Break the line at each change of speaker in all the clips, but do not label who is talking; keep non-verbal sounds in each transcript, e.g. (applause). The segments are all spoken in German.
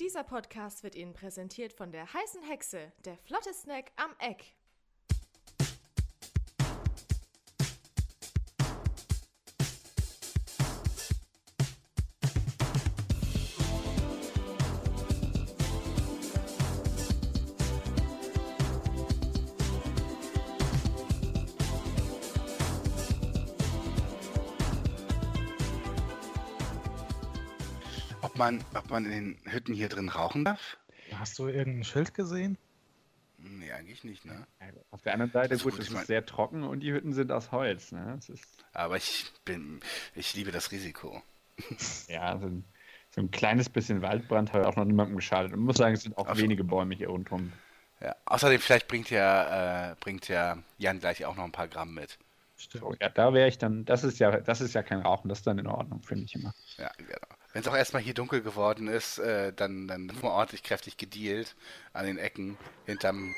Dieser Podcast wird Ihnen präsentiert von der heißen Hexe, der flotte Snack am Eck.
Ob man, ob man in den Hütten hier drin rauchen darf?
Hast du irgendein Schild gesehen?
Nee, eigentlich nicht, ne?
Auf der anderen Seite,
Das ist
gut,
gut,
es
ich mein-
ist sehr trocken und die Hütten sind aus Holz. Ne? Es ist,
Aber ich bin, ich liebe das Risiko.
ja, so ein, so ein kleines bisschen Waldbrand hat auch noch niemandem geschadet. Und muss sagen, es sind auch
Ach so.
wenige Bäume hier rundherum.
Ja, außerdem, vielleicht bringt ja, äh, bringt ja Jan gleich auch noch ein paar Gramm mit.
Stimmt.
So, ja, da wäre ich dann, das ist ja, das ist ja kein Rauchen, das ist dann in Ordnung, finde ich immer.
Ja, genau. Wenn es auch erstmal hier dunkel geworden ist, äh, dann, dann (laughs) wird man ordentlich kräftig gedealt an den Ecken, hinterm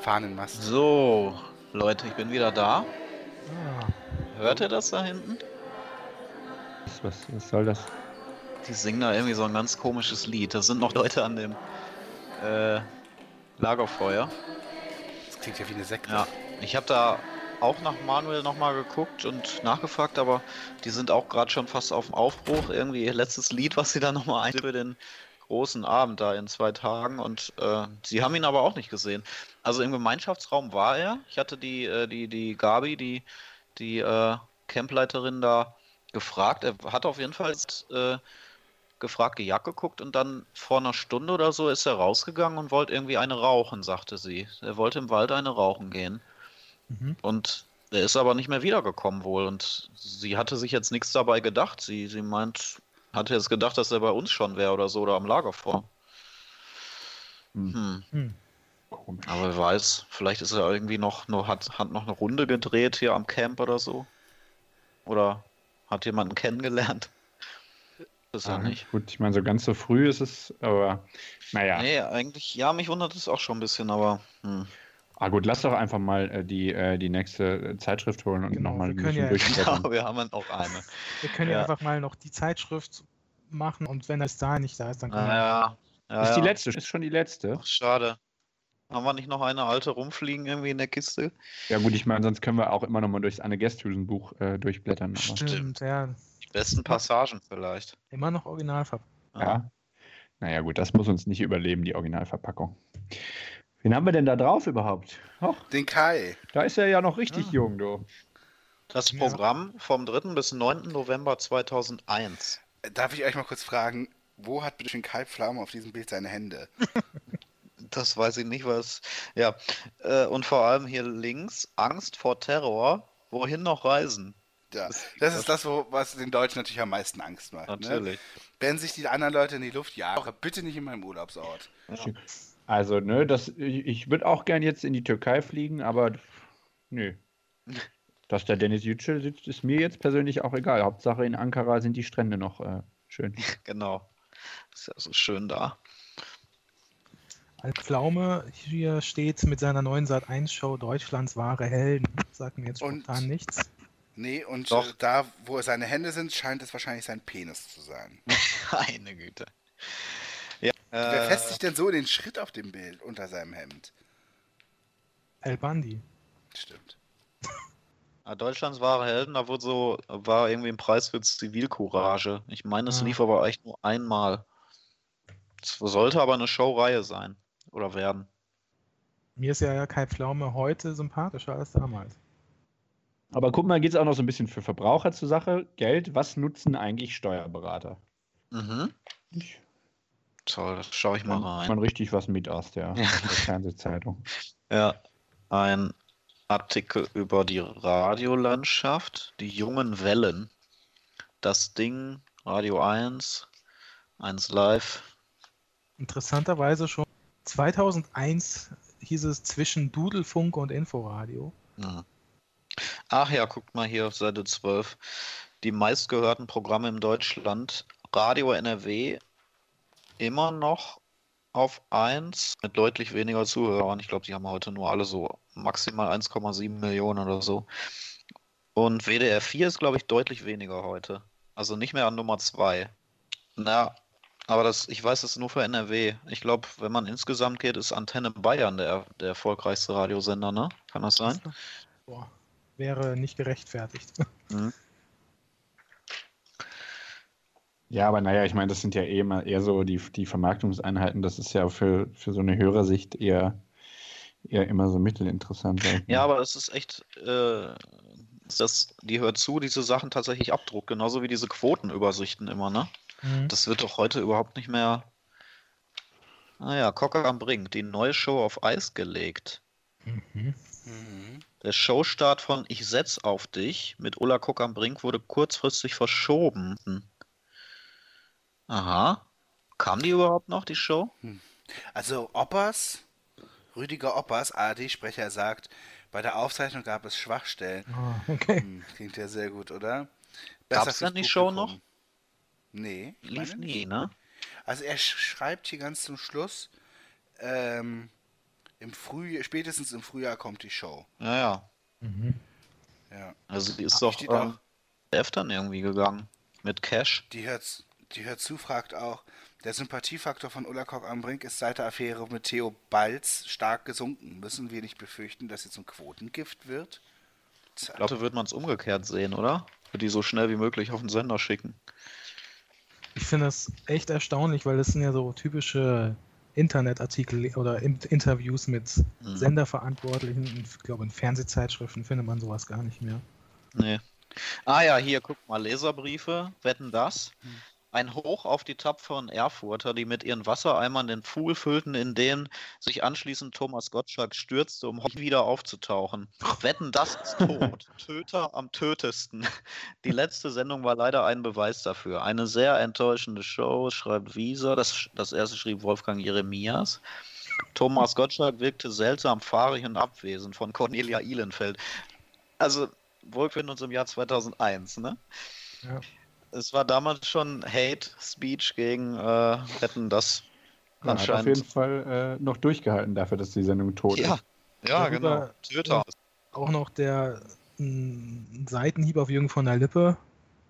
Fahnenmast.
So, Leute, ich bin wieder da.
Ah,
Hört ihr das da hinten?
Was, was, was soll das?
Die singen da irgendwie so ein ganz komisches Lied. Da sind noch Leute an dem äh, Lagerfeuer.
Das klingt ja wie eine Sekte.
Ja, ich habe da auch nach Manuel nochmal geguckt und nachgefragt, aber die sind auch gerade schon fast auf dem Aufbruch. Irgendwie ihr letztes Lied, was sie da nochmal ein für den großen Abend da in zwei Tagen und äh, sie haben ihn aber auch nicht gesehen. Also im Gemeinschaftsraum war er. Ich hatte die, äh, die, die Gabi, die, die äh, Campleiterin da gefragt. Er hat auf jeden Fall äh, gefragt, gejagt geguckt und dann vor einer Stunde oder so ist er rausgegangen und wollte irgendwie eine rauchen, sagte sie. Er wollte im Wald eine rauchen gehen.
Mhm.
Und er ist aber nicht mehr wiedergekommen wohl. Und sie hatte sich jetzt nichts dabei gedacht. Sie, sie meint, hatte jetzt gedacht, dass er bei uns schon wäre oder so oder am Lagerfeuer.
Hm.
Hm.
hm.
Komisch.
Aber wer weiß, vielleicht ist er irgendwie noch, noch hat, hat noch eine Runde gedreht hier am Camp oder so. Oder hat jemanden kennengelernt. (laughs) Das ist ja
Ah,
nicht.
Gut, ich meine, so ganz so früh ist es, aber naja.
Nee, eigentlich, ja, mich wundert es auch schon ein bisschen, aber hm.
Ah gut, lass doch einfach mal äh, die, äh, die nächste äh, Zeitschrift holen und
Genau,
nochmal ein
wir können ja-
bisschen
(laughs)
durchblättern.
genau, wir haben
(laughs)
noch eine.
Wir können ja.
Ja.
einfach mal noch die Zeitschrift machen und wenn das da nicht da ist, dann können wir.
Naja, Ah, ja,
Ist die
ja.
letzte, ist schon die letzte.
Ach, schade. Haben wir nicht noch eine alte rumfliegen irgendwie in der Kiste?
Ja gut, ich meine, sonst können wir auch immer nochmal durchs Anne Gästhüsen Buch äh, durchblättern. Aber,
Stimmt, ja.
Die besten Passagen vielleicht.
Immer noch Originalfarbe.
ja. Naja gut, das muss uns nicht überleben, die Originalverpackung. Wen haben wir denn da drauf überhaupt? Och,
Den Kai.
da ist er ja noch richtig
Ah.
jung, du.
Das
Ja.
Programm vom 3. bis 9. November 2001.
Äh, Darf ich euch mal kurz fragen, wo hat bitte schön Kai Pflaume auf diesem Bild seine Hände?
Das weiß ich nicht, was. Ja. Äh, und vor allem hier links: Angst vor Terror. Wohin noch reisen?
Ja. Das ist das, wo, was den Deutschen natürlich am meisten Angst macht. Ne? Wenn sich die anderen Leute in die Luft jagen, bitte nicht in meinem Urlaubsort.
Also, ne, das, ich, ich würde auch gern jetzt in die Türkei fliegen, aber pff, nö. Dass da Dennis Yücel sitzt, ist mir jetzt persönlich auch egal. Hauptsache in Ankara sind die Strände noch äh, schön.
Genau. Ist ja so schön da. (laughs)
Als Pflaume hier steht mit seiner neuen Sat 1 Show Deutschlands wahre Helden. Sagt mir jetzt
Und-
spontan nichts.
Nee, und
Doch.
äh, da, wo seine Hände sind, scheint es wahrscheinlich sein Penis zu sein.
Meine Güte. Ja,
Wer
äh,
fässt sich denn so den Schritt auf dem Bild unter seinem Hemd?
El Bandi.
Stimmt.
ah, Deutschlands wahre Helden, da wurde so, war irgendwie ein Preis für Zivilcourage. Ich meine, es
Ah.
lief aber echt nur einmal. Es sollte aber eine Showreihe sein. Oder werden.
Mir ist ja Kai Pflaume heute sympathischer als damals.
Aber guck mal, geht es auch noch so ein bisschen für Verbraucher zur Sache. Geld, was nutzen eigentlich Steuerberater?
Mhm.
Ich
Toll, das schaue ich mal
man,
rein.
man richtig was mit aus der,
Ja.
der Fernsehzeitung.
Ja, ein Artikel über die Radiolandschaft, die jungen Wellen. Das Ding, Radio 1, 1 Live.
Interessanterweise schon 2001 hieß es zwischen Dudelfunk und Inforadio.
Ja. Ach ja, guckt mal hier auf Seite 12. Die meistgehörten Programme in Deutschland. Radio NRW immer noch auf 1 mit deutlich weniger Zuhörern. Ich glaube, die haben heute nur alle so maximal 1,7 Millionen oder so. Und WDR 4 ist, glaube ich, deutlich weniger heute. Also nicht mehr an Nummer 2. Na, Aber das, ich weiß es nur für NRW. Ich glaube, wenn man insgesamt geht, ist Antenne Bayern der, der erfolgreichste Radiosender, ne? Kann das sein?
Boah, wäre nicht gerechtfertigt.
Ja, aber naja, ich meine, das sind ja eh mal eher so die, die Vermarktungseinheiten. Das ist ja für, für so eine Hörersicht eher, eher immer so mittelinteressant. sag ich
Ja,
mal.
aber es ist echt, äh, das, die hört zu, diese Sachen tatsächlich abdruckt, genauso wie diese Quotenübersichten immer, ne?
Mhm.
Das wird doch heute überhaupt nicht mehr. Naja, Cocker am Brink, die neue Show auf Eis gelegt.
Mhm.
Mhm.
Der Showstart von Ich setz auf dich mit Ulla Cocker am Brink wurde kurzfristig verschoben. Hm. Aha. Kam die überhaupt noch, die Show?
Also Oppers, Rüdiger Oppers, ARD-Sprecher, sagt, bei der Aufzeichnung gab es Schwachstellen.
Ah, okay.
Hm, Klingt ja sehr gut, oder?
Gab's
Besser
denn
fürs
die Show
Publikum.
noch?
Nee. ich
Lief
meine
nie,
nicht.
ne?
Also er sch- schreibt hier ganz zum Schluss, ähm, im Früh, spätestens im Frühjahr kommt die Show.
Ja, ja.
Mhm.
Ja.
Also die ist
Hab ich
doch
die
ähm,
doch.
F dann irgendwie gegangen. Mit Cash.
Die hört, die hört zu, fragt auch, der Sympathiefaktor von Ulla Kock am Brink ist seit der Affäre mit Theo Balz stark gesunken. Müssen wir nicht befürchten, dass sie zum Quotengift wird? Tja,
Ich glaube, wird man es umgekehrt sehen, oder? Wird die so schnell wie möglich auf den Sender schicken.
Ich finde das echt erstaunlich, weil das sind ja so typische Internetartikel oder In- Interviews mit
Mhm.
Senderverantwortlichen. Und Ich glaube, in Fernsehzeitschriften findet man sowas gar nicht mehr.
Nee. Ah ja, hier, guck mal, Leserbriefe, wetten das. Ein Hoch auf die tapferen Erfurter, die mit ihren Wassereimern den Pool füllten, in den sich anschließend Thomas Gottschalk stürzte, um wieder aufzutauchen. Wetten das ist tot. Töter am tötesten. Die letzte Sendung war leider ein Beweis dafür. Eine sehr enttäuschende Show, schreibt Wieser. Das, das erste schrieb Wolfgang Jeremias. Thomas Gottschalk wirkte seltsam fahrig und abwesend von Cornelia Ihlenfeld. Also, wohlfinden uns im Jahr 2001, ne?
Ja.
Es war damals schon Hate Speech gegen äh, Retten das
Ja, hat auf jeden
anscheinend.
Fall äh, noch durchgehalten dafür, dass die Sendung tot
Ja,
ist.
ja,
Darüber-
genau. Twitter.
Auch noch der mh, Seitenhieb auf Jürgen von der Lippe.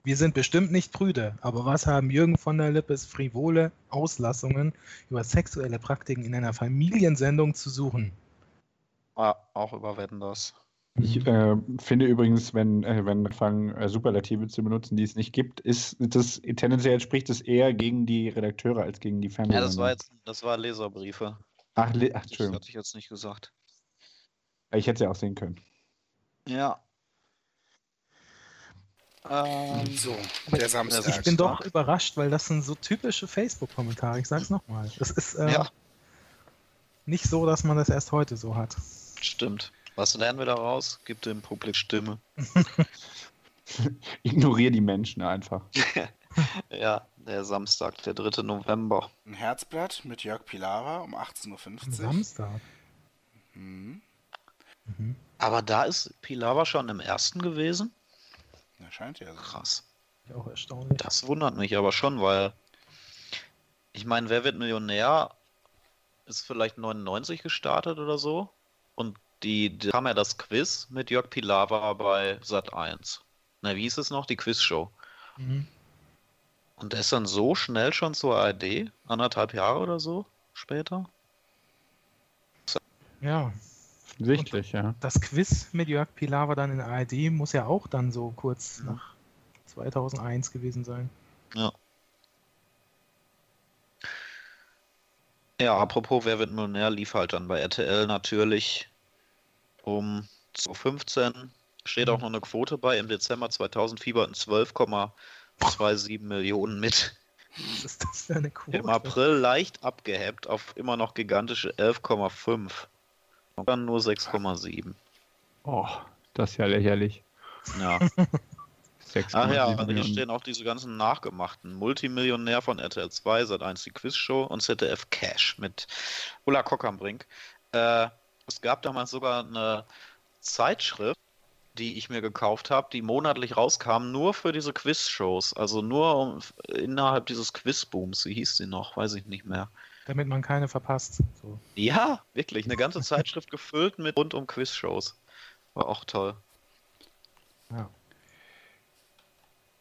Wir sind bestimmt nicht prüde, aber was haben Jürgen von der Lippes frivole Auslassungen über sexuelle Praktiken in einer Familiensendung zu suchen?
Ah, auch über Wetten das.
Ich äh, finde übrigens, wenn, äh, wenn wir anfangen, äh, Superlative zu benutzen, die es nicht gibt, ist das tendenziell spricht es eher gegen die Redakteure als gegen die Fernsehsender.
Ja, das war jetzt, das war Leserbriefe.
Ach, le- ach
Das
Entschuldigung.
hatte ich jetzt nicht gesagt.
Ich hätte es ja auch sehen können.
Ja. Ähm,
So, der Samstag.
Ich bin
stark.
doch überrascht, weil das sind so typische Facebook-Kommentare. Ich sag's nochmal. Es ist äh,
Ja.
nicht so, dass man das erst heute so hat.
stimmt. Was lernen wir daraus? Gib dem Publikum Stimme.
Ignoriere die Menschen einfach.
Ja, der Samstag, der 3. November.
Ein Herzblatt mit Jörg Pilawa um 18.50 Uhr.
Samstag.
Hm,
Mhm.
Aber da ist Pilawa schon im ersten gewesen?
das scheint ja so.
Krass.
Auch erstaunlich.
Das wundert mich aber schon, weil ich meine, wer wird Millionär? Ist vielleicht 99 gestartet oder so. Und die, da kam ja das Quiz mit Jörg Pilawa bei Sat 1. Na, wie hieß es noch? Die Quizshow.
Mhm.
Und der ist dann so schnell schon zur ARD, anderthalb Jahre oder so später.
Ja,
Sichtlich, ja.
das Quiz mit Jörg Pilawa dann in der ARD muss ja auch dann so kurz nach 2001 gewesen sein.
Ja, apropos, wer wird Millionär lief halt dann bei RTL natürlich um 15. Steht auch noch eine Quote bei. Im Dezember 2000 fieberten 12,27 Millionen mit.
Was ist das für eine Quote?
Im April leicht abgehebt auf immer noch gigantische 11,5. Und dann nur 6,7.
Oh, das ist ja lächerlich.
Ja.
Sechs
Ach ja, aber hier stehen auch diese ganzen nachgemachten. Multimillionär von RTL 2, Sat1 die Quizshow und ZDF Cash mit Ulla Kock am Brink. Äh, es gab damals sogar eine Zeitschrift, die ich mir gekauft habe, die monatlich rauskam, nur für diese Quizshows. Also nur um, innerhalb dieses Quizbooms. Wie hieß sie noch? Weiß ich nicht mehr.
Damit man keine verpasst. So.
Ja, wirklich. Eine ganze Zeitschrift gefüllt mit rund um Quizshows. War auch toll.
Ja.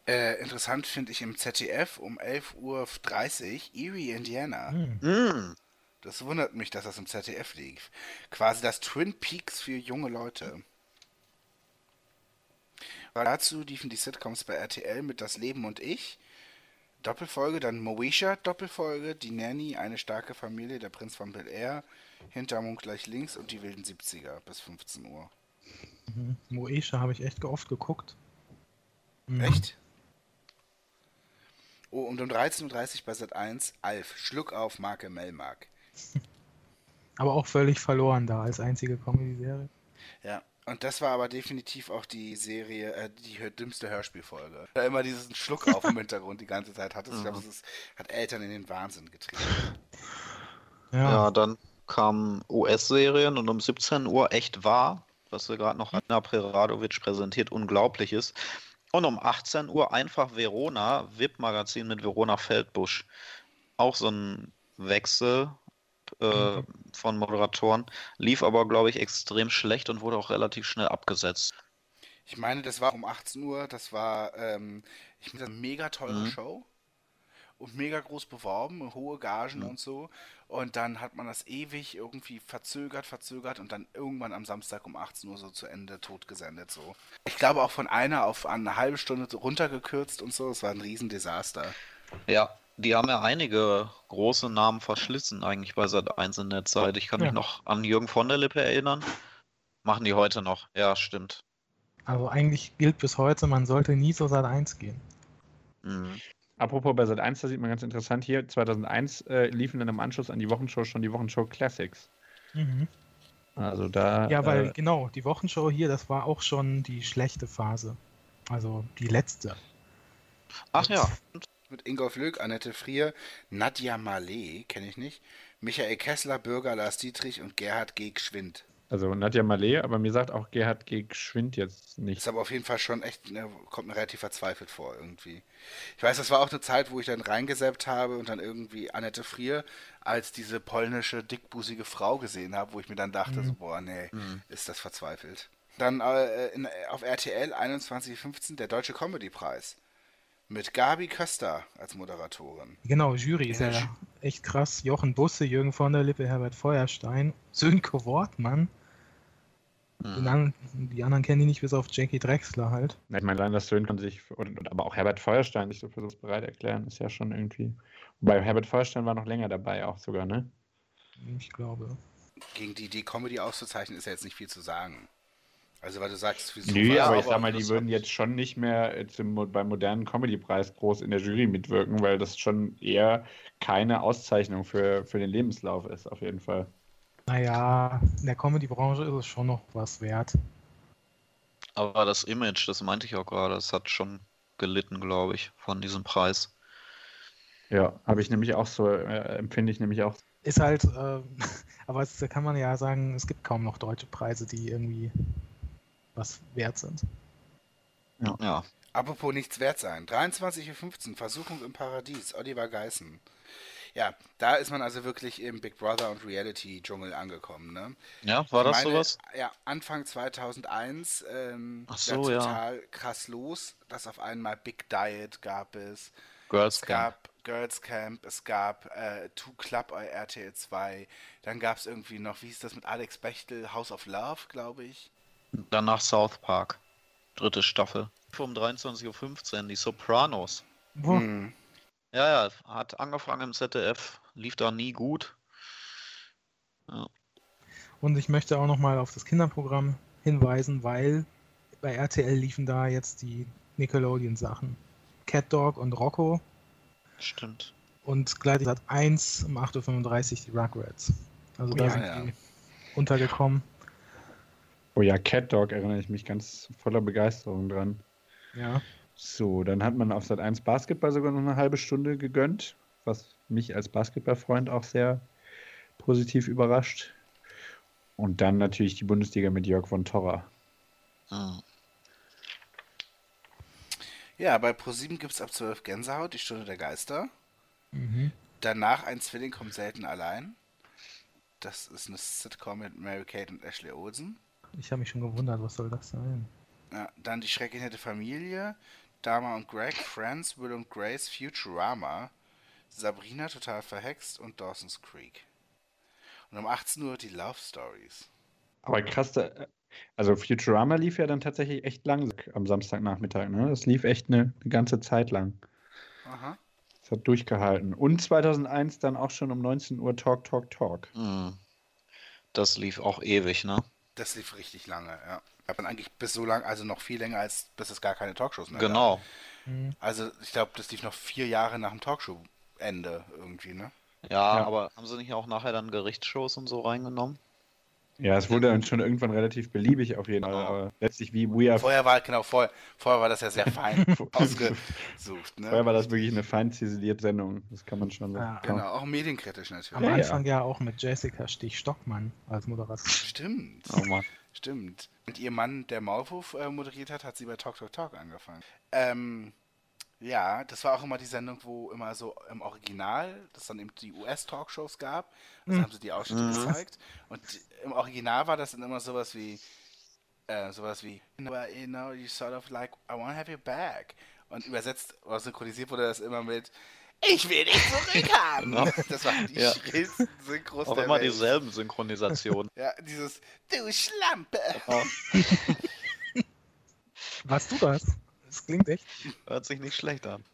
Äh, interessant finde ich im ZDF um 11.30 Uhr Erie, Indiana.
Hm.
Mm.
Das wundert mich, dass das im ZDF liegt. Quasi das Twin Peaks für junge Leute. Weil dazu liefen die Sitcoms bei RTL mit Das Leben und ich. Doppelfolge, dann Moesha, Doppelfolge, Die Nanny, Eine starke Familie, Der Prinz von Bel Air, Hintermond gleich links und Die wilden 70er bis 15 Uhr.
Moesha habe ich echt oft geguckt. Mhm.
Echt? (clears throat) Oh, und um 13.30 Uhr bei Sat 1, Alf, Schluck auf, Marke Mellmark.
Aber auch völlig verloren da als einzige Comedy-Serie.
Ja, und das war aber definitiv auch die Serie, äh, die hö- dümmste Hörspielfolge. Da immer diesen Schluck auf (laughs) im Hintergrund die ganze Zeit hattest. Ich glaube,
Mhm.
das ist, hat Eltern in den Wahnsinn getrieben.
Ja.
Ja, dann kamen US-Serien und um 17 Uhr echt wahr, was wir gerade noch Anna Preradovic präsentiert, unglaublich ist. Und um 18 Uhr einfach Verona, VIP-Magazin mit Verona Feldbusch. Auch so ein Wechsel äh,
Mhm.
von Moderatoren. Lief aber, glaube ich, extrem schlecht und wurde auch relativ schnell abgesetzt.
Ich meine, das war um 18 Uhr, das war ähm, ich meine, das war eine mega teure
Mhm.
Show und mega groß beworben, hohe Gagen
Mhm.
und so. Und dann hat man das ewig irgendwie verzögert, verzögert und dann irgendwann am Samstag um 18 Uhr so zu Ende tot gesendet. So. Ich glaube auch von einer auf eine halbe Stunde runtergekürzt und so. Es war ein Riesendesaster.
Ja, die haben ja einige große Namen verschlissen eigentlich bei Sat1 in der Zeit. Ich kann
Ja.
mich noch an Jürgen von der Lippe erinnern. Machen die heute noch. Ja, stimmt.
Also eigentlich gilt bis heute, man sollte nie so Sat 1 gehen.
Mhm.
Apropos bei Sat 1, da sieht man ganz interessant hier, 2001 äh, liefen dann im Anschluss an die Wochenshow schon die Wochenshow Classics.
Mhm.
Also da
Ja, weil
äh,
genau, die Wochenshow hier, das war auch schon die schlechte Phase. Also die letzte.
Ach ja,
Mit Ingolf Lück, Annette Frier, Nadja Malé, kenne ich nicht, Michael Kessler, Bürger Lars Dietrich und Gerhard G. Schwind.
also Nadja Malé, aber mir sagt auch Gerhard G. Schwind jetzt
Ist
nichts.
aber auf jeden Fall schon echt, ne, kommt mir relativ verzweifelt vor irgendwie. Ich weiß, das war auch eine Zeit, wo ich dann reingesäppt habe und dann irgendwie Annette Frier als diese polnische, dickbusige Frau gesehen habe, wo ich mir dann
Mhm.
dachte, so, boah, nee, ist das verzweifelt. Dann äh, in, auf RTL 21.15 der Deutsche Comedy-Preis. Mit Gabi Köster als Moderatorin.
Genau, Jury ist
Ja,
ja,
Ju-
echt krass. Jochen Busse, Jürgen von der Lippe, Herbert Feuerstein, Sönke Wortmann. Den an, die anderen kenne ich nicht, bis auf Jackie Drexler halt.
Na, Ich meine, allein das Söhn kann sich, und, und, aber auch Herbert Feuerstein sich so für sowas bereit erklären, ist ja schon irgendwie. Wobei Herbert Feuerstein war noch länger dabei, auch sogar, ne?
Ich glaube.
Gegen die Idee, Comedy auszuzeichnen, ist ja jetzt nicht viel zu sagen. Also, weil du sagst, wieso
Nö,
war-
aber
aber
ich sag mal, die
das
würden
hat-
jetzt schon nicht mehr äh, zum, Mo- beim modernen Comedy-Preis groß in der Jury mitwirken, weil das schon eher keine Auszeichnung für, für den Lebenslauf ist, auf jeden Fall.
Naja, in der Comedy-Branche ist es schon noch was wert.
aber das Image, das meinte ich auch gerade, das hat schon gelitten, glaube ich, von diesem Preis.
Ja, habe ich nämlich auch so, äh, empfinde ich nämlich auch.
Ist halt, äh, (laughs) aber es, da kann man ja sagen, es gibt kaum noch deutsche Preise, die irgendwie was wert sind.
Ja,
Apropos nichts wert sein. 23.15 Uhr, Versuchung im Paradies, Oliver Geissen. Ja, da ist man also wirklich im Big Brother und Reality-Dschungel angekommen, ne?
ja war
Ich
das
meine,
sowas?
Ja, Anfang 2001. Ähm,
Ach
da
so, ja.
Total krass los, dass auf einmal Big Diet gab es.
Girls
Es
Camp.
gab Girls Camp, es gab äh, Two Club bei RTL 2. Dann gab es irgendwie noch, wie hieß das mit Alex Bechtel, House of Love, glaube ich.
Danach South Park. Dritte Staffel. Um 23.15 Uhr, die Sopranos.
Boah,
Hm.
Ja, ja, hat angefangen im ZDF, lief da nie gut.
Und ich möchte auch nochmal auf das Kinderprogramm hinweisen, weil bei RTL liefen da jetzt die Nickelodeon-Sachen. Cat Dog und Rocco
Stimmt.
und gleich hat 1 um 8.35 Uhr die Rugrats. Also da
Oh Ja,
sind
ja.
die untergekommen.
Oh ja, Cat Dog erinnere ich mich ganz voller Begeisterung dran.
Ja.
So, dann hat man auf Sat 1 Basketball sogar noch eine halbe Stunde gegönnt, was mich als Basketballfreund auch sehr positiv überrascht. Und dann natürlich die Bundesliga mit Jörg von Torra.
Hm.
Ja, bei ProSieben gibt es ab 12 Gänsehaut, die Stunde der Geister.
Mhm.
Danach ein Zwilling kommt selten allein. Das ist eine Sitcom mit Mary Kate und Ashley Olsen.
Ich habe mich schon gewundert, was soll das sein?
Ja, dann die schreckliche Familie. Dama und Greg, Friends, Will und Grace, Futurama, Sabrina total verhext und Dawson's Creek. Und um 18 Uhr die Love Stories.
Aber krass, da, also Futurama lief ja dann tatsächlich echt lang am Samstagnachmittag. Ne? Das lief echt eine, eine ganze Zeit lang.
Aha.
Das hat durchgehalten. Und 2001 dann auch schon um 19 Uhr Talk, Talk, Talk.
Hm. Das lief auch ewig, ne?
Das lief richtig lange, ja. Aber dann eigentlich bis so lang, also noch viel länger, als bis es gar keine Talkshows mehr gab.
Genau.
Hm.
Also ich glaube, das lief noch vier Jahre nach dem Talkshow-Ende irgendwie, ne?
Ja,
Ja.
aber haben sie nicht auch nachher dann Gerichtsshows und so reingenommen?
Ja, es wurde dann schon irgendwann relativ beliebig auf jeden Fall.
Genau.
Aber letztlich wie We Are
Vorher war, genau, vorher, vorher war das ja sehr
(laughs)
fein ausgesucht, ne?
Vorher war das wirklich eine fein ziselierte Sendung. Das kann man schon sagen.
Ah,
Genau, auch medienkritisch natürlich.
Am
Ja, ja.
Anfang ja. auch mit Jessica Stich-Stockmann als Moderatorin.
Stimmt,
Oh Mann.
stimmt. Und ihr Mann, der Maulwurf äh, moderiert hat, hat sie bei Talk Talk Talk angefangen. Ähm, ja, das war auch immer die Sendung, wo immer so im Original, das dann eben die US-Talkshows gab, das haben sie die Ausschnitte
Hm.
gezeigt. Und im Original war das dann immer sowas wie, äh, sowas wie, "Well, you know, you sort of like, I wanna have you back. Und übersetzt oder synchronisiert wurde das immer mit, ich will dich zurückhaben. Das waren die
Ja.
schrägsten Synchros
Auch
der
immer
Welt.
dieselben Synchronisationen.
Ja, dieses Du Schlampe.
Warst du das? Das klingt echt.
Hört sich nicht schlecht an.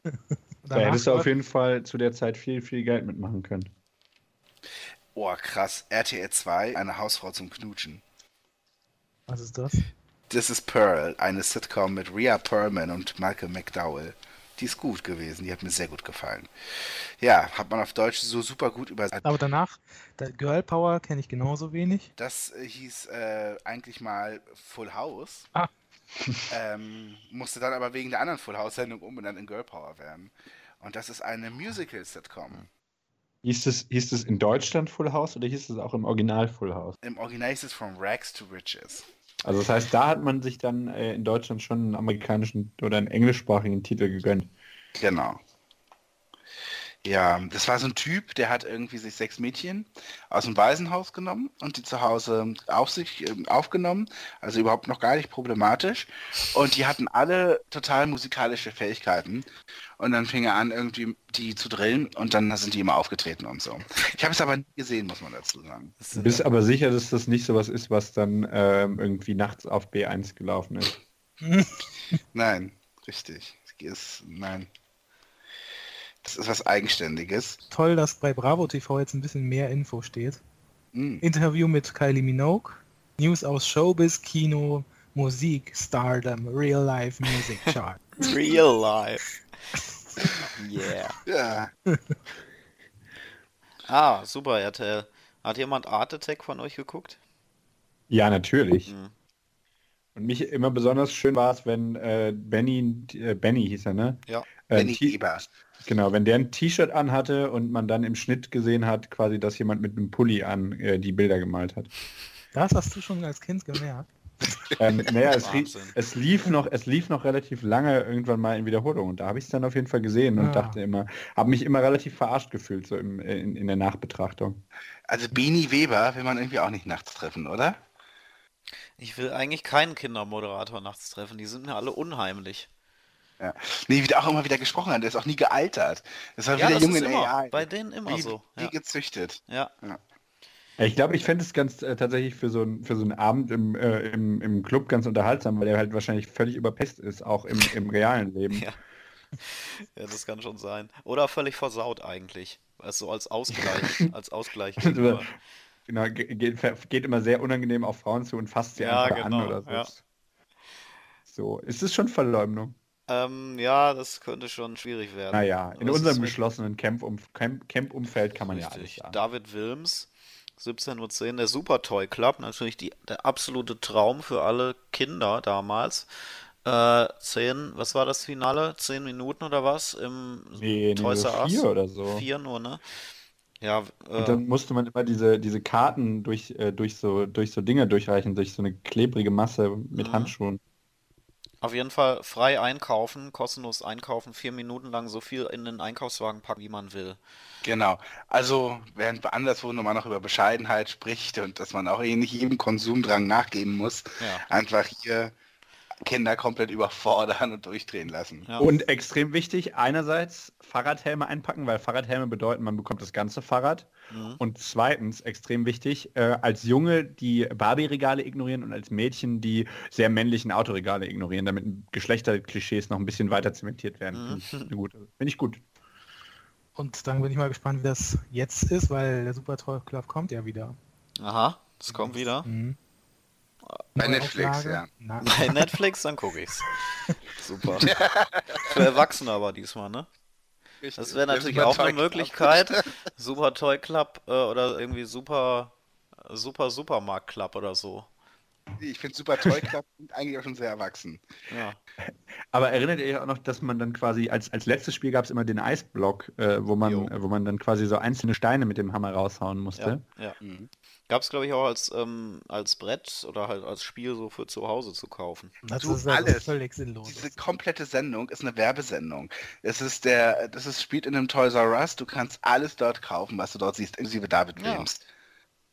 Da hättest du auf jeden Fall zu der Zeit viel, viel Geld mitmachen können.
Oh, krass. RTL 2, eine Hausfrau zum Knutschen.
Was ist das?
Das ist Pearl, eine Sitcom mit Rhea Perlman und Michael McDowell. Die ist gut gewesen, die hat mir sehr gut gefallen. Ja, hat man auf Deutsch so super gut übersetzt.
Aber danach, da- Girl Power kenne ich genauso wenig.
Das äh, hieß äh, eigentlich mal Full House.
Ah.
(laughs) Ähm, musste dann aber wegen der anderen Full House-Sendung umbenannt in Girl Power werden. Und das ist eine Musical-Sitcom.
Hieß es, hieß es in Deutschland Full House oder hieß es auch im Original Full House?
Im Original ist es From Rags to Riches.
Also das heißt, da hat man sich dann äh, in Deutschland schon einen amerikanischen oder einen englischsprachigen Titel gegönnt.
Genau. Ja, das war so ein Typ, der hat irgendwie sich sechs Mädchen aus dem Waisenhaus genommen und die zu Hause auf sich ähm, aufgenommen, also überhaupt noch gar nicht problematisch. Und die hatten alle total musikalische Fähigkeiten. Und dann fing er an, irgendwie die zu drillen und dann sind die immer aufgetreten und so. Ich habe es aber nie gesehen, muss man dazu sagen. Das
Du
ist-
bist aber sicher, dass das nicht sowas ist, was dann ähm, irgendwie nachts auf B1 gelaufen ist.
Nein, richtig. Ist, nein. Das ist was Eigenständiges.
Toll, dass bei Bravo TV jetzt ein bisschen mehr Info steht.
Hm.
Interview mit Kylie Minogue, News aus Showbiz, Kino, Musik, Stardom, Real
(laughs)
Life Music Chart.
Real life. (laughs) Yeah.
Ja,
Ah, super, RTL. Hat jemand Art Attack von euch geguckt?
Ja, natürlich.
Mhm.
Und mich immer besonders schön war es, wenn äh, Benny, äh, Benny hieß er, ne?
Ja.
Äh,
Benny
ein T-
Eber.
Genau, wenn der ein T-Shirt anhatte und man dann im Schnitt gesehen hat, quasi, dass jemand mit einem Pulli an äh, die Bilder gemalt hat.
Das hast du schon als Kind gemerkt.
(laughs)
Ähm, naja, es, rie-
Wahnsinn.
es, lief noch, es lief noch relativ lange irgendwann mal in Wiederholung und da habe ich es dann auf jeden Fall gesehen und
Ah.
dachte immer, habe mich immer relativ verarscht gefühlt, so im, in, in der Nachbetrachtung.
Also Bini Weber will man irgendwie auch nicht nachts treffen, oder?
Ich will eigentlich keinen Kindermoderator nachts treffen. Die sind mir alle unheimlich.
Ja. Nee, wie der auch immer wieder gesprochen hat, der ist auch nie gealtert. Das war wieder
das
jung in
immer,
AI.
bei denen immer
wie,
so.
Wie
Ja.
gezüchtet.
ja.
Ja, Ich glaube, ich fände es ganz äh, tatsächlich für so, ein, für so einen Abend im, äh, im, im Club ganz unterhaltsam, weil er halt wahrscheinlich völlig überpest ist, auch im, im realen Leben.
(laughs) Ja. ja, das kann schon sein. Oder völlig versaut eigentlich. Also
(laughs)
als Ausgleich. als Ausgleich.
Also,
gegenüber.
genau, ge- geht, ver- geht immer sehr unangenehm auf Frauen zu und fasst sie
Ja,
einfach
genau,
an oder so.
ja.
So, ist es schon Verleumdung?
ähm, ja, das könnte schon schwierig werden.
Naja, in
Aber es
unserem
ist-
geschlossenen Camp-Um- Camp- Camp-Umfeld kann man ja alles
Richtig.
sagen.
David Wilms, 17.10 Uhr, der Super Toy Club, natürlich die, der absolute Traum für alle Kinder damals. Äh, zehn, was war das Finale? Zehn Minuten oder was? Im
Nee, nee,
Toys
so
R Us?
vier oder so.
Vier nur, ne? Ja, äh,
Und dann musste man immer diese, diese Karten durch, äh, durch, so, durch so Dinge durchreichen, durch so eine klebrige Masse mit
Mhm.
Handschuhen.
auf jeden Fall frei einkaufen, kostenlos einkaufen, vier Minuten lang so viel in den Einkaufswagen packen, wie man will.
Genau. Also, während bei anderswo nur mal noch über Bescheidenheit spricht und dass man auch eh nicht jedem Konsumdrang nachgeben muss,
Ja.
einfach hier Kinder komplett überfordern und durchdrehen lassen.
Ja.
Und extrem wichtig, einerseits Fahrradhelme einpacken, weil Fahrradhelme bedeuten, man bekommt das ganze Fahrrad.
Mhm.
Und zweitens, extrem wichtig, äh, als Junge die Barbie-Regale ignorieren und als Mädchen die sehr männlichen Autoregale ignorieren, damit Geschlechterklischees noch ein bisschen weiter zementiert
Mhm.
werden. Finde ich eine gute- Finde ich gut.
Und dann bin ich mal gespannt, wie das jetzt ist, weil der Super Troll Club kommt ja wieder.
Aha, das kommt wieder.
Mhm.
Bei
Neue
Netflix,
Auflage.
ja.
Na,
Bei Netflix, dann gucke
(laughs)
ich's. Super. (laughs) Für Erwachsene aber diesmal, ne? Das wäre natürlich auch eine Möglichkeit.
(laughs)
Super Toy Club äh, oder irgendwie Super Super Supermarkt Club oder so.
Ich finde Super Toy Club klingt eigentlich auch schon sehr erwachsen.
Ja.
Aber erinnert ihr euch auch noch, dass man dann quasi als, als letztes Spiel gab es immer den Eisblock, äh, wo,
Jo.
man, äh, wo man dann quasi so einzelne Steine mit dem Hammer raushauen musste.
Ja, ja.
Mhm.
Gab's glaube ich auch als ähm, als Brett oder halt als Spiel so für zu Hause zu kaufen.
das
Du,
ist also
alles.
völlig sinnlos.
Diese komplette Sendung ist eine Werbesendung. Es ist der, das ist, spielt in einem Toys R Us. Du kannst alles dort kaufen, was du dort siehst, inklusive David
Ja.
Williams.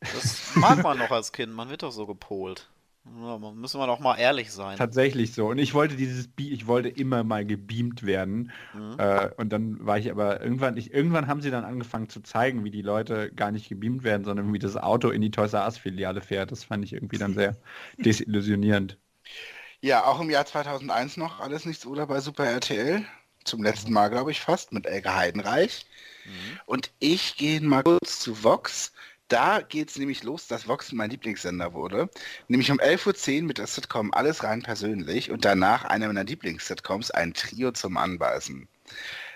Das mag man noch als Kind, man wird doch so gepolt. Ja, man- müssen wir doch mal ehrlich sein.
Tatsächlich so. Und ich wollte dieses Be ich wollte immer mal gebeamt werden.
Mhm.
Äh, und dann war ich aber irgendwann, ich, irgendwann haben sie dann angefangen zu zeigen, wie die Leute gar nicht gebeamt werden, sondern wie das Auto in die Toys R Us Filiale fährt. Das fand ich irgendwie dann
(laughs)
sehr desillusionierend.
Ja, auch im Jahr 2001 noch alles nichts oder bei Super RTL. Zum letzten Mal, glaube ich, fast mit Elke Heidenreich. Und ich gehe mal kurz zu Vox. Da geht es nämlich los, dass Vox mein Lieblingssender wurde. Nämlich um 11.10 Uhr mit der Sitcom Alles rein persönlich und danach einer meiner Lieblingssitcoms, ein Trio zum Anbeißen.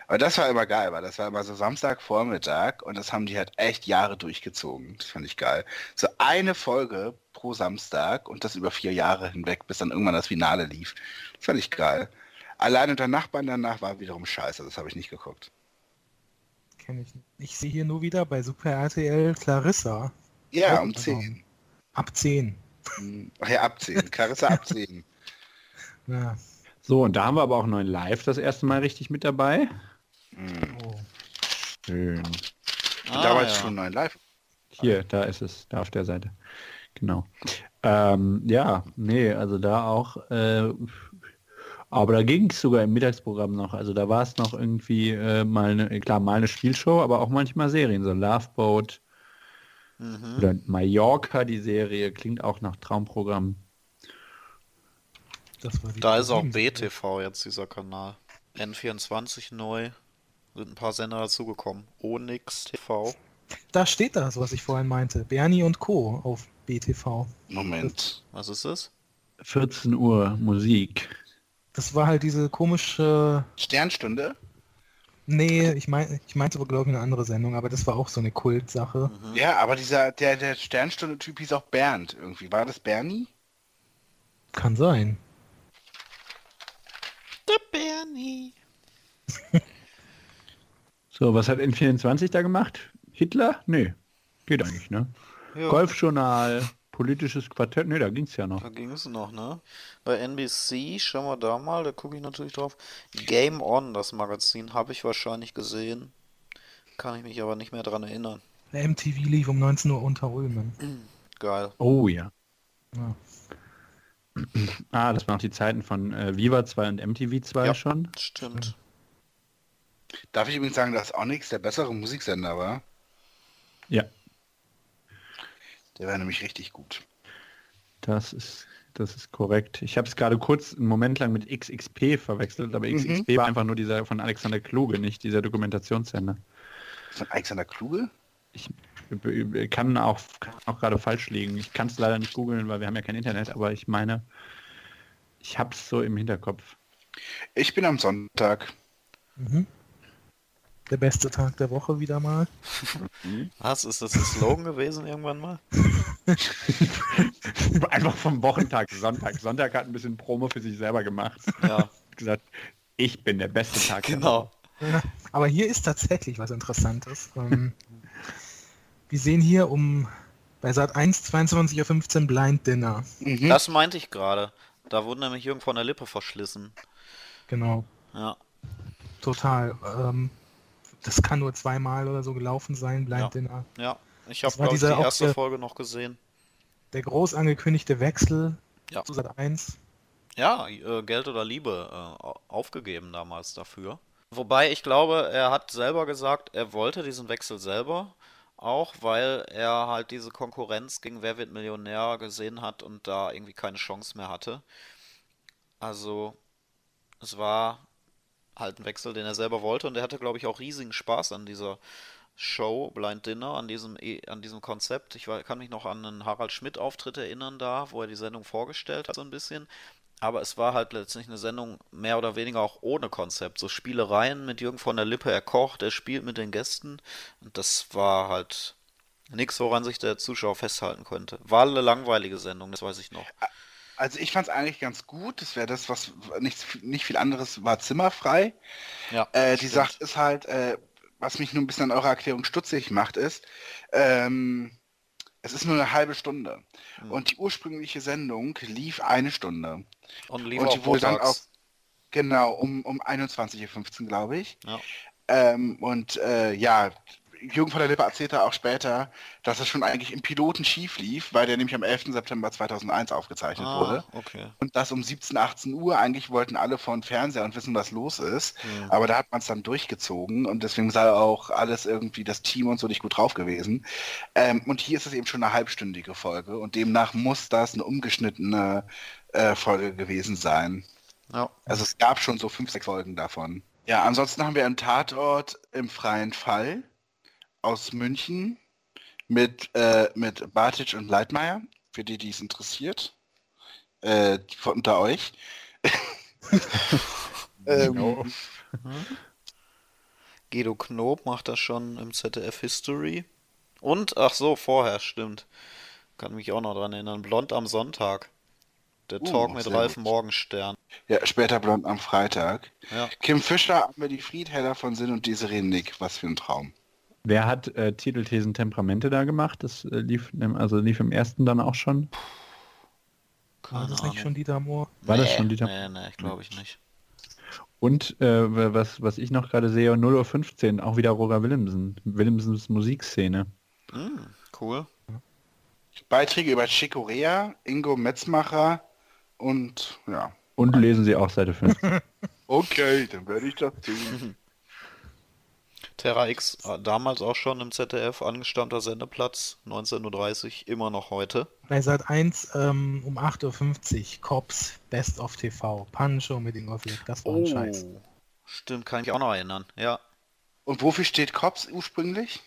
Aber das war immer geil, weil das war immer so Samstagvormittag und das haben die halt echt Jahre durchgezogen. Das fand ich geil. So eine Folge pro Samstag und das über vier Jahre hinweg, bis dann irgendwann das Finale lief. Das fand ich geil. Allein unter Nachbarn danach war wiederum scheiße, das habe ich nicht geguckt.
Kenn ich nicht. Ich sehe hier nur wieder bei Super RTL Clarissa.
Ja,
Ja,
um
genau.
10.
Ab 10.
Hm, Ach ja, ab 10. Clarissa ab 10.
Ja.
So, und da haben wir aber auch einen neuen Live das erste Mal richtig mit dabei.
Hm.
Oh.
Schön.
Ich bin
Ah,
damals
ja.
schon 9 live.
Hier, da ist es, da auf der Seite. Genau. Ähm, ja, nee, also da auch. Äh, aber da ging es sogar im Mittagsprogramm noch. Also da war es noch irgendwie äh, mal, eine, klar, mal eine Spielshow, aber auch manchmal Serien, so Love Boat
Mhm.
oder Mallorca, die Serie, klingt auch nach Traumprogramm.
Das war die
Da ist auch
Problemserie.
BTV jetzt dieser Kanal. N24 neu. Sind ein paar Sender dazugekommen. Onyx TV.
Da steht das, was ich vorhin meinte. Bernie und Co. auf BTV.
Moment.
Was ist es?
14 Uhr Musik.
Das war halt diese komische.
Sternstunde?
Nee, ich, mein, ich meinte aber, glaube ich, eine andere Sendung, aber das war auch so eine Kultsache.
Mhm.
Ja, aber dieser, der, der Sternstunde-Typ hieß auch Bernd irgendwie. War das Bernie?
Kann sein.
Der Bernie.
So, was hat N24 da gemacht? Hitler? Nee, geht eigentlich, ne?
Ja,
Golfjournal, politisches Quartett, nee, da ging es ja noch.
da ging es noch, ne? Bei NBC, schauen wir da mal, da gucke ich natürlich drauf. Game On, das Magazin, habe ich wahrscheinlich gesehen. Kann ich mich aber nicht mehr dran erinnern.
Der MTV lief um 19 Uhr unter Ulmen.
Geil.
Oh ja.
Ja.
Ah, das waren auch die Zeiten von äh, Viva 2 und MTV 2
Ja.
schon.
Stimmt.
Darf ich übrigens sagen, dass Onyx der bessere Musiksender war?
Ja.
Der war nämlich richtig gut.
Das ist, das ist korrekt. Ich habe es gerade kurz einen Moment lang mit XXP verwechselt,
Mhm.
aber XXP war einfach nur dieser von Alexander Kluge, nicht dieser Dokumentationssender.
Von Alexander Kluge?
Ich äh, kann auch, kann auch gerade falsch liegen. Ich kann es leider nicht googeln, weil wir haben ja kein Internet, aber ich meine, ich habe es so im Hinterkopf. (laughs)
Ich bin am Sonntag.
Mhm. Der beste Tag der Woche wieder mal.
Was? Ist das ein Slogan gewesen irgendwann mal?
Einfach vom Wochentag Sonntag. Sonntag hat ein bisschen Promo für sich selber gemacht.
(laughs) Ja,
Hat gesagt, ich bin der beste Tag. der
genau.
Aber hier ist tatsächlich was Interessantes. Ähm, wir sehen hier um bei Sat 1 22.15 Uhr Blind Dinner.
Mhm.
Das meinte ich gerade. Da wurde nämlich Jürgen von der Lippe verschlissen.
Genau,
Ja.
total. Ähm, das kann nur zweimal oder so gelaufen sein, Blind
Ja.
Dinner.
Ja, ich habe
Das war
glaube ich die
dieser auch
erste
der-
Folge noch gesehen.
Der groß angekündigte Wechsel
Ja.
zu Sat 1.
ja, äh, Geld oder Liebe äh, au- aufgegeben damals dafür. Wobei ich glaube, er hat selber gesagt, er wollte diesen Wechsel selber, auch weil er halt diese Konkurrenz gegen Wer wird Millionär gesehen hat und da irgendwie keine Chance mehr hatte. Also es war halt ein Wechsel, den er selber wollte und er hatte, glaube ich, auch riesigen Spaß an dieser Show Blind Dinner, an diesem, E- an diesem Konzept. Ich war, kann mich noch an einen Harald Schmidt-Auftritt erinnern da, wo er die Sendung vorgestellt hat, so ein bisschen. Aber es war halt letztlich eine Sendung mehr oder weniger auch ohne Konzept. So Spielereien mit Jürgen von der Lippe, er kocht, er spielt mit den Gästen. Und das war halt nichts, woran sich der Zuschauer festhalten konnte. War eine langweilige Sendung, das weiß ich noch.
Also ich fand es eigentlich ganz gut. Das wäre das, was nicht, nicht viel anderes war zimmerfrei.
Ja,
Äh, die
stimmt.
Sache ist halt, äh, was mich nur ein bisschen an eurer Erklärung stutzig macht, ist, ähm, es ist nur eine halbe Stunde.
Hm.
Und die ursprüngliche Sendung lief eine Stunde.
Und lief
und
auch
die wurde dann auch,
montags.
genau, um, um 21.15 Uhr, glaube ich.
Ja.
Ähm, und äh, ja, Jürgen von der Lippe erzählte auch später, dass es schon eigentlich im Piloten schief lief, weil der nämlich am 11. September 2001 aufgezeichnet wurde.
Ah, okay.
Und das um 17, 18 Uhr. Eigentlich wollten alle vor den Fernseher und wissen, was los ist.
Hm.
Aber da hat man es dann durchgezogen und deswegen sei auch alles irgendwie, das Team und so nicht gut drauf gewesen. Ähm, und hier ist es eben schon eine halbstündige Folge und demnach muss das eine umgeschnittene äh, Folge gewesen sein.
Ja.
Also es gab schon so fünf, sechs Folgen davon. Ja, ansonsten haben wir einen Tatort im freien Fall aus München mit, äh, mit Bartic und Leitmeier, für die, die es interessiert. Äh, die von unter euch. ähm,
Guido Knob macht das schon im ZDF History. Und, ach so, vorher, stimmt. Kann mich auch noch dran erinnern. Blond am Sonntag. Der
Uh,
Talk mit
sehr
Ralf
gut.
Morgenstern.
Ja, später blond am Freitag.
Ja.
Kim Fischer, Amelie Fried, Hella von Sinn und Desiree Nick. Was für ein Traum.
Wer hat äh, Titelthesen Temperamente da gemacht? Das äh, lief, im- also lief im ersten dann auch schon.
War das nicht schon Dieter Mohr?
War das schon Dieter?
Nee, nee, glaube ich nicht.
Und äh, was, was ich noch gerade sehe, 0.15 Uhr, auch wieder Roger Willemsen. Willemsens Musikszene.
Hm, cool.
Beiträge über Chick Corea, Ingo Metzmacher und ja.
Und lesen Sie auch Seite
(laughs)
5.
Okay, dann werde ich das tun.
Terra X, äh, damals auch schon im ZDF, angestammter Sendeplatz, 19.30 Uhr, immer noch heute.
Bei Sat 1 ähm, um 8.50 Uhr, Cops, Best of TV, Pancho mit Ingolf Lück, das war Oh, ein
Oh.
Scheiß.
Oh, Stimmt, kann ich auch noch erinnern. Ja.
Und wofür steht Cops ursprünglich?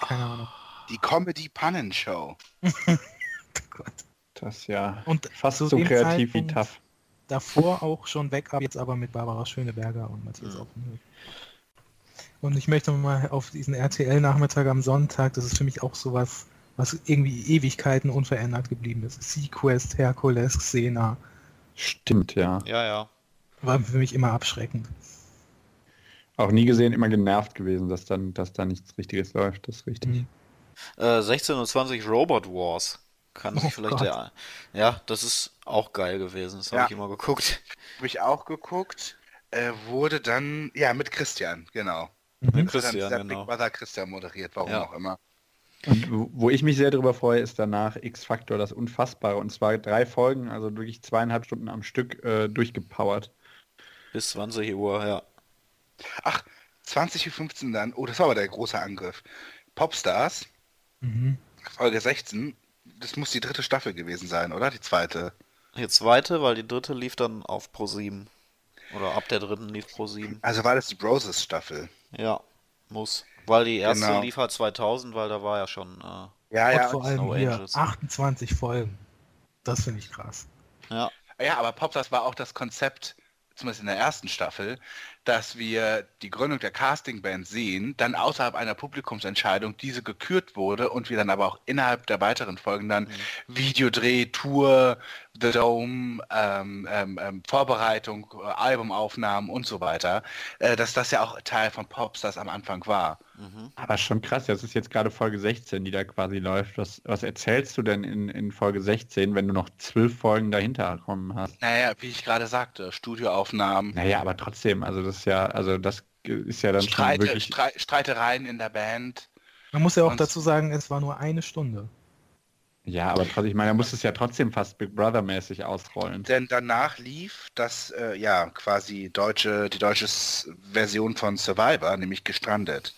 Keine Ahnung.
Die Comedy Pannen Show.
Oh Gott.
Das ist ja
Und
fast
zu
so
dem
kreativ wie
Zeitpunkt-
TAF.
davor auch schon weg, aber jetzt aber mit Barbara Schöneberger und Matthias
Mhm.
Oppenhöck. Und ich möchte mal auf diesen RTL-Nachmittag am Sonntag, das ist für mich auch sowas, was irgendwie Ewigkeiten unverändert geblieben ist. Sequest, Herkules, Xena,
Stimmt, ja.
Ja, ja.
war für mich immer abschreckend.
Auch nie gesehen, immer genervt gewesen, dass dann, dass da nichts Richtiges läuft. Das ist richtig.
Mhm.
Äh, 16 und 20 Robot Wars. Kann sich
Oh
vielleicht
Gott.
der. Ja, das ist auch geil gewesen. Das habe
Ja.
ich immer geguckt.
Habe ich auch geguckt. Äh, wurde dann, ja, mit Christian, genau.
Mit
Wurde dann
Christian,
dieser
genau.
Big Brother Christian moderiert, warum
Ja.
auch immer.
Und wo- wo ich mich sehr darüber freue, ist danach X-Faktor, das Unfassbare. Und zwar drei Folgen, also wirklich zweieinhalb Stunden am Stück äh, durchgepowert.
Bis 20 Uhr, ja.
Ach, 20.15 Uhr dann. Oh, das war aber der große Angriff. Popstars,
Mhm.
Folge 16. Das muss die dritte Staffel gewesen sein, oder? Die zweite.
Die zweite, weil die dritte lief dann auf Pro 7. Oder ab der dritten lief Pro 7.
Also war das die Roses Staffel.
Ja, muss. Weil die erste
Genau.
lief halt 2000, weil da war ja schon. Äh,
Ja,
und vor
ja.
allem
Snow
hier
Angels.
28 Folgen. Das finde ich krass.
ja,
Ja, aber Popstars war auch das Konzept, zumindest in der ersten Staffel, dass wir die Gründung der Castingband sehen, dann außerhalb einer Publikumsentscheidung diese gekürt wurde und wir dann aber auch innerhalb der weiteren Folgen
Mhm.
dann Videodreh, Tour, The Dome, ähm, ähm, ähm, Vorbereitung, äh, Albumaufnahmen und so weiter, äh, dass das ja auch Teil von Popstars am Anfang war.
Aber schon krass, das ist jetzt gerade Folge 16, die da quasi läuft. Was, was erzählst du denn in, in Folge 16, wenn du noch zwölf Folgen dahinter kommen hast?
Naja, wie ich gerade sagte, Studioaufnahmen,
Naja, aber trotzdem, also das ist ja, also das ist ja dann schon
Streite,
wirklich.
Strei- Streitereien in der Band.
Man muss ja auch
Und-
dazu sagen, es war nur eine Stunde.
Ja, aber trotzdem, ich meine, er muss es ja trotzdem fast Big Brother-mäßig ausrollen.
Denn danach lief das, äh, ja, quasi deutsche, die deutsche S- Version von Survivor, nämlich Gestrandet.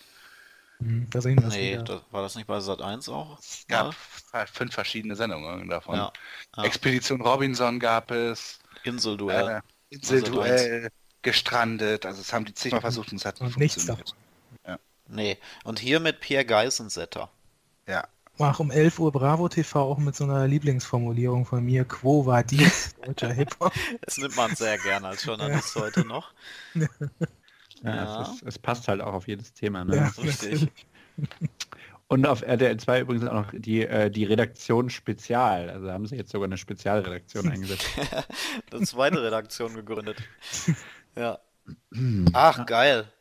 Hm, Da sehen wir es
Nee,
wieder.
das, war das nicht bei Sat 1 auch?
Es gab f- fünf verschiedene Sendungen davon.
Ja. Ja. Also
Expedition Robinson gab es,
Inselduell.
äh, Inselduell, Gestrandet, also es haben die
Mhm.
zigmal versucht und es hat nicht
Und nichts
funktioniert.
davon.
Nee. Und hier mit Pierre Geisensetter.
Ja.
Mach um 11 Uhr Bravo TV auch mit so einer Lieblingsformulierung von mir. Quo war
(laughs)
dies, deutscher Hip-Hop.
Das nimmt man sehr gerne als Journalist heute noch.
Ja,
Ja.
Es, ist, es passt halt auch auf jedes Thema. Ne?
Ja,
Richtig.
Und auf RTL 2 übrigens auch noch die, äh, die Redaktion Spezial. Also haben sie jetzt sogar eine Spezialredaktion eingesetzt.
Eine zweite Redaktion gegründet. Ja. Ach, geil.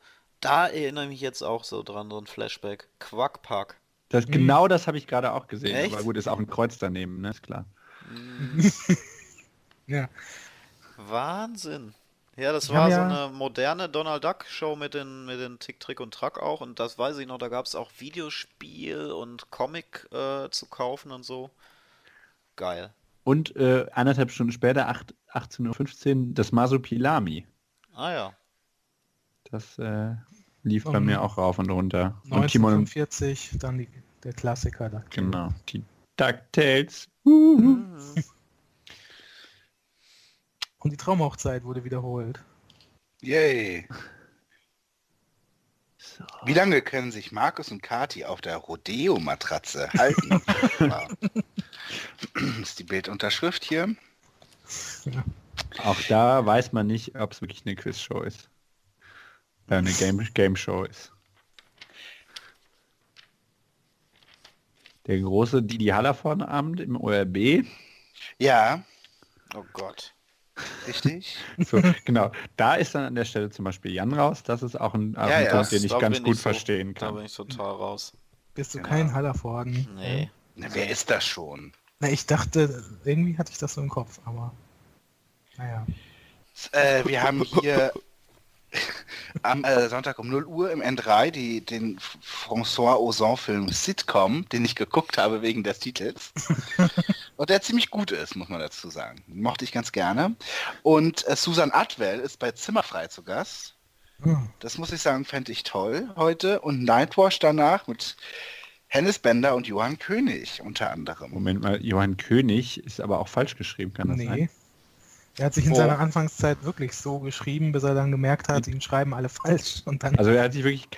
Da erinnere ich mich jetzt auch so dran, so ein Flashback. Quackpack.
Das, genau das habe ich gerade auch gesehen.
Echt?
Aber gut, ist auch ein Kreuz daneben, ne? ist klar.
Ja.
Wahnsinn. Ja, das
Wir
war
haben
so
ja-
eine moderne Donald Duck Show mit den, mit den Tick, Trick und Track auch. Und das weiß ich noch, da gab es auch Videospiel und Comic äh, zu kaufen und so. Geil.
Und äh, anderthalb Stunden später, acht- 18.15 Uhr, das Masopilami.
Ah ja.
Das äh, lief bei
Um,
mir auch rauf und runter. Und Timon und
1945, dann die, der Klassiker. Da.
Genau, die DuckTales. Uhu.
Und die Traumhochzeit wurde wiederholt. (laughs)
Yay. Wie lange können sich Markus und Kati auf der Rodeo-Matratze halten?
(laughs)
Wow. (clears throat) ist die Bildunterschrift hier.
Auch da weiß man nicht, ob es wirklich eine Quizshow ist. Äh, eine Game, Game Show ist. Der große Didi Hallervorn-Abend im ORB.
Ja,
Oh Gott.
richtig.
So, genau, da ist dann an der Stelle zum Beispiel Jan raus. Das ist auch ein Abend,
ja, das-
den ich
da
ganz
bin
gut
so,
verstehen
Da bin
kann.
ich total raus.
Bist du
Genau.
kein Hallervorden?
Nee.
Na, wer ist das schon?
Na, ich dachte, irgendwie hatte ich das so im Kopf, aber naja.
Äh, wir haben hier am äh, Sonntag um 0 Uhr im N3 die, den F- François Ozon-Film Sitcom, den ich geguckt habe wegen des Titels. Und der ziemlich gut ist, muss man dazu sagen. Mochte ich ganz gerne. Und äh, Susan Atwell ist bei Zimmerfrei zu Gast.
Hm.
Das muss ich sagen, fände ich toll heute. Und Nightwash danach mit Hennes Bender und Johann König unter anderem.
Moment mal, Johann König ist aber auch falsch geschrieben, kann das
Nee.
sein?
Er hat sich in
Oh.
seiner Anfangszeit wirklich so geschrieben, bis er dann gemerkt hat, ihn schreiben alle falsch. (laughs) Und dann
Also er hat sich wirklich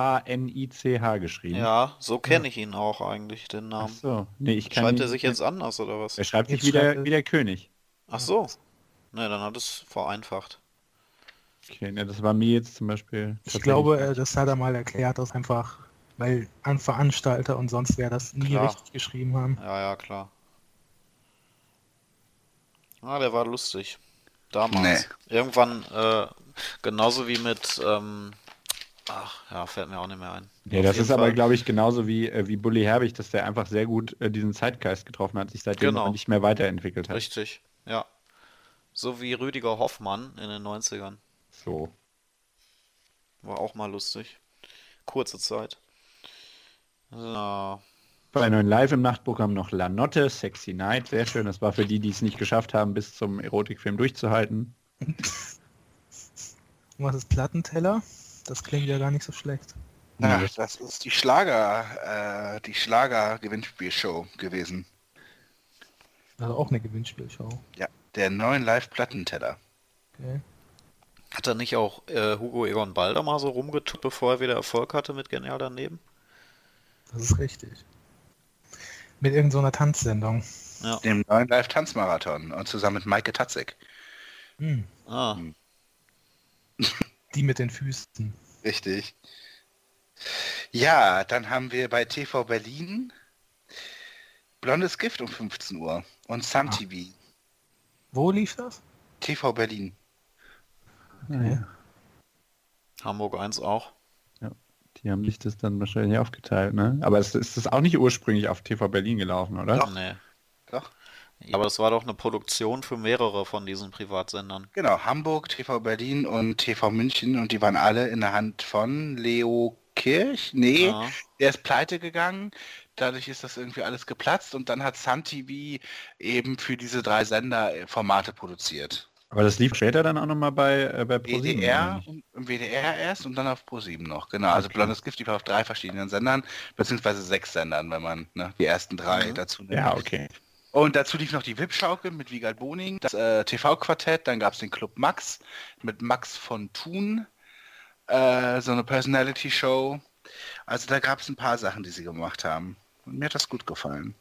K-Ö-H-N-I-C-H geschrieben.
Ja, so kenne ich ihn auch eigentlich, den
Ach
Namen.
so. Nee, ich kann
Schreibt
ihn-
er sich jetzt anders oder was?
Er schreibt sich
Jetzt schreibt
wieder,
er-
wie der König.
Ach so. Ne, dann hat es vereinfacht.
Okay, ne, das war mir jetzt zum Beispiel.
ich
tatsächlich-
glaube, äh, das hat er mal erklärt, dass einfach, weil an Veranstalter und sonst wer das nie
Klar.
richtig geschrieben haben.
Ja, ja, klar. Ah, der war lustig. Damals. Irgendwann, äh, genauso wie mit, ähm, ach, ja, fällt mir auch nicht mehr ein.
Ja,
Auf
das
jeden
ist aber,
Fall.
glaube ich, genauso wie, äh, wie Bully Herbig, dass der einfach sehr gut äh, diesen Zeitgeist getroffen hat, sich seitdem
Genau.
auch nicht mehr weiterentwickelt hat.
Richtig, ja. So wie Rüdiger Hoffmann in den 90ern.
So.
War auch mal lustig. Kurze Zeit. So.
Bei neuen Live im Nachtprogramm noch Lanotte, Sexy Night, sehr schön. Das war für die, die es nicht geschafft haben, bis zum Erotikfilm durchzuhalten.
Und was ist Plattenteller? Das klingt ja gar nicht so schlecht.
Ach, das ist die Schlager, äh, die Schlager-Gewinnspielshow gewesen.
Also auch eine Gewinnspielshow.
Ja, der neuen Live-Plattenteller.
Okay.
Hat er nicht auch äh, Hugo Egon Balder mal so rumgetuppt, bevor er wieder Erfolg hatte mit Genial daneben?
Das ist richtig. Mit irgendeiner Tanzsendung.
Dem neuen Live-Tanzmarathon und zusammen mit Maike Tatzek.
Hm.
Ah,
Die mit den Füßen.
Richtig. Ja, dann haben wir bei TV Berlin Blondes Gift um 15 Uhr und Sam
Ah.
TV.
Wo lief das?
TV Berlin.
Naja,
Hamburg 1 auch.
die haben sich das dann wahrscheinlich aufgeteilt, ne? Aber es, ist das auch nicht ursprünglich auf TV Berlin gelaufen, oder?
Nee.
Doch.
Ja, aber das war doch eine Produktion für mehrere von diesen Privatsendern.
Genau, Hamburg, TV Berlin und TV München und die waren alle in der Hand von Leo Kirch. Nee,
Ja.
der ist pleite gegangen. Dadurch ist das irgendwie alles geplatzt und dann hat Sun TV eben für diese drei Sender äh, Formate produziert.
Aber das lief später dann auch nochmal bei, äh, bei ProSieben, oder
WDR,
nicht?
und- im WDR erst und dann auf ProSieben noch. Genau, also
Okay.
Blondes Gift lief auf drei verschiedenen Sendern, beziehungsweise sechs Sendern, wenn man ne, die ersten drei
Mhm.
dazu nimmt.
Ja, okay.
Und dazu lief noch die Wipschaukel mit Wiegald Boning, das äh, TV-Quartett, dann gab es den Club Max mit Max von Thun, äh, so eine Personality-Show. Also da gab es ein paar Sachen, die sie gemacht haben. Und mir hat das gut gefallen.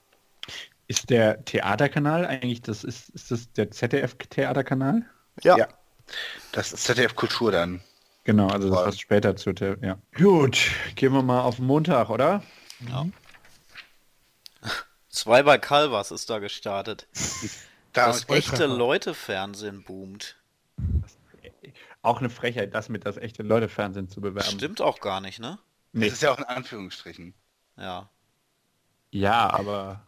Ist der Theaterkanal eigentlich, das ist, ist das der ZDF-Theaterkanal?
Ja.
Ja. Das ist ZDF Kultur dann.
Genau, also das
Voll.
passt später zu der, ja. Gut, gehen wir mal auf den Montag, oder?
Zwei bei Calvas ist da gestartet.
Damit,
das echte
Volltreffer.
Leute-Fernsehen boomt.
Auch eine Frechheit, das mit das echte Leute-Fernsehen zu bewerben.
Stimmt auch gar nicht, ne?
das
nicht.
ist ja auch in Anführungsstrichen.
Ja.
Ja, aber,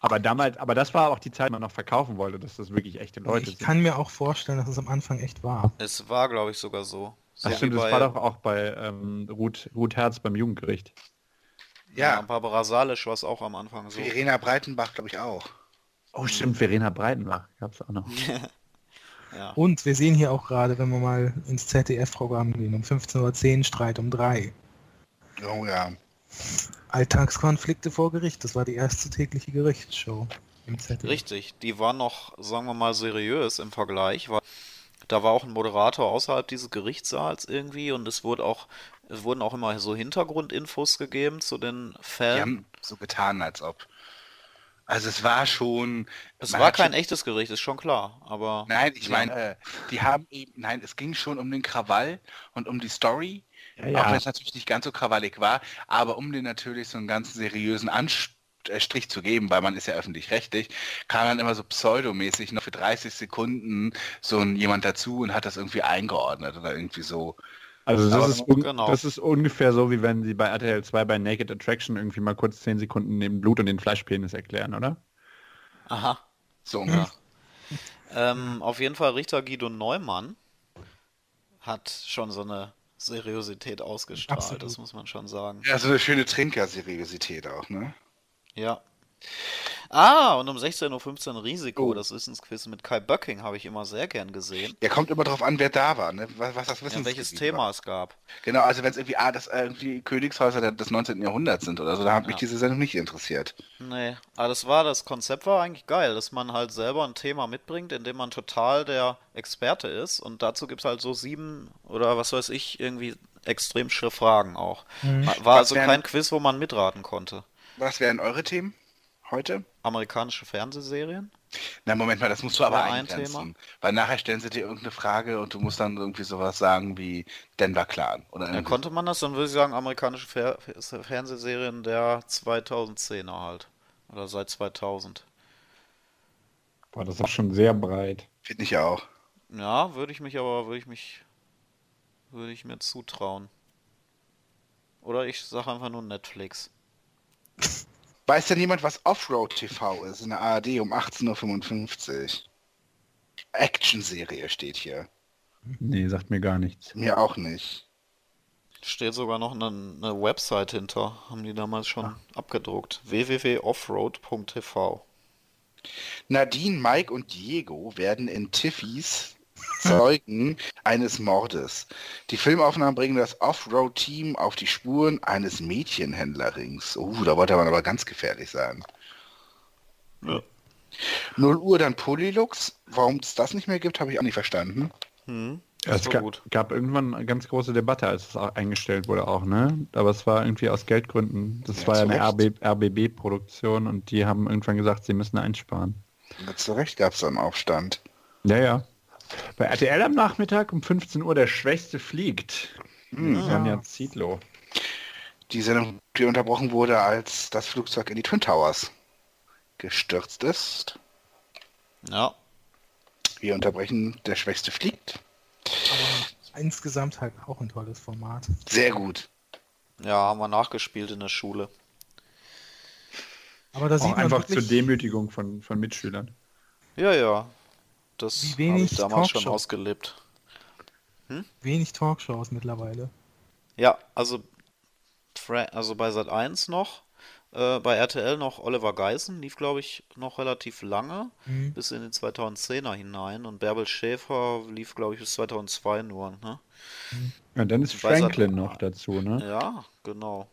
aber damals, aber das war auch die Zeit, wo man noch verkaufen wollte, dass das wirklich echte Leute
ich
sind.
kann mir auch vorstellen, dass es am Anfang echt war.
Es war, glaube ich, sogar so. so
Ach stimmt,
wie
das
bei-
war doch auch bei ähm, Ruth, Ruth Herz beim Jugendgericht.
Ja,
Ja,
Barbara Salisch war es auch am Anfang so.
wie Irena Breitenbach, glaube ich, auch.
Oh, stimmt, Verena Breitenbach gab es auch noch.
Ja.
Und wir sehen hier auch gerade, wenn wir mal ins ZDF-Programm gehen, um 15.10 Uhr Streit um 3.
Oh ja.
Alltagskonflikte vor Gericht, das war die erste tägliche Gerichtsshow im ZDF.
Richtig, die war noch, sagen wir mal, seriös im Vergleich, weil da war auch ein Moderator außerhalb dieses Gerichtssaals irgendwie und es wurde auch, es wurden auch immer so Hintergrundinfos gegeben zu den
Die
Fällen.
haben so getan, als ob. Also es war schon.
Es
man
war
hat schon-
kein echtes Gericht, ist schon klar, aber
Nein, ich
Sie
meine,
haben-
äh, die haben eben, nein, es ging schon um den Krawall und um die Story,
Ja,
auch wenn
ja.
es natürlich nicht ganz so krawallig war, aber um den natürlich so einen ganzen seriösen Anstrich zu geben, weil man ist ja öffentlich-rechtlich, kam dann immer so pseudomäßig noch für 30 Sekunden so ein jemand dazu und hat das irgendwie eingeordnet oder irgendwie so.
Also das
Aber
ist, un
genau.
das ist ungefähr so, wie wenn sie bei RTL 2 bei Naked Attraction irgendwie mal kurz 10 Sekunden den Blut und den Fleischpenis erklären, oder?
aha.
So um
Ja. ähm, auf jeden Fall Richter Guido Neumann hat schon so eine Seriosität ausgestrahlt,
Absolut.
das muss man schon sagen.
Ja, so eine schöne Trinker-Seriosität auch, ne?
Ja. Ah, und um 16.15 Uhr Risiko,
Oh.
das Wissensquiz mit Kai Böcking habe ich immer sehr gern gesehen.
Ja, kommt immer drauf an, wer da war, ne? Was, was das Wissen
Ja, welches Thema es gab.
Genau, also wenn es irgendwie, ah, das äh, irgendwie Königshäuser der- des 19. Jahrhunderts sind oder so, da hat mich
Ja.
diese Sendung nicht interessiert.
Nee, aber das war, das Konzept war eigentlich geil, dass man halt selber ein Thema mitbringt, in dem man total der Experte ist und dazu gibt es halt so sieben oder was weiß ich, irgendwie extrem schrift Fragen auch. War war
Was
also
wären-
kein Quiz, wo man mitraten konnte.
Was wären eure Themen heute?
Amerikanische Fernsehserien?
Na, Moment mal, das musst du aber
War ein
eingrenzen.
Thema.
Weil nachher stellen sie dir irgendeine Frage und du musst dann irgendwie sowas sagen wie Denver Clan. Oder
Dann
irgendwie.
konnte man das, dann würde ich sagen, amerikanische Fer Fer- Fernsehserien der 2010er halt. Oder seit 2000.
Boah, das ist auch schon sehr breit.
Finde ich ja auch.
Ja, würde ich mich aber, würde ich mich, würde ich mir zutrauen. Oder ich sage einfach nur Netflix.
Weiß denn jemand, was Offroad TV ist in der ARD um 18.55 Uhr? Action-Serie steht hier.
Nee, sagt mir gar nichts.
Mir auch nicht.
Steht sogar noch eine, eine Website hinter, haben die damals schon abgedruckt. www.offroad.tv.
Nadine, Mike und Diego werden in Tiffys
(laughs)
Zeugen eines Mordes. Die Filmaufnahmen bringen das Offroad-Team auf die Spuren eines Mädchenhändlerrings. Uh, da wollte man aber ganz gefährlich sein.
Ja.
0 Uhr dann Polylux. Warum es das nicht mehr gibt, habe ich auch nicht verstanden.
Hm,
Es
war
gab,
gut.
gab irgendwann eine ganz große Debatte, als es auch eingestellt wurde auch, ne? Aber es war irgendwie aus Geldgründen. Das
Ja,
war ja
zu
eine
Recht.
RB, RBB-Produktion und die haben irgendwann gesagt, sie müssen einsparen.
Ja, Zu Recht gab es einen Aufstand.
Ja, ja. Bei RTL am Nachmittag um 15 Uhr der Schwächste fliegt. Hm, Sonja
Ja.
Zietlow.
Die Sendung, die unterbrochen wurde, als das Flugzeug in die Twin Towers gestürzt ist.
Ja,
Wir unterbrechen, der Schwächste fliegt.
Insgesamt halt auch ein tolles Format.
Sehr gut.
ja, haben wir nachgespielt in der Schule.
Aber da sieht
Auch
man
einfach
wirklich,
zur Demütigung von, von Mitschülern.
Ja, ja. Das
Wie
habe
wenig
ich damals schon
Talkshow.
ausgelebt.
wenig Talkshows mittlerweile.
Ja, also, Fra- also bei Sat 1 noch äh, bei RTL noch Oliver Geissen, lief, glaube ich, noch relativ lange,
Mhm.
bis in den 2010er hinein. Und Bärbel Schäfer lief, glaube ich, bis 2002 nur. Ne?
Ja, dann ist
Weiß er-
Franklin noch dazu, ne?
Ja, genau.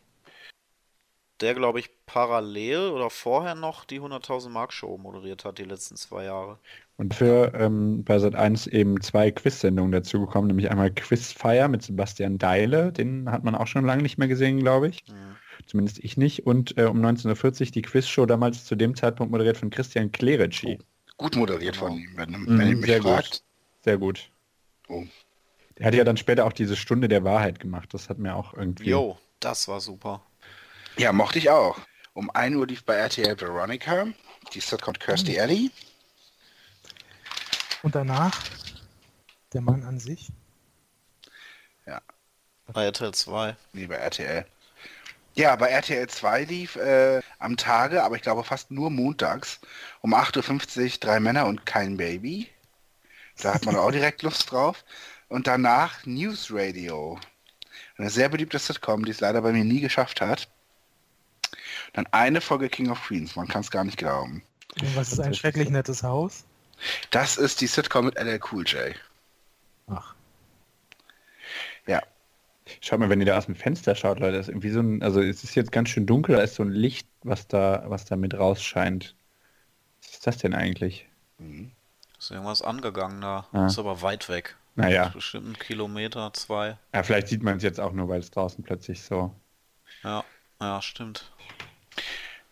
Der, glaube ich, parallel oder vorher noch die 100.000 Mark Show moderiert hat, die letzten zwei Jahre.
Und für ähm, bei Sat 1 eben zwei Quiz-Sendungen dazugekommen, nämlich einmal Quizfire mit Sebastian Deile, den hat man auch schon lange nicht mehr gesehen, glaube ich.
Mhm.
Zumindest ich nicht. Und äh, um 1940 die Quizshow damals zu dem Zeitpunkt moderiert von Christian Clerici.
Gut moderiert
Genau.
von ihm, wenn,
Mhm,
wenn ihr mich
sehr gut.
fragt.
Sehr gut.
Oh.
Er hat ja dann später auch diese Stunde der Wahrheit gemacht. Das hat mir auch irgendwie.
Jo, das war super.
Ja, mochte ich auch. Um 1 Uhr lief bei RTL Veronica. Die Sitcom Kirsty Alley.
Und danach der Mann an sich.
Bei RTL 2.
Nee, bei RTL. Ja, bei RTL 2 lief äh, am Tage, aber ich glaube fast nur montags, um 8.50 Uhr drei Männer und kein Baby. Da hat man auch direkt Lust drauf. Und danach News Radio. Eine sehr beliebte Sitcom, die es leider bei mir nie geschafft hat. Dann eine Folge King of Queens, man kann es gar nicht glauben.
Und was ist ein schrecklich nettes Haus?
Das ist die Sitcom mit LL Cool J.
Ach,
Ja,
Schaut mal, wenn ihr da aus dem Fenster schaut, Leute, ist irgendwie so ein, also es ist jetzt ganz schön dunkel, da ist so ein Licht, was da, was da mit rausscheint. Was ist das denn eigentlich?
Ist irgendwas angegangen da.
Ja.
Ist aber weit weg.
Naja,
Bestimmt einen Kilometer, zwei.
ja, vielleicht sieht man es jetzt auch nur, weil es draußen plötzlich so.
Ja, ja, stimmt.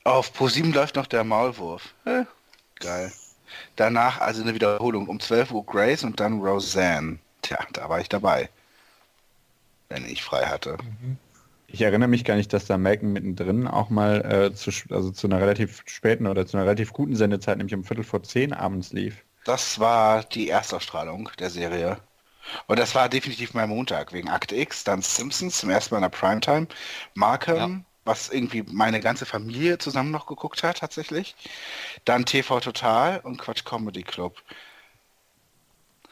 Auf ProSieben läuft noch der Maulwurf. Äh, geil. Danach also eine Wiederholung. Um 12 Uhr Grace und dann Roseanne. Tja, da war ich dabei. Wenn ich frei hatte.
Ich erinnere mich gar nicht, dass da Malcolm mittendrin auch mal äh, zu, sch- also zu einer relativ späten oder zu einer relativ guten Sendezeit, nämlich um Viertel vor zehn abends lief.
Das war die Erstausstrahlung der Serie. Und das war definitiv mein Montag. Wegen Akt X, dann Simpsons zum ersten Mal in der Primetime. Markham, was irgendwie meine ganze Familie zusammen noch geguckt hat tatsächlich. Dann TV Total und Quatsch Comedy Club.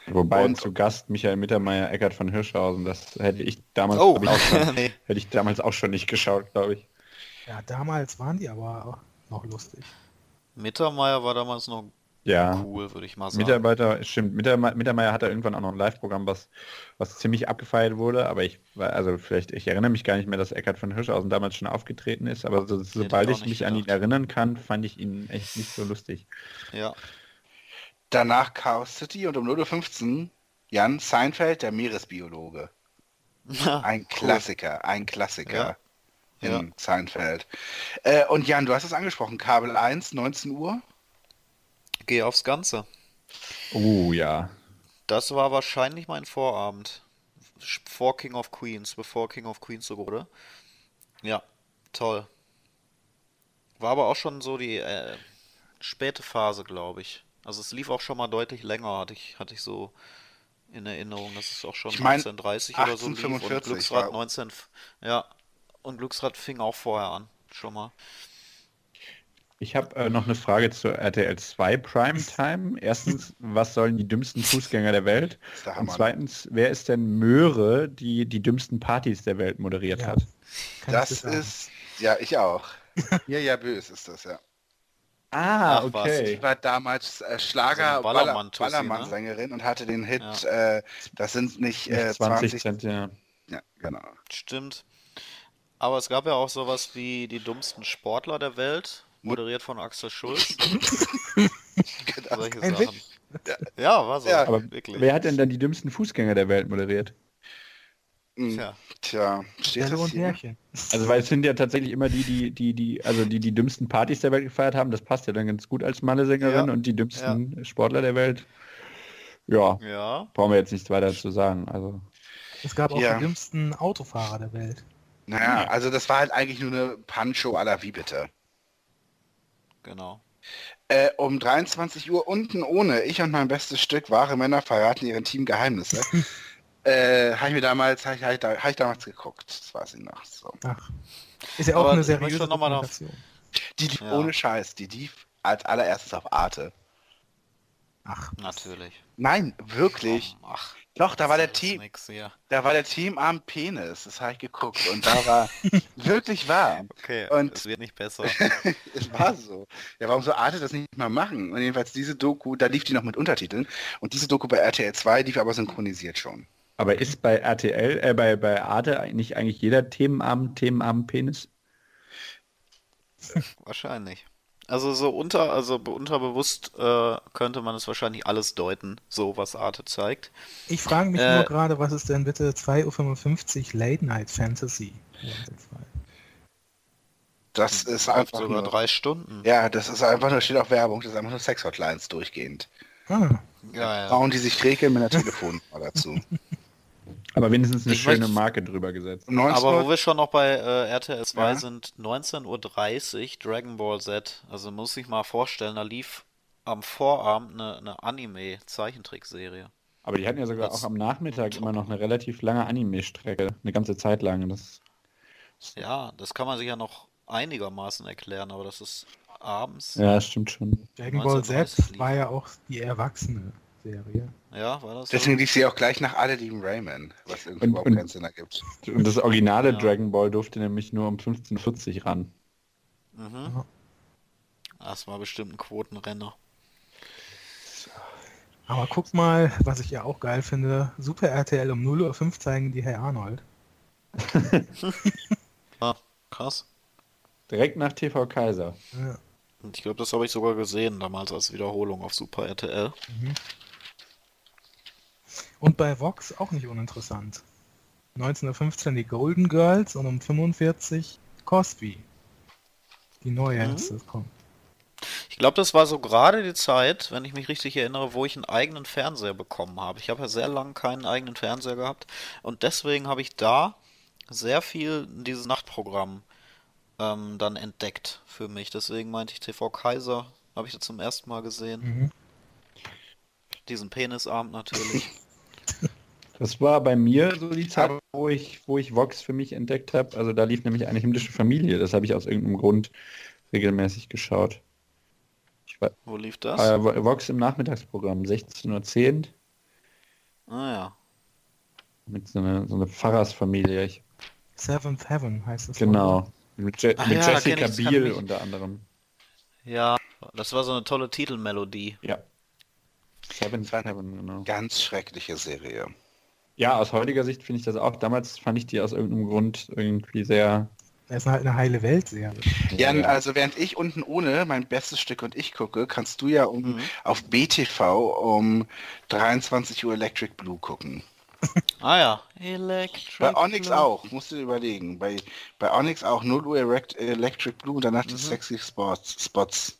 Wobei
Und-
zu Gast Michael Mittermeier, Eckert von Hirschhausen, das hätte ich damals,
Oh.
hab ich auch schon,
nee.
hätte ich damals auch schon nicht geschaut, glaube ich.
ja, damals waren die aber auch noch lustig.
Mittermeier war damals noch
Ja.
cool, würde ich mal sagen.
Mitarbeiter, stimmt, Mittermeier, Mittermeier hat da irgendwann auch noch ein Live-Programm, was, was ziemlich abgefeiert wurde, aber ich war, also vielleicht, ich erinnere mich gar nicht mehr, dass Eckart von Hirschhausen damals schon aufgetreten ist, aber so,
ich
sobald
auch
ich
nicht
mich an ihn
gedacht.
erinnern kann, fand ich ihn echt nicht so lustig.
ja.
Danach Chaos City und um 0.15 Uhr Jan Seinfeld, der
(laughs)
Meeresbiologe. Ein Klassiker, ein Klassiker in
Ja.
Seinfeld. Äh, und Jan, du hast es angesprochen, Kabel 1, 19 Uhr.
Geh aufs Ganze.
Oh ja.
Das war wahrscheinlich mein Vorabend. Sch- Vor King of Queens, bevor King of Queens so wurde. Ja, toll. War aber auch schon so die äh, späte Phase, glaube ich. Also es lief auch schon mal deutlich länger, hatte ich, hatte ich so in Erinnerung, dass es auch schon
Ich mein,
1930 oder so lief und
1845
Glücksrad
war-
19, f- ja, und Glücksrad fing auch vorher an, schon mal.
Ich habe äh, noch eine Frage zur RTL 2 Primetime. Erstens, was sollen die dümmsten Fußgänger der Welt?
Das ist der
Und
Hammer.
zweitens, wer ist denn Möhre, die die dümmsten Partys der Welt moderiert
Ja.
hat?
Kann ich
das
dir sagen.
ist, ja, ich
(laughs)
auch. ja, ja, böse ist das, ja.
Ah,
Ach, was.
okay.
Ich war damals äh, Schlager,
So eine
Baller-
Ballermann-Tussi, ne?
Ballermann-Sängerin und hatte den Hit, äh, das sind nicht,
Nicht
äh,
20
20,
Cent, ja.
Ja, genau.
Stimmt. Aber es gab ja auch sowas wie die dummsten Sportler der Welt, moderiert von Axel
(laughs)
Schulz. Solche
kein
Sachen. Ja, war so.
Ja.
Aber
wirklich.
wer hat denn dann die dümmsten Fußgänger der Welt moderiert?
Mhm.
Tja.
Tja, steht
Stelle
das
und
hier?
Märchen.
Also weil es sind ja tatsächlich immer die, die, die, die, also die, die dümmsten Partys der Welt gefeiert haben. Das passt ja dann ganz gut als Malle-Sängerin
Ja.
und die dümmsten Sportler der Welt. Ja,
Ja,
brauchen wir jetzt nichts weiter zu sagen. Also
Es gab auch
Ja.
die dümmsten Autofahrer der Welt.
Naja, also das war halt eigentlich nur eine Pancho à la Wie bitte.
genau.
Äh, um 23 Uhr unten ohne. Ich und mein bestes Stück, wahre Männer verraten ihren Team
(laughs)
Geheimnisse. äh, habe ich mir damals, hab ich, hab ich, da- hab ich damals geguckt. Das weiß ich noch. So.
Ach. Ist ja auch
Aber
eine
ich möchte
seriöse
noch mal drauf-
Dokumentation.
Die lief
Ja.
ohne Scheiß. Die lief als allererstes auf Arte.
Ach,
Natürlich.
Nein, wirklich.
Komm, ach,
Doch, da war der
das ist
Team,
nix hier.
da war der Team am Penis. Das habe ich geguckt und da
(laughs)
war wirklich wahr. (laughs)
Okay,
Und-
es wird nicht besser.
Es war so. Ja, warum so Arte das nicht mal machen? Und jedenfalls diese Doku, da lief die noch mit Untertiteln und diese Doku bei RTL 2 lief aber synchronisiert schon.
Aber ist bei RTL, äh, bei, bei Arte nicht eigentlich jeder Themenabend, Themenabend Penis?
(laughs) wahrscheinlich. Also so unter, also be- unterbewusst äh, könnte man es wahrscheinlich alles deuten, so was Arte zeigt.
ich frage mich
Äh,
nur gerade, was ist denn bitte 2.55 Uhr Late Night Fantasy?
Das ist einfach
Hm, sogar
nur,
drei Stunden.
Ja, das ist einfach nur, steht auf Werbung, das ist einfach nur Sex-Hotlines durchgehend.
Ah,
Geil.
Frauen, die sich regeln mit einer
(laughs)
Telefonnummer dazu.
Aber wenigstens eine
Ich
schöne
möchte-
Marke drüber gesetzt.
Um 19
Aber
Uhr-
wo wir schon noch bei äh, RTL 2
Ja.
sind, 19.30 Uhr Dragon Ball Z. Also muss ich mal vorstellen, da lief am Vorabend eine, eine Anime-Zeichentrickserie.
Aber die hatten ja sogar
Das-
auch am Nachmittag immer noch eine relativ lange Anime-Strecke, eine ganze Zeit lang. Das,
Ja, das kann man sich ja noch einigermaßen erklären, aber das ist abends.
ja, das stimmt schon.
Dragon Ball
19.30
Z
lief.
war ja auch die Erwachsene-Serie.
Ja, war das so?
Deswegen lief sie auch gleich nach alle lieben Rayman, was irgendwie
Und-
überhaupt
und-
keinen Sinn ergibt.
Und das originale
Ja.
Dragon Ball durfte nämlich nur um 15.40 Uhr ran.
Mhm. Das war bestimmt ein Quotenrenner.
Aber guck mal, was ich ja auch geil finde. Super RTL um 0.05 Uhr zeigen die Herr Arnold.
Ah, krass.
Direkt nach TV Kaiser.
Ja.
Und ich glaube, das habe ich sogar gesehen, damals als Wiederholung auf Super RTL.
Und bei Vox auch nicht uninteressant. 19.15 Uhr die Golden Girls und um 45 Cosby. Die neue
Mhm.
ist das kommt.
Ich glaube, das war so gerade die Zeit, wenn ich mich richtig erinnere, wo ich einen eigenen Fernseher bekommen habe. Ich habe ja sehr lange keinen eigenen Fernseher gehabt und deswegen habe ich da sehr viel dieses Nachtprogramm ähm, dann entdeckt für mich. Deswegen meinte ich TV Kaiser, habe ich das zum ersten Mal gesehen.
Hm.
Mhm.
Diesen Penisabend natürlich.
(laughs)
Das war bei mir so die Zeit, wo ich, wo ich Vox für mich entdeckt habe. Also da lief nämlich eine himmlische Familie. Das habe ich aus irgendeinem Grund regelmäßig geschaut. Ich war,
Wo lief das?
Ah,
äh, Vox im Nachmittagsprogramm, 16.10 Uhr.
Ah ja.
Mit so einer, so einer Pfarrersfamilie. Ich,
Seventh Heaven heißt es.
genau. Mit, Je
Oh. Ach
mit
ja, da kenn
Jessica
ich's, kann
Biel
mich-
unter anderem.
Ja, das war so eine tolle Titelmelodie.
Ja. Seven,
Das war eine-
Seven, genau.
Ganz schreckliche Serie.
Ja, aus heutiger Sicht finde ich das auch. Damals fand ich die aus irgendeinem Grund irgendwie sehr.
Das ist halt eine heile Weltserie.
Ja,
äh
also während ich unten ohne mein bestes Stück und ich gucke, kannst du ja um,
Mhm.
auf BTV um 23 Uhr Electric Blue gucken.
Ah ja. Electric
Bei Onyx
Blue.
auch, musst du dir überlegen. Bei, bei Onyx auch 0 Uhr Erect- Electric Blue und
Mhm.
danach die Sexy Spots, Spots.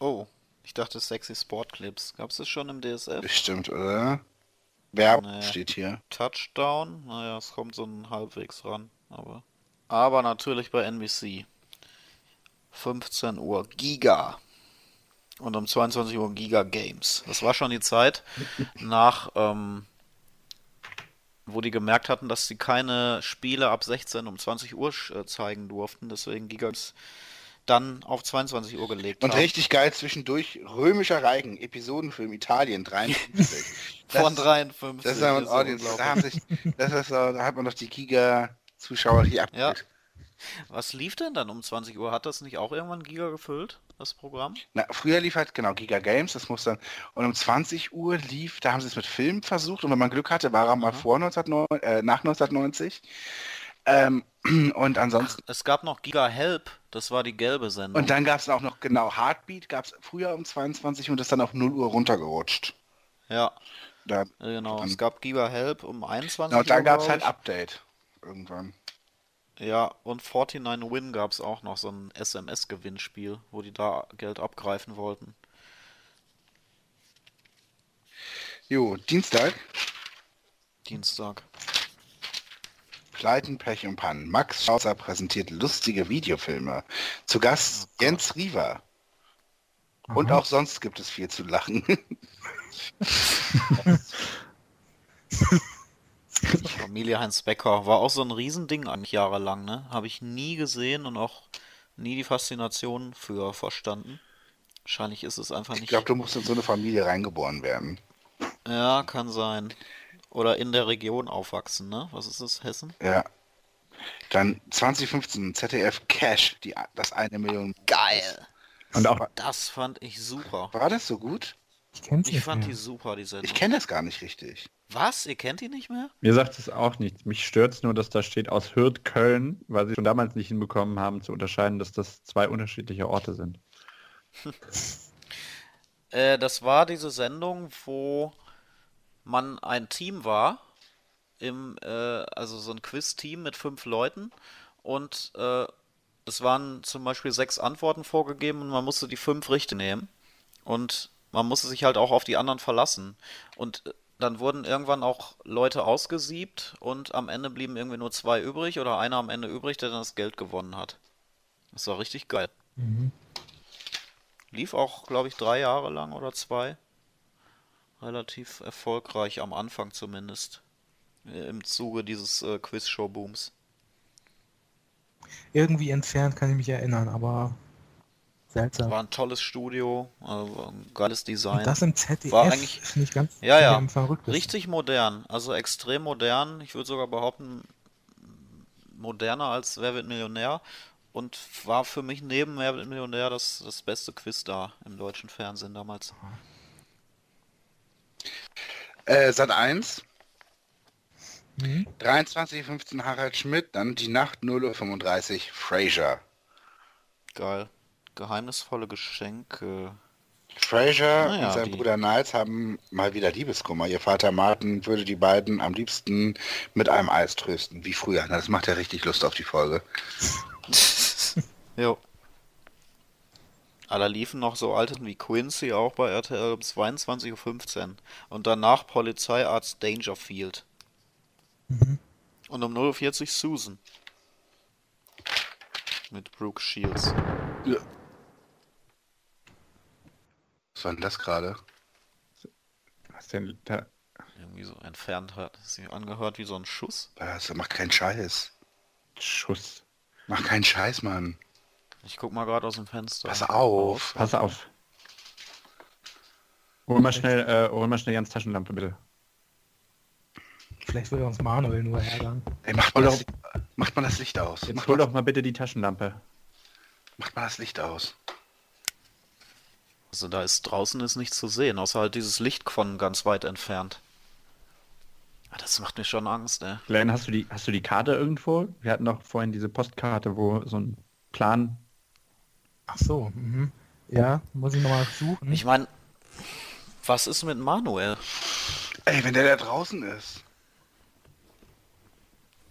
Oh, ich dachte sexy Sportclips. Gab es das schon im DSF?
Bestimmt, oder? Werbung
Nee.
steht hier.
Touchdown. Naja, es kommt so ein halbwegs ran, aber. Aber natürlich bei NBC. 15 Uhr Giga. Und um 22 Uhr Giga Games. Das war schon
(laughs)
die Zeit nach, ähm, wo die gemerkt hatten, dass sie keine Spiele ab 16 um 20 Uhr sch- äh, zeigen durften. Deswegen Giga Games dann auf 22 Uhr gelegt
Und
haben.
richtig geil zwischendurch römischer Reigen, Episodenfilm Italien
(laughs)
53. Das-
Von 53.
Das ist aber ein
ist
Audience. Da,
unglaublich.
haben sich, das ist, so- da hat man doch die Giga-Zuschauer hier
Ja.
abgeholt.
Was lief denn dann um 20 Uhr? Hat das nicht auch irgendwann Giga gefüllt, das Programm?
Na, früher lief halt, genau, Giga Games, das muss dann. Und um 20 Uhr lief, da haben sie es mit Film versucht und wenn man Glück hatte, war er mal vor 1990, äh, nach 1990. Ähm, (clears throat) und ansonsten.
Es gab noch Giga Help, das war die gelbe Sendung.
Und dann gab es auch noch, genau, Heartbeat gab es früher um 22 Uhr und ist dann auf 0 Uhr runtergerutscht.
ja,
Da,
äh, genau.
Dann-
Es gab Giga Help um 21
genau,
Uhr.
und dann gab es
glaub
halt
ich.
Update irgendwann.
Ja, und 49 Win gab es auch noch so ein SMS-Gewinnspiel, wo die da Geld abgreifen wollten.
Jo, Dienstag.
Dienstag.
Pleiten, Pech und Pannen. Max Schauser präsentiert lustige Videofilme. Zu
Oh
Gast Jens Riewer. Und
Aha.
auch sonst gibt es viel zu lachen. (laughs)
Familie Heinz Becker war auch so ein Riesending eigentlich jahrelang, ne? Habe ich nie gesehen und auch nie die Faszination für verstanden. Wahrscheinlich ist es einfach
Ich
nicht.
glaube, du musst in so eine Familie reingeboren werden.
ja, kann sein. Oder in der Region aufwachsen, ne? Was ist es, Hessen?
Ja. Dann 2015 ZDF Cash, die, das eine Million.
Geil!
Und auch
Das fand ich super.
War das so gut?
Ich kenn's
Ich
nicht
fand die
mehr.
super, die Sendung.
Ich kenne das gar nicht richtig.
Was? Ihr kennt die nicht mehr?
mir sagt es auch nichts. Mich stört es nur, dass da steht aus Hürth Köln, weil sie schon damals nicht hinbekommen haben zu unterscheiden, dass das zwei unterschiedliche Orte sind.
Äh, das war diese Sendung, wo man ein Team war, im, äh, also so ein Quiz-Team mit fünf Leuten und äh, es waren zum Beispiel sechs Antworten vorgegeben und man musste die fünf richtig nehmen und man musste sich halt auch auf die anderen verlassen und äh, dann wurden irgendwann auch Leute ausgesiebt und am Ende blieben irgendwie nur zwei übrig oder einer am Ende übrig, der dann das Geld gewonnen hat. Das war richtig geil. Lief auch, glaube ich, drei Jahre lang oder zwei. Relativ erfolgreich am Anfang zumindest. Äh, Im Zuge dieses äh, Quiz-Show-Booms.
Irgendwie entfernt kann ich mich erinnern, aber seltsam.
War ein tolles Studio, äh, war ein geiles
Und
Design.
das im ZDF
War eigentlich-
ist nicht ganz
Ja, ja.
am verrücktesten.
Richtig modern, also extrem modern. Ich würde sogar behaupten, moderner als Wer wird Millionär. Und war für mich neben Wer wird Millionär das, das beste Quiz da im deutschen Fernsehen damals.
Ah.
Äh, Sat 1,
Mhm.
23.15 Harald Schmidt, dann die Nacht 0.35 Uhr Fraser.
Geil. Geheimnisvolle Geschenke.
Fraser
Ah ja,
und sein
die-
Bruder Niles haben mal wieder Liebeskummer. Ihr Vater Martin würde die beiden am liebsten mit einem Eis trösten, wie früher. Na, Das macht ja richtig Lust auf die Folge.
(laughs) Jo. Aber da liefen noch so Alten wie Quincy auch bei RTL um 22.15 Uhr. Und danach Polizeiarzt Dangerfield.
Mhm.
Und um 0.40 Uhr Susan. Mit Brooke Shields.
Was war denn das gerade?
Was denn da?
Irgendwie so entfernt hat. Sie angehört wie so ein Schuss.
Was? Mach keinen Scheiß.
Schuss.
Mach keinen Scheiß, Mann.
Ich guck mal gerade aus dem Fenster.
Pass auf.
Pass auf. Hol mal schnell, äh, hol mal schnell Jans Taschenlampe, bitte.
Vielleicht will uns Manuel nur ärgern.
Ey, macht, mal
Hol
das, Licht- macht mal das Licht aus.
Jetzt
Macht
hol
mal,
doch mal bitte die Taschenlampe.
macht mal das Licht aus.
Also da ist draußen ist nichts zu sehen, außer halt dieses Licht von ganz weit entfernt. Ah, Das macht mir schon Angst, ne?
Glenn, hast du die, hast du die Karte irgendwo? Wir hatten doch vorhin diese Postkarte, wo so ein Plan.
Ach so, mhm. ja, muss ich nochmal suchen.
Ich meine, was ist mit Manuel?
Ey, wenn der da draußen ist.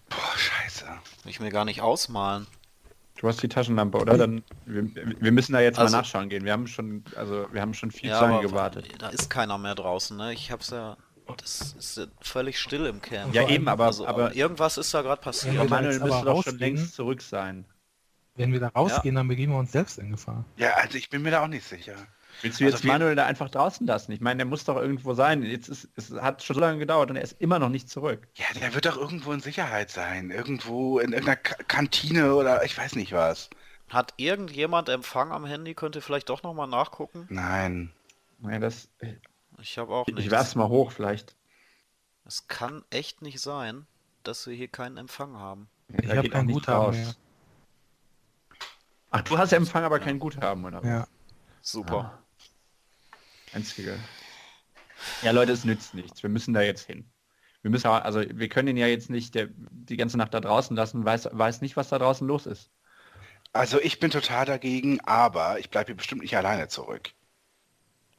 Boah, scheiße.
Will ich mir gar nicht ausmalen.
Du hast die Taschenlampe, oder? Dann wir, wir müssen da jetzt
Also-
mal nachschauen gehen. Wir haben schon, also wir haben schon viel
Ja,
zu lange
aber
gewartet.
Da ist keiner mehr draußen, ne? Ich hab's ja. Das ist ja völlig still im Camp.
Ja, eben, aber,
also,
aber,
irgendwas ist da gerade passiert.
Ja,
aber
wir
Manuel
jetzt aber
müsste doch schon
rausgehen.
längst zurück sein.
Wenn wir da rausgehen, dann begeben wir uns selbst in Gefahr.
Ja, also ich bin mir da auch nicht sicher.
Willst du
Also
jetzt
wir-
Manuel da einfach draußen lassen? Ich meine, der muss doch irgendwo sein. Jetzt ist, es hat schon so lange gedauert und er ist immer noch nicht zurück.
Ja, der wird doch irgendwo in Sicherheit sein. Irgendwo in irgendeiner Ka- Kantine oder ich weiß nicht was.
Hat irgendjemand Empfang am Handy? Könnt ihr vielleicht doch nochmal nachgucken?
Nein.
Ja, das,
Ich habe auch
ich,
nichts.
ich werf's mal hoch vielleicht.
Es kann echt nicht sein, dass wir hier keinen Empfang haben.
Ich
Da
hab
geht
kein
auch nicht
Guthaben
raus.
mehr.
Ach, du hast Empfang, aber kein Guthaben, oder?
Ja.
Ah.
Super.
Einzige. Ja, Leute, es nützt nichts. Wir müssen da jetzt hin. Wir müssen, also wir können ihn ja jetzt nicht der, die ganze Nacht da draußen lassen, weiß, weiß nicht, was da draußen los ist.
Also ich bin total dagegen, aber ich bleibe hier bestimmt nicht alleine zurück.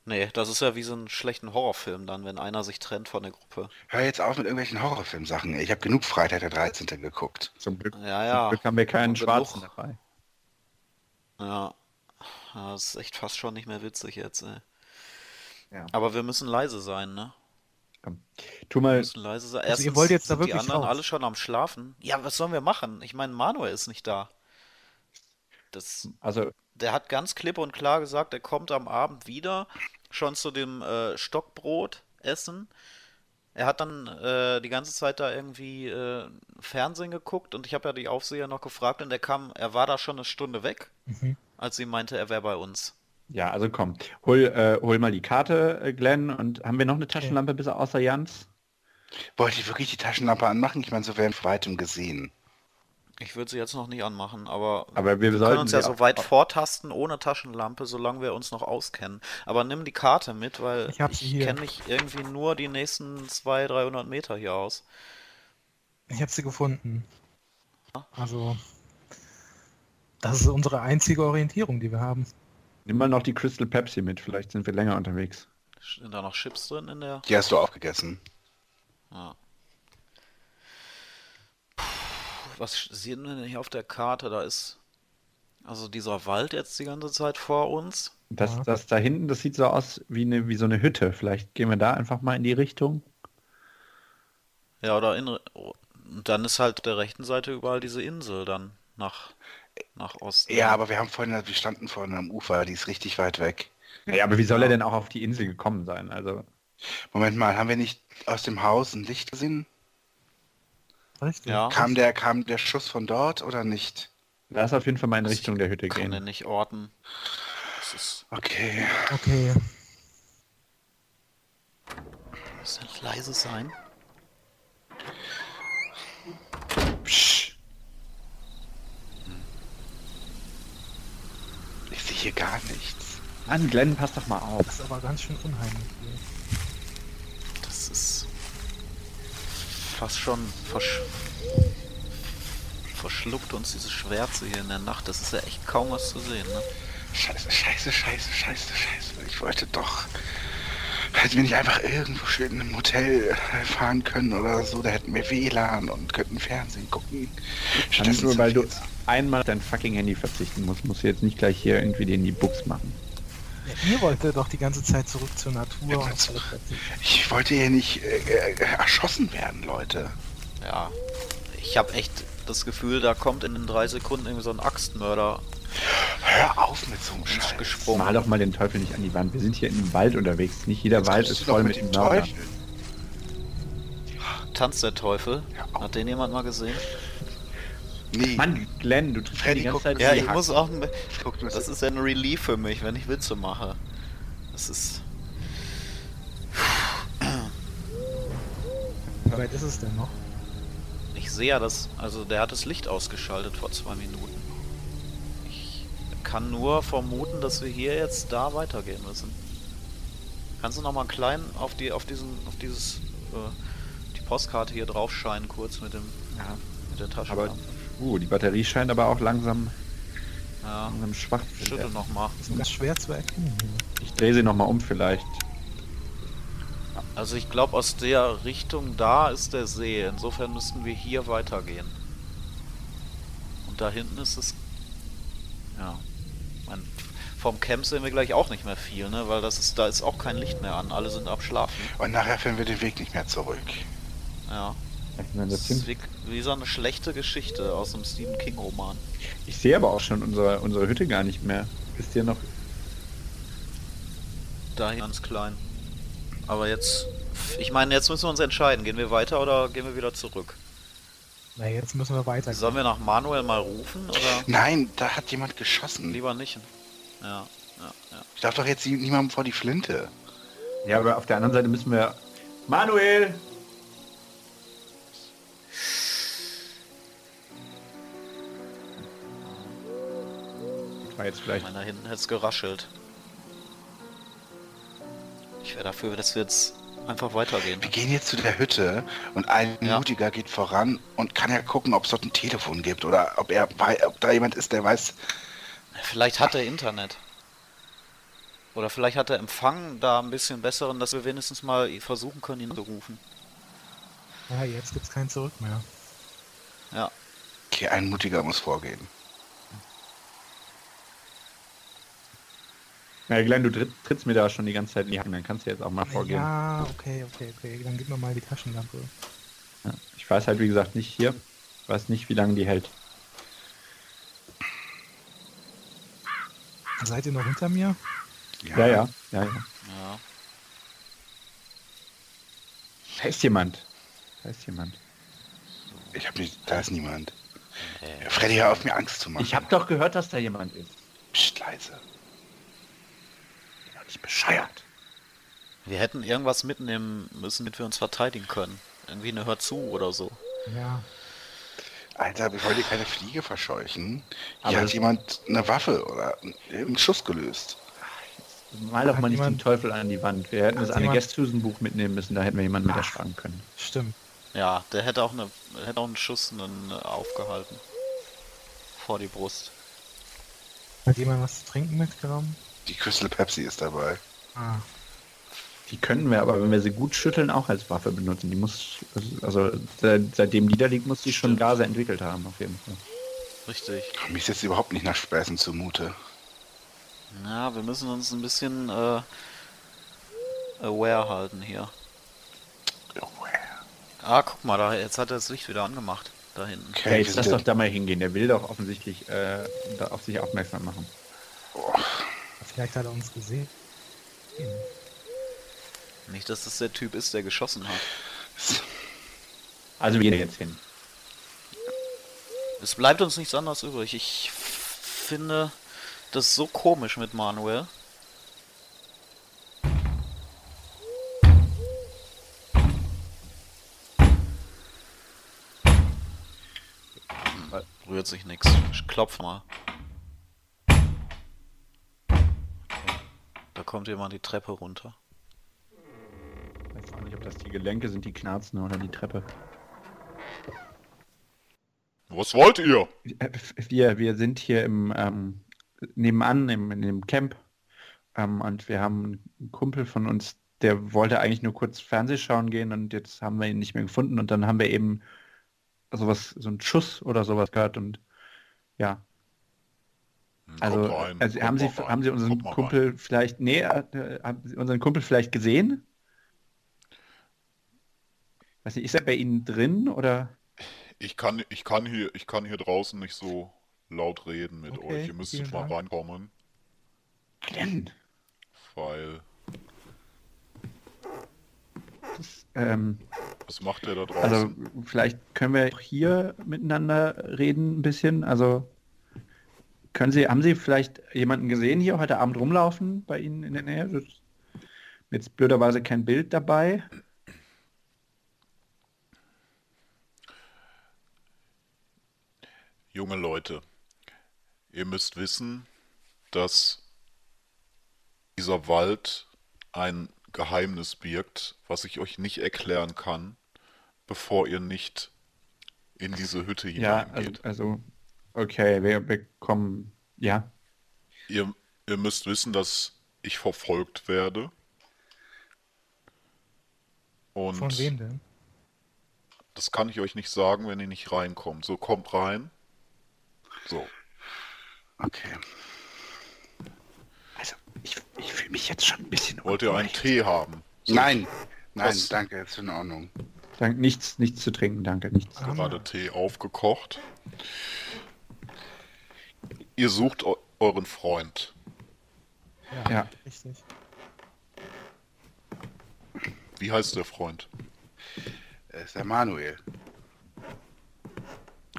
Nee, das ist ja wie so einen schlechten Horrorfilm dann, wenn einer sich trennt von der Gruppe.
Hör jetzt auf mit irgendwelchen Horrorfilmsachen. Ich habe genug Freitag der 13. geguckt.
Zum Glück,
Ja,
zum
ja.
Glück haben wir keinen
Und genug.
Schwarzen dabei.
Ja. Ja, Das ist echt fast schon nicht mehr witzig jetzt, ey.
Ja.
Aber wir müssen leise sein, ne?
Komm. Tu mal,
müssen leise sein.
Also ihr
Erstens
wollt jetzt da
sind die
wirklich
anderen
raus?
alle schon am Schlafen. Ja, was sollen wir machen? Ich meine, Manuel ist nicht da. Das,
also
der hat ganz klipp und klar gesagt, er kommt am Abend wieder, schon zu dem äh, Stockbrot essen. Er hat dann äh, die ganze Zeit da irgendwie äh, Fernsehen geguckt und ich habe ja die Aufseher noch gefragt und er kam, er war da schon eine Stunde weg,
Mhm.
als sie meinte, er wäre bei uns.
Ja, also komm, hol, äh, hol mal die Karte, äh, Glenn. Und haben wir noch eine Taschenlampe bis außer Jans?
Wollt ihr wirklich die Taschenlampe anmachen? Ich meine, so werden von weitem gesehen.
Ich würde sie jetzt noch nicht anmachen, aber,
Aber wir,
wir
sollten
können uns ja
sie
so
auch-
weit vortasten ohne Taschenlampe, solange wir uns noch auskennen. Aber nimm die Karte mit, weil
Ich hab sie
ich
hier.
kenne mich irgendwie nur die nächsten 200, 300 Meter hier aus.
Ich habe sie gefunden. Also, das ist unsere einzige Orientierung, die wir haben.
Nimm mal noch die Crystal Pepsi mit, vielleicht sind wir länger unterwegs.
Sind da noch Chips drin in der?
Die hast du aufgegessen.
Ja. Puh, was sch- sehen wir denn hier auf der Karte? Da ist also dieser Wald jetzt die ganze Zeit vor uns.
Das,
Ja.
das da hinten, das sieht so aus wie, eine, wie so eine Hütte. Vielleicht gehen wir da einfach mal in die Richtung.
Ja, oder in, oh, und dann ist halt auf der rechten Seite überall diese Insel dann nach, nach Osten.
Ja, aber wir haben vorhin, wir standen vorhin am Ufer, die ist richtig weit weg.
Ja, aber wie soll er denn auch auf die Insel gekommen sein? Also,
Moment mal, haben wir nicht aus dem Haus ein Licht gesehen?
Richtig.
Ja.
Kam der, kam der Schuss von dort oder nicht?
lass auf jeden Fall mal in Richtung der Hütte
kann den
gehen.
Also nicht orten. Das ist,
Okay.
Okay.
muss nicht leise sein.
Psch. Ich sehe hier gar nichts.
Mann, Glenn, pass doch mal auf.
Das ist aber ganz schön unheimlich hier.
Das ist fast schon versch verschluckt uns diese Schwärze hier in der Nacht. Das ist ja echt kaum was zu sehen. Ne?
Scheiße, scheiße, scheiße, scheiße, scheiße. Ich wollte doch. Hätten wir nicht einfach irgendwo schön in einem Hotel fahren können oder so, da hätten wir WLAN und könnten Fernsehen gucken.
Dann ist nur, weil du
sind
einmal dein fucking Handy verzichten musst, musst du jetzt nicht gleich hier irgendwie den die Buchs machen.
Ja, ihr wollt ja doch die ganze Zeit zurück zur Natur.
wir
Und
jetzt- Ich wollte hier nicht äh, äh, erschossen werden, Leute.
Ja, ich habe echt das Gefühl, da kommt in den drei Sekunden irgendwie so ein Axtmörder
Hör auf mit so einem Scheiß.
gesprungen.
Mal doch mal den Teufel nicht an die Wand. Wir sind hier in einem Wald unterwegs. Nicht jeder Wald
Kommst
ist
du doch
voll mit,
dem
Mördern.
Teufel.
Tanz der Teufel.
Hör auf.
Hat den jemand mal gesehen?
Nee,
Mann, Glenn, du triffst
Freddy,
die ganze
guck
Zeit.
mal.
Ja,
Ja,
ich muss auch.
guck du
Das
das.
ist ja ein Relief für mich, wenn ich Witze mache. Das ist.
Wie weit ist es denn noch?
Ich sehe ja das. Also, der hat das Licht ausgeschaltet vor zwei Minuten. Ich kann nur vermuten, dass wir hier jetzt da weitergehen müssen. Kannst du nochmal klein auf die, auf diesen, auf dieses, äh, die Postkarte hier drauf scheinen, kurz mit dem,
Ja.
mit der Tasche.
aber uh, die Batterie scheint aber auch langsam,
ja.
langsam schwach zu
Schüttel
werden.
nochmal.
Das ist ganz schwer zu erkennen hier.
Ich drehe sie nochmal um vielleicht.
Also ich glaube, aus der Richtung da ist der See. Insofern müssten wir hier weitergehen. Und da hinten ist es... Ja. Man, vom Camp sehen wir gleich auch nicht mehr viel, ne? Weil das ist, da ist auch kein Licht mehr an. Alle sind am Schlafen.
Und nachher finden wir den Weg nicht mehr zurück.
Ja.
Ich meine,
Das
das
ist
sind-
wie, wie so eine schlechte Geschichte aus einem Stephen King Roman.
Ich sehe aber auch schon unsere, unsere Hütte gar nicht mehr. Ist hier noch.
Dahin ganz klein. Aber jetzt... Ich meine, jetzt müssen wir uns entscheiden. Gehen wir weiter oder gehen wir wieder zurück?
Na, jetzt müssen wir weiter.
Sollen wir nach Manuel mal rufen (laughs) oder
Nein, da hat jemand geschossen.
lieber nicht? Ja, ja, ja.
Ich darf doch jetzt nie- niemandem vor die Flinte.
Ja, aber auf der anderen Seite müssen wir. Manuel! War jetzt vielleicht.
Meiner hinten hätte es geraschelt. Ich wäre dafür, dass wir jetzt einfach weitergehen.
Wir gehen jetzt zu der Hütte und ein
Ja.
Mutiger geht voran und kann ja gucken, ob es dort ein Telefon gibt oder ob er wei- ob da jemand ist, der weiß.
Vielleicht hat er Internet. Oder vielleicht hat er Empfang da ein bisschen besseren, dass wir wenigstens mal versuchen können, ihn zu rufen.
Ja, jetzt gibt's kein Zurück mehr.
Ja.
Okay, ein Mutiger muss vorgehen.
Ja, Glenn, du tritt- trittst mir da schon die ganze Zeit in die Hand. Dann kannst du jetzt auch mal vorgehen.
Ja, okay, okay, okay. Dann gib mir mal die Taschenlampe.
Ja, Ich weiß halt, wie gesagt, nicht hier. Ich weiß nicht, wie lange die hält.
Seid ihr noch hinter mir?
Ja, ja, ja, ja.
Ja.
Da ist jemand. Da ist jemand.
Ich hab nicht, da ist niemand. Freddy, hör auf mir Angst zu machen.
Ich habe doch gehört, dass da jemand ist.
Psst, leise.
bescheuert. Wir hätten irgendwas mitnehmen müssen, damit wir uns verteidigen können. Irgendwie eine Hör zu oder so.
Ja.
Alter, wir wollen hier keine Fliege verscheuchen. Hier
Aber-
hat jemand eine Waffe oder einen Schuss gelöst.
Mal doch
Hat
mal nicht den
jemand-
Teufel an die Wand. Wir hätten
Hat
das eine
jemand-
Gästhusenbuch mitnehmen müssen, da hätten wir jemanden mit erschlagen können.
Stimmt.
Ja, der hätte auch, eine, hätte auch einen Schuss einen, äh, aufgehalten. Vor die Brust.
Hat jemand was zu trinken mitgenommen?
Die Crystal Pepsi ist dabei.
Ah.
Die können wir aber, wenn wir sie gut schütteln, auch als Waffe benutzen. Die muss, also seit, seitdem die da liegt, muss die schon
Stimmt.
Gase entwickelt haben, auf jeden Fall.
Richtig.
Mir ist jetzt überhaupt nicht nach Späßen zumute.
Ja, wir müssen uns ein bisschen äh, aware halten hier. Ah, guck mal, da, jetzt hat er das Licht wieder angemacht. Da hinten.
Ja,
Okay, wir
jetzt lass
sind
doch
ja,
da mal hingehen. Der will doch offensichtlich äh, da auf sich aufmerksam machen.
Vielleicht hat er uns gesehen.
Nicht, dass das der Typ ist, der geschossen hat.
Also wir gehen jetzt hin.
Es bleibt uns nichts anderes übrig. Ich f- finde das so komisch mit Manuel. Hm, Rührt sich nichts. Ich klopf mal. Da kommt jemand die Treppe runter.
Ich weiß auch nicht, ob das die Gelenke sind, die knarzen oder die Treppe.
Was wollt ihr?
Äh, Wir, wir sind hier im ähm, nebenan im, in dem Camp ähm, und wir haben einen Kumpel von uns, der wollte eigentlich nur kurz Fernseh schauen gehen und jetzt haben wir ihn nicht mehr gefunden und dann haben wir eben sowas, so einen Schuss oder sowas gehört und ja,
Hm,
also,
kommt rein,
also
kommt
haben Sie
mal rein,
haben Sie unseren
kommt mal
Kumpel vielleicht nee, äh, haben Sie unseren Kumpel vielleicht gesehen? Weiß nicht, ist er bei Ihnen drin oder?
rein. Ich kann, ich kann hier, ich kann hier draußen nicht so laut reden mit
Okay,
euch. Ihr müsst
vielen
mal
Dank.
reinkommen,
Denn
weil
ähm,
was macht der da draußen?
Also vielleicht können wir auch hier miteinander reden ein bisschen. Also können Sie, haben Sie vielleicht jemanden gesehen hier heute Abend rumlaufen bei Ihnen in der Nähe? Das ist jetzt blöderweise kein Bild dabei.
Junge Leute, ihr müsst wissen, dass dieser Wald ein Geheimnis birgt, was ich euch nicht erklären kann, bevor ihr nicht in diese Hütte
Ja, also,
hineingeht.
also okay, wir, wir kommen. Ja,
Ihr, ihr müsst wissen, dass ich verfolgt werde. Und
Von wem denn?
das kann ich euch nicht sagen, wenn ihr nicht reinkommt. So, kommt rein. So.
okay.
also ich, ich fühle mich jetzt schon ein bisschen.
Wollt ihr einen Tee haben? So,
Nein, nein,
Was?
danke, ist in Ordnung.
Dank, nichts, nichts zu trinken, danke, nichts.
ist gerade Tee aufgekocht. Ihr sucht eu euren Freund.
Ja.
Richtig.
Wie heißt der Freund?
Er Äh, ist der Manuel.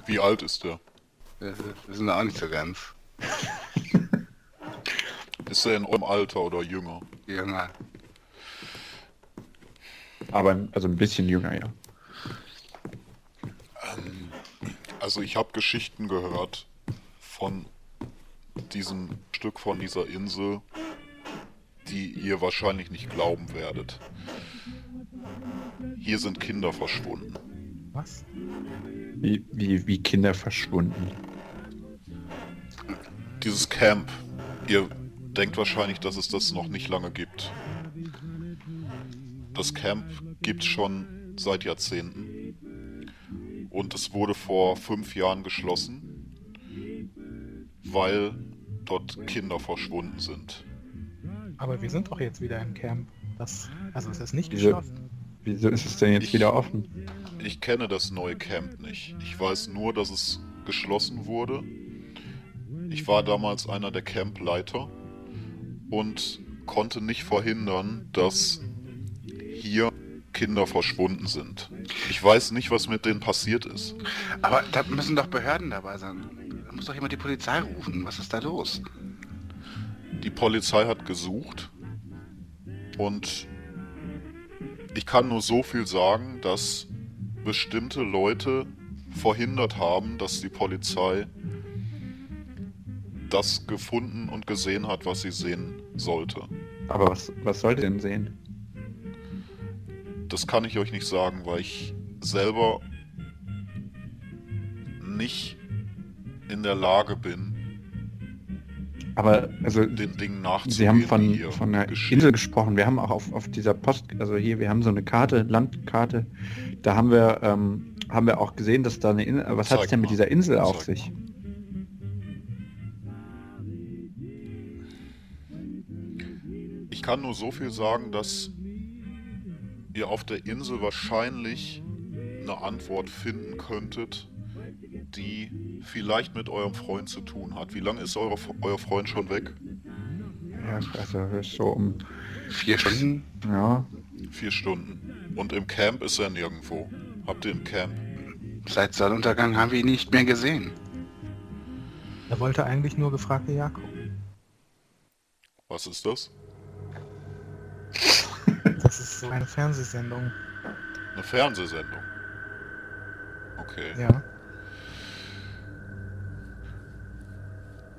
Wie alt ist er?
Das ist- wissen wir auch nicht so ganz.
Ist er in eurem Alter oder jünger?
Junge.
Aber also ein bisschen jünger, ja.
Also ich habe Geschichten gehört von diesem Stück von dieser Insel, die ihr wahrscheinlich nicht glauben werdet. Hier sind Kinder verschwunden.
Was?
Wie, wie, wie Kinder verschwunden.
Dieses Camp, ihr denkt wahrscheinlich, dass es das noch nicht lange gibt. Das Camp gibt schon seit Jahrzehnten. Und es wurde vor fünf Jahren geschlossen, weil dort Kinder verschwunden sind.
Aber wir sind doch jetzt wieder im Camp. Das, also es ist nicht
Wieso?
geschlossen.
Wieso ist es denn jetzt
Ich-
wieder offen?
Ich kenne das neue Camp nicht. Ich weiß nur, dass es geschlossen wurde. Ich war damals einer der Campleiter und konnte nicht verhindern, dass hier Kinder verschwunden sind. Ich weiß nicht, was mit denen passiert ist.
Aber da müssen doch Behörden dabei sein. Da muss doch jemand die Polizei rufen. Was ist da los?
Die Polizei hat gesucht Und ich kann nur so viel sagen, dass bestimmte Leute verhindert haben, dass die Polizei das gefunden und gesehen hat, was sie sehen sollte.
Aber was, was sollt ihr denn sehen?
Das kann ich euch nicht sagen, weil ich selber nicht in der Lage bin,
Aber, also,
den Dingen nachzugehen.
Sie haben
die
von,
hier
von einer
geschehen.
Insel gesprochen. Wir haben auch auf, auf dieser Post, also hier, wir haben so eine Karte, Landkarte. Da haben wir, ähm, haben wir auch gesehen, dass da eine Insel. Was hat es
Zeig
denn
mal.
mit dieser Insel
Zeig
auf
mal.
sich?
Ich kann nur so viel sagen, dass ihr auf der Insel wahrscheinlich eine Antwort finden könntet, die vielleicht mit eurem Freund zu tun hat. Wie lange ist eure, euer Freund schon weg?
Ja, also ist so um.
Vier Stunden?
Ja.
Vier Stunden. Und im Camp ist er nirgendwo. Habt ihr im Camp?
Seit Sonnenuntergang haben wir ihn nicht mehr gesehen.
Er wollte eigentlich nur gefragte Jakob.
Was ist das?
Das ist so eine Fernsehsendung.
Eine Fernsehsendung. Okay.
Ja.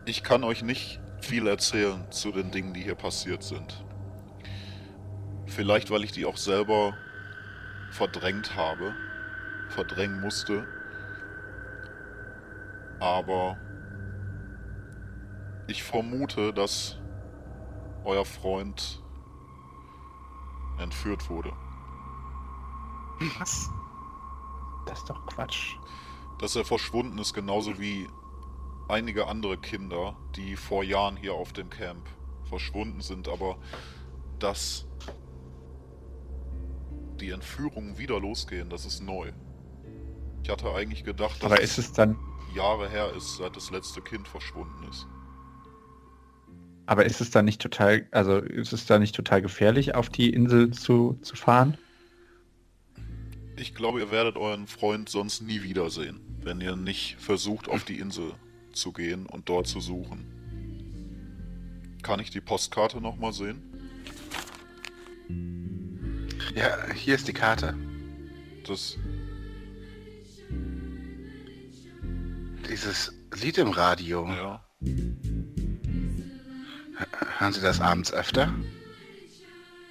Ich kann euch nicht viel erzählen zu den Dingen, die hier passiert sind. Vielleicht, weil ich die auch selber verdrängt habe, verdrängen musste. Aber ich vermute, dass euer Freund entführt wurde.
Was?
Das ist doch Quatsch.
dass er verschwunden ist, genauso wie einige andere Kinder, die vor Jahren hier auf dem Camp verschwunden sind, aber dass die Entführungen wieder losgehen, das ist neu. Ich hatte eigentlich gedacht, dass
Aber ist es dann.
Jahre her ist, seit das letzte Kind verschwunden ist.
Aber ist es dann nicht total, also ist es dann nicht total gefährlich, auf die Insel zu, zu fahren?
Ich glaube, ihr werdet euren Freund sonst nie wiedersehen, wenn ihr nicht versucht, auf die Insel zu gehen und dort zu suchen. Kann ich die Postkarte nochmal sehen?
Ja, hier ist die Karte.
Das
Dieses Lied im Radio.
Ja.
Hören Sie das abends öfter?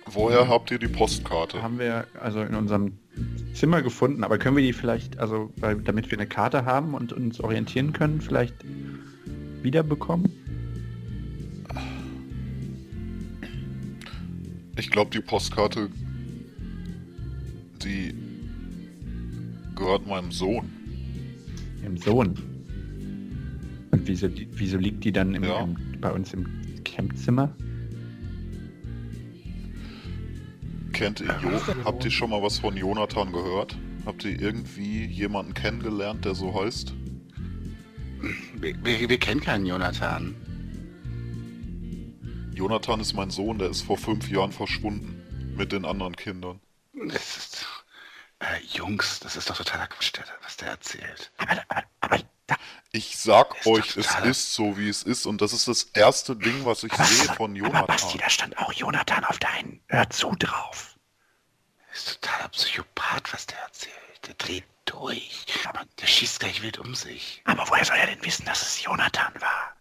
Woher habt ihr die Postkarte?
Haben wir also in unserem Zimmer gefunden, aber können wir die vielleicht, also weil, damit wir eine Karte haben und uns orientieren können, vielleicht wiederbekommen?
Ich glaube, die Postkarte, die gehört meinem Sohn.
Ihrem Sohn. Und wieso, li- wieso liegt die dann im,
Ja.
im, bei uns im Campzimmer?
Kennt ihr jo Habt ihr schon mal was von Jonathan gehört? Habt ihr irgendwie jemanden kennengelernt, der so heißt?
Wir, wir, wir kennen keinen Jonathan.
Jonathan ist mein Sohn, der ist vor fünf Jahren verschwunden. Mit den anderen Kindern.
Das ist. Äh, Jungs, das ist doch totaler Quatsch, der- was der erzählt.
Ich sag
Ist doch
euch, es
total-
ist so, wie es ist. Und das ist das erste Ding, was ich sehe von Jonathan.
stand auch Jonathan auf deinen Hör zu drauf.
Das ist totaler Psychopath, was der erzählt. Der dreht durch. Aber der schießt gleich wild um sich.
Aber woher soll er denn wissen, dass es Jonathan war?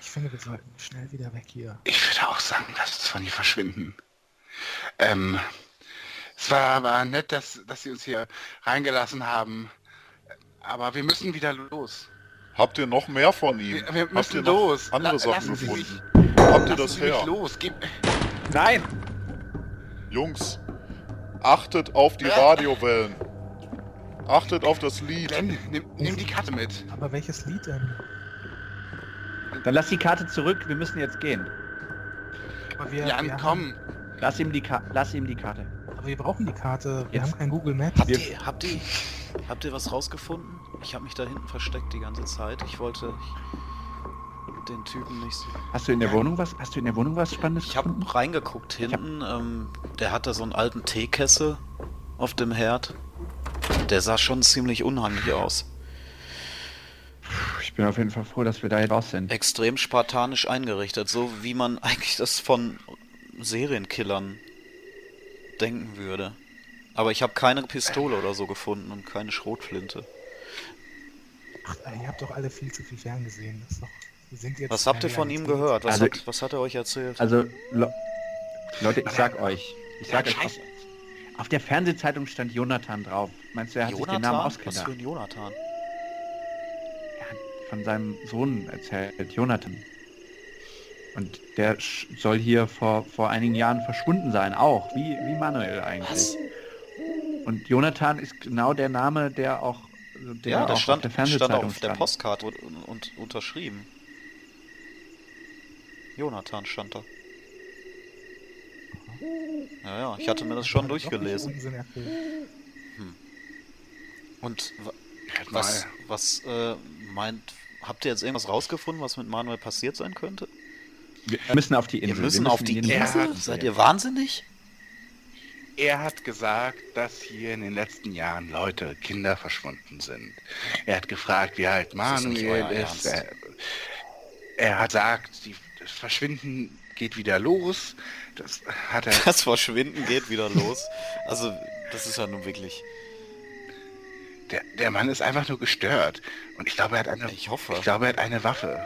Ich finde, wir sollten schnell wieder weg hier.
Ich würde auch sagen, lass uns von hier verschwinden. Ähm, es war, war nett, dass, dass Sie uns hier reingelassen haben. Aber wir müssen wieder los.
Habt ihr noch mehr von ihm?
Wir- wir
Habt
müssen
ihr noch
los.
andere
La-
Sachen
lassen Sie mich-
gefunden? Habt ihr
Lassen
das
Sie
her?
mich los. Gib,
Nein!
Jungs, achtet auf die Radiowellen. Achtet auf das Lied.
Glenn, nimm, nimm die Karte mit.
Aber welches Lied denn?
Dann lass die Karte zurück, wir müssen jetzt gehen.
Aber wir,
Jan,
wir,
komm.
Lass ihm die, Ka lass ihm die Karte.
Haben, aber wir brauchen die Karte. Wir
Jetzt.
haben kein Google Maps.
Habt
Wir-
ihr, habt ihr, habt ihr was rausgefunden? Ich habe mich da hinten versteckt die ganze Zeit. Ich wollte den Typen nicht. so-
Hast du in der Wohnung was? Hast du in der Wohnung was Spannendes?
Ich habe
gefunden?
reingeguckt hinten. Ähm, der hat da so einen alten Teekessel auf dem Herd. Der sah schon ziemlich unheimlich aus.
Puh, ich bin auf jeden Fall froh, dass wir da jetzt raus sind.
(laughs) Extrem spartanisch eingerichtet, so wie man eigentlich das von Serienkillern denken würde. Aber ich habe keine Pistole oder so gefunden und keine Schrotflinte.
Ach, ihr habt doch alle viel zu viel ferngesehen. Das ist doch, wir sind jetzt
Was habt ihr von ihm gehört? Was,
Also-
hat, was hat er euch erzählt?
Also, Le Leute, ich sag euch. Ich sag euch, auf, auf der Fernsehzeitung stand Jonathan drauf. Meinst du, er hat sich den Namen
Was für
ausgedacht?
ein Jonathan?
Er hat von seinem Sohn erzählt, Jonathan. Und der sch- soll hier vor, vor einigen Jahren verschwunden sein, auch, wie, wie Manuel eigentlich.
Was?
Und Jonathan ist genau der Name, der auch der,
Ja,
auch
der
auf
stand,
der
stand
Fernsehzeitung
auf der Postkarte und, und unterschrieben. Jonathan stand da. Ja, ja, ich hatte mir das schon durchgelesen. Und wa-
Halt mal.
was, was äh, meint, habt ihr jetzt irgendwas rausgefunden, was mit Manuel passiert sein könnte?
Wir müssen auf die
Wir
Insel. Wir
müssen auf die
jeden Fall
Insel?
auf die
Seid ihr wahnsinnig? (laughs)
Er hat gesagt, dass hier in den letzten Jahren Leute, Kinder verschwunden sind. Er hat gefragt, wie alt
Das ist nicht
Manuel
euer
ist.
Ernst.
Er, er hat gesagt, die, das Verschwinden geht wieder los. Das hat
(laughs)
er.
Das Verschwinden geht wieder los. Also, das ist ja nun wirklich.
Der, der Mann ist einfach nur gestört. Und ich glaube, er hat eine.
Ich hoffe.
Ich glaube, er hat eine Waffe.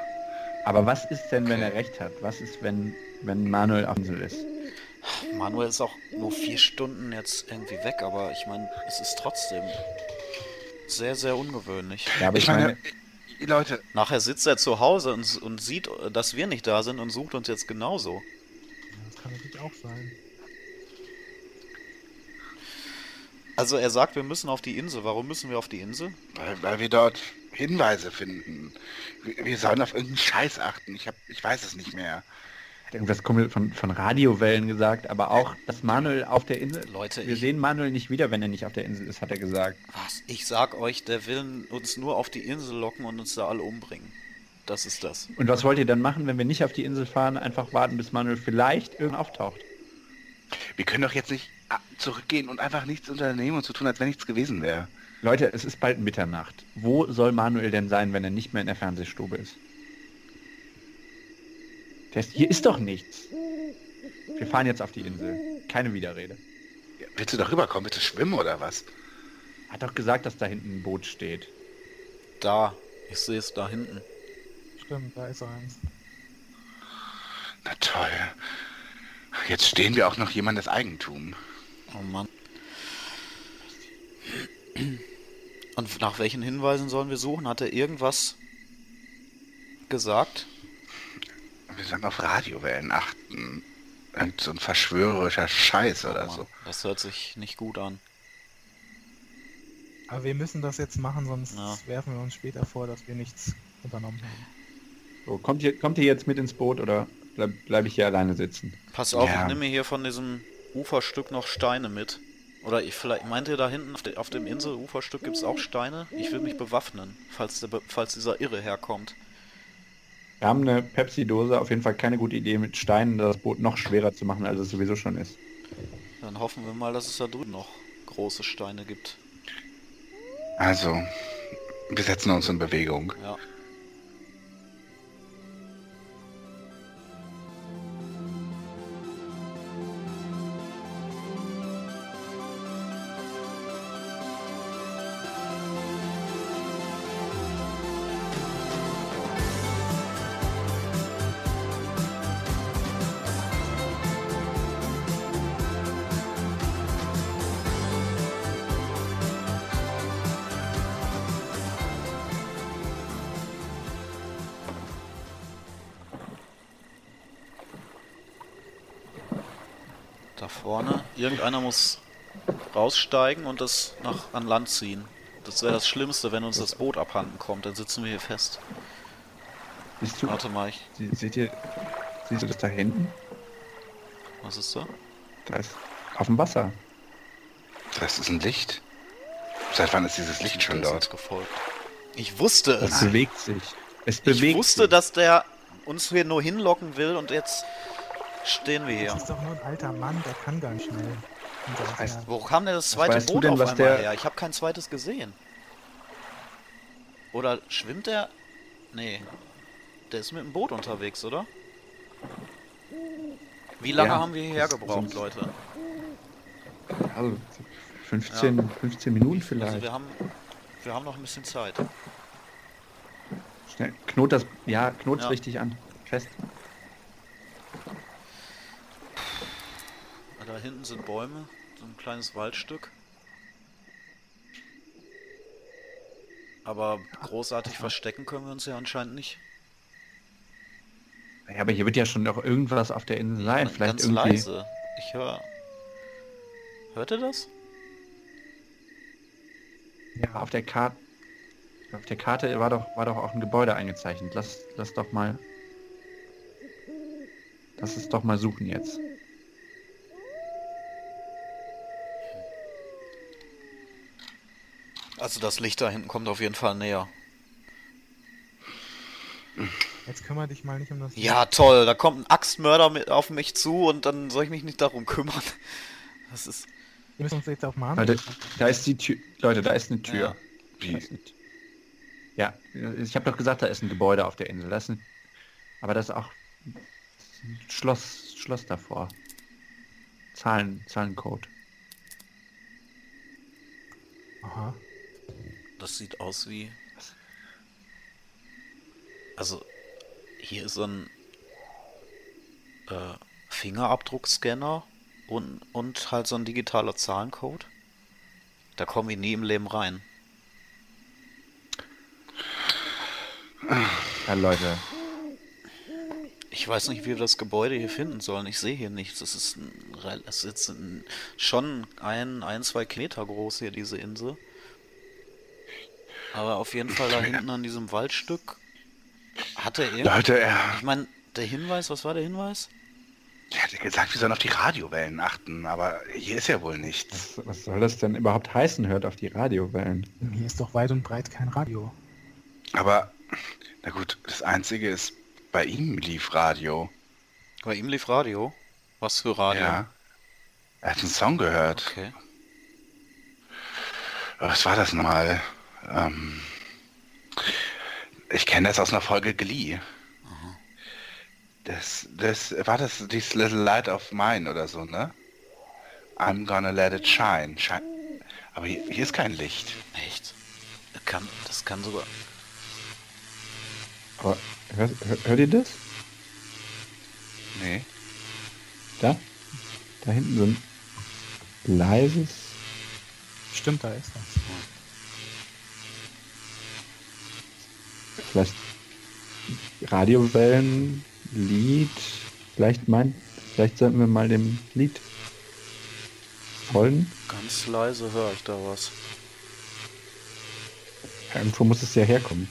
Aber was ist denn, wenn er recht hat? Was ist, wenn, wenn Manuel auf der Insel ist?
Manuel ist auch nur vier Stunden jetzt irgendwie weg, aber ich meine, es ist trotzdem sehr, sehr ungewöhnlich.
Ja, aber
Ich meine, Leute,
Nachher sitzt er zu Hause und, und sieht, dass wir nicht da sind und sucht uns jetzt genauso.
Das kann natürlich auch sein.
Also er sagt, wir müssen auf die Insel. Warum müssen wir auf die Insel?
weil, weil wir dort Hinweise finden. Wir, wir sollen auf irgendeinen Scheiß achten. Ich, hab, ich weiß es nicht mehr.
hat irgendwas komisch von, von Radiowellen gesagt, aber auch, dass Manuel auf der Insel.
Leute,
wir
ich-
sehen Manuel nicht wieder, wenn er nicht auf der Insel ist, hat er gesagt.
Was? Ich sag euch, der will uns nur auf die Insel locken und uns da alle umbringen. Das ist das.
Und was wollt ihr dann machen, wenn wir nicht auf die Insel fahren? Einfach warten, bis Manuel vielleicht irgendwann auftaucht.
Wir können doch jetzt nicht ah, zurückgehen und einfach nichts unternehmen und so tun, als wenn nichts gewesen wäre.
Leute, es ist bald Mitternacht. Wo soll Manuel denn sein, wenn er nicht mehr in der Fernsehstube ist? Der ist, hier ist doch nichts. Wir fahren jetzt auf die Insel. Keine Widerrede.
Ja, willst du doch rüberkommen? Willst du schwimmen oder was?
Hat doch gesagt, dass da hinten ein Boot steht.
Da. Ich sehe es da hinten.
Stimmt, da ist er eins.
Na toll. Jetzt stehen wir auch noch jemandes Eigentum.
Oh Mann. Und nach welchen Hinweisen sollen wir suchen? Hat er irgendwas gesagt?
Wir sollen auf Radiowellen achten. Irgend so ein verschwörerischer Scheiß
Oh
oder
Mann,
so.
Das hört sich nicht gut an.
Aber wir müssen das jetzt machen, sonst
Ja.
werfen wir uns später vor, dass wir nichts unternommen haben.
So, kommt, ihr, kommt ihr jetzt mit ins Boot oder bleibe bleib ich hier alleine sitzen?
Pass auf,
Ja.
ich nehme hier von diesem Uferstück noch Steine mit. Oder ich, vielleicht meint ihr da hinten auf, de, auf dem Inseluferstück gibt es auch Steine? Ich will mich bewaffnen, falls, der, Be- falls dieser Irre herkommt.
Wir haben eine Pepsi-Dose, auf jeden Fall keine gute Idee, mit Steinen das Boot noch schwerer zu machen, als es sowieso schon ist.
Dann hoffen wir mal, dass es da drüben noch große Steine gibt.
Also, wir setzen uns in Bewegung.
Ja. Da vorne. Irgendeiner muss raussteigen und das nach an Land ziehen. Das wäre das Schlimmste, wenn uns das Boot abhanden kommt. Dann sitzen wir hier fest.
Siehst du,
Warte mal, ich,
sie, seht ihr, siehst du das da hinten?
was ist da?
Da ist auf dem Wasser.
Das ist ein Licht. Seit wann ist dieses Licht schon
Der ist
dort? Also
uns gefolgt. Ich wusste es.
Es bewegt sich. Es bewegt
Ich wusste,
sich.
dass der uns hier nur hinlocken will und jetzt stehen wir
Das
hier.
ist doch nur ein alter Mann, der kann ganz schnell. Und so,
heißt,
ja.
Wo kam denn das zweite
weißt du
Boot
denn,
auf
was
einmal
der-
her? Ich habe kein zweites gesehen. Oder schwimmt der? Nee. Der ist mit dem Boot unterwegs, oder? Wie lange
Ja.
haben wir hierher gebraucht, Leute?
Also 15, 15 Minuten
Also
vielleicht.
wir haben, wir haben noch ein bisschen Zeit.
Schnell. Knot das. Ja, knot's
Ja.
richtig an. Fest.
Da hinten sind Bäume, so ein kleines Waldstück. Aber großartig verstecken können wir uns ja anscheinend nicht.
Ja, aber hier wird ja schon noch irgendwas auf der Insel sein. Vielleicht
Ganz
irgendwie.
leise. Ich höre. Hört ihr das?
Ja, auf der Karte. Auf der Karte war doch, war doch auch ein Gebäude eingezeichnet. Lass, lass doch mal. Lass es doch mal suchen jetzt.
Also das Licht da hinten kommt auf jeden Fall näher.
Jetzt kümmere dich mal nicht um das.
Ja, toll. Da kommt ein Axtmörder mit auf mich zu und dann soll ich mich nicht darum kümmern. Das ist.
Wir müssen uns jetzt auf Mahn.
Leute, da ist die Tür. Leute, da ist eine
Ja.
Tür. Da ist eine Tür. Ja, ich habe doch gesagt, da ist ein Gebäude auf der Insel. Das ist ein, aber das ist auch ein Schloss, Schloss davor. Zahlen, Zahlencode.
Aha.
Das sieht aus wie. Also, hier ist so ein äh, Fingerabdruckscanner und, und halt so ein digitaler Zahlencode. Da komme ich nie im Leben rein.
Ja, Leute.
Ich weiß nicht, wie wir das Gebäude hier finden sollen. Ich sehe hier nichts. Es ist, ein, rel- es ist ein, schon ein, ein, zwei Kilometer groß hier, diese Insel. Aber auf jeden Fall da hinten an diesem Waldstück hat er irgendwie.
Leute, er
Ich meine, der Hinweis, was war der Hinweis?
er hat gesagt, wir sollen auf die Radiowellen achten, aber hier ist ja wohl nichts.
Was, was soll das denn überhaupt heißen? Hört auf die Radiowellen.
Hier ist doch weit und breit kein Radio.
Aber, na gut, das Einzige ist, bei ihm lief Radio.
Bei ihm lief Radio. Was für Radio?
Ja. Er hat einen Song gehört.
Okay.
Was war das nochmal? Ähm, ich kenne das aus einer Folge Glee. Das, das war das dieses Little Light of Mine oder so, ne? I'm gonna let it shine. Schi- Aber hier, hier ist kein Licht.
Echt? Kann, das kann sogar.
Aber hört, hört, hört ihr das?
Nee.
Da? Da hinten so ein leises.
Stimmt, da ist was.
Vielleicht Radiowellen, Lied. Vielleicht mein, vielleicht sollten wir mal dem Lied folgen.
Ganz leise höre ich da was.
Irgendwo muss es ja herkommen.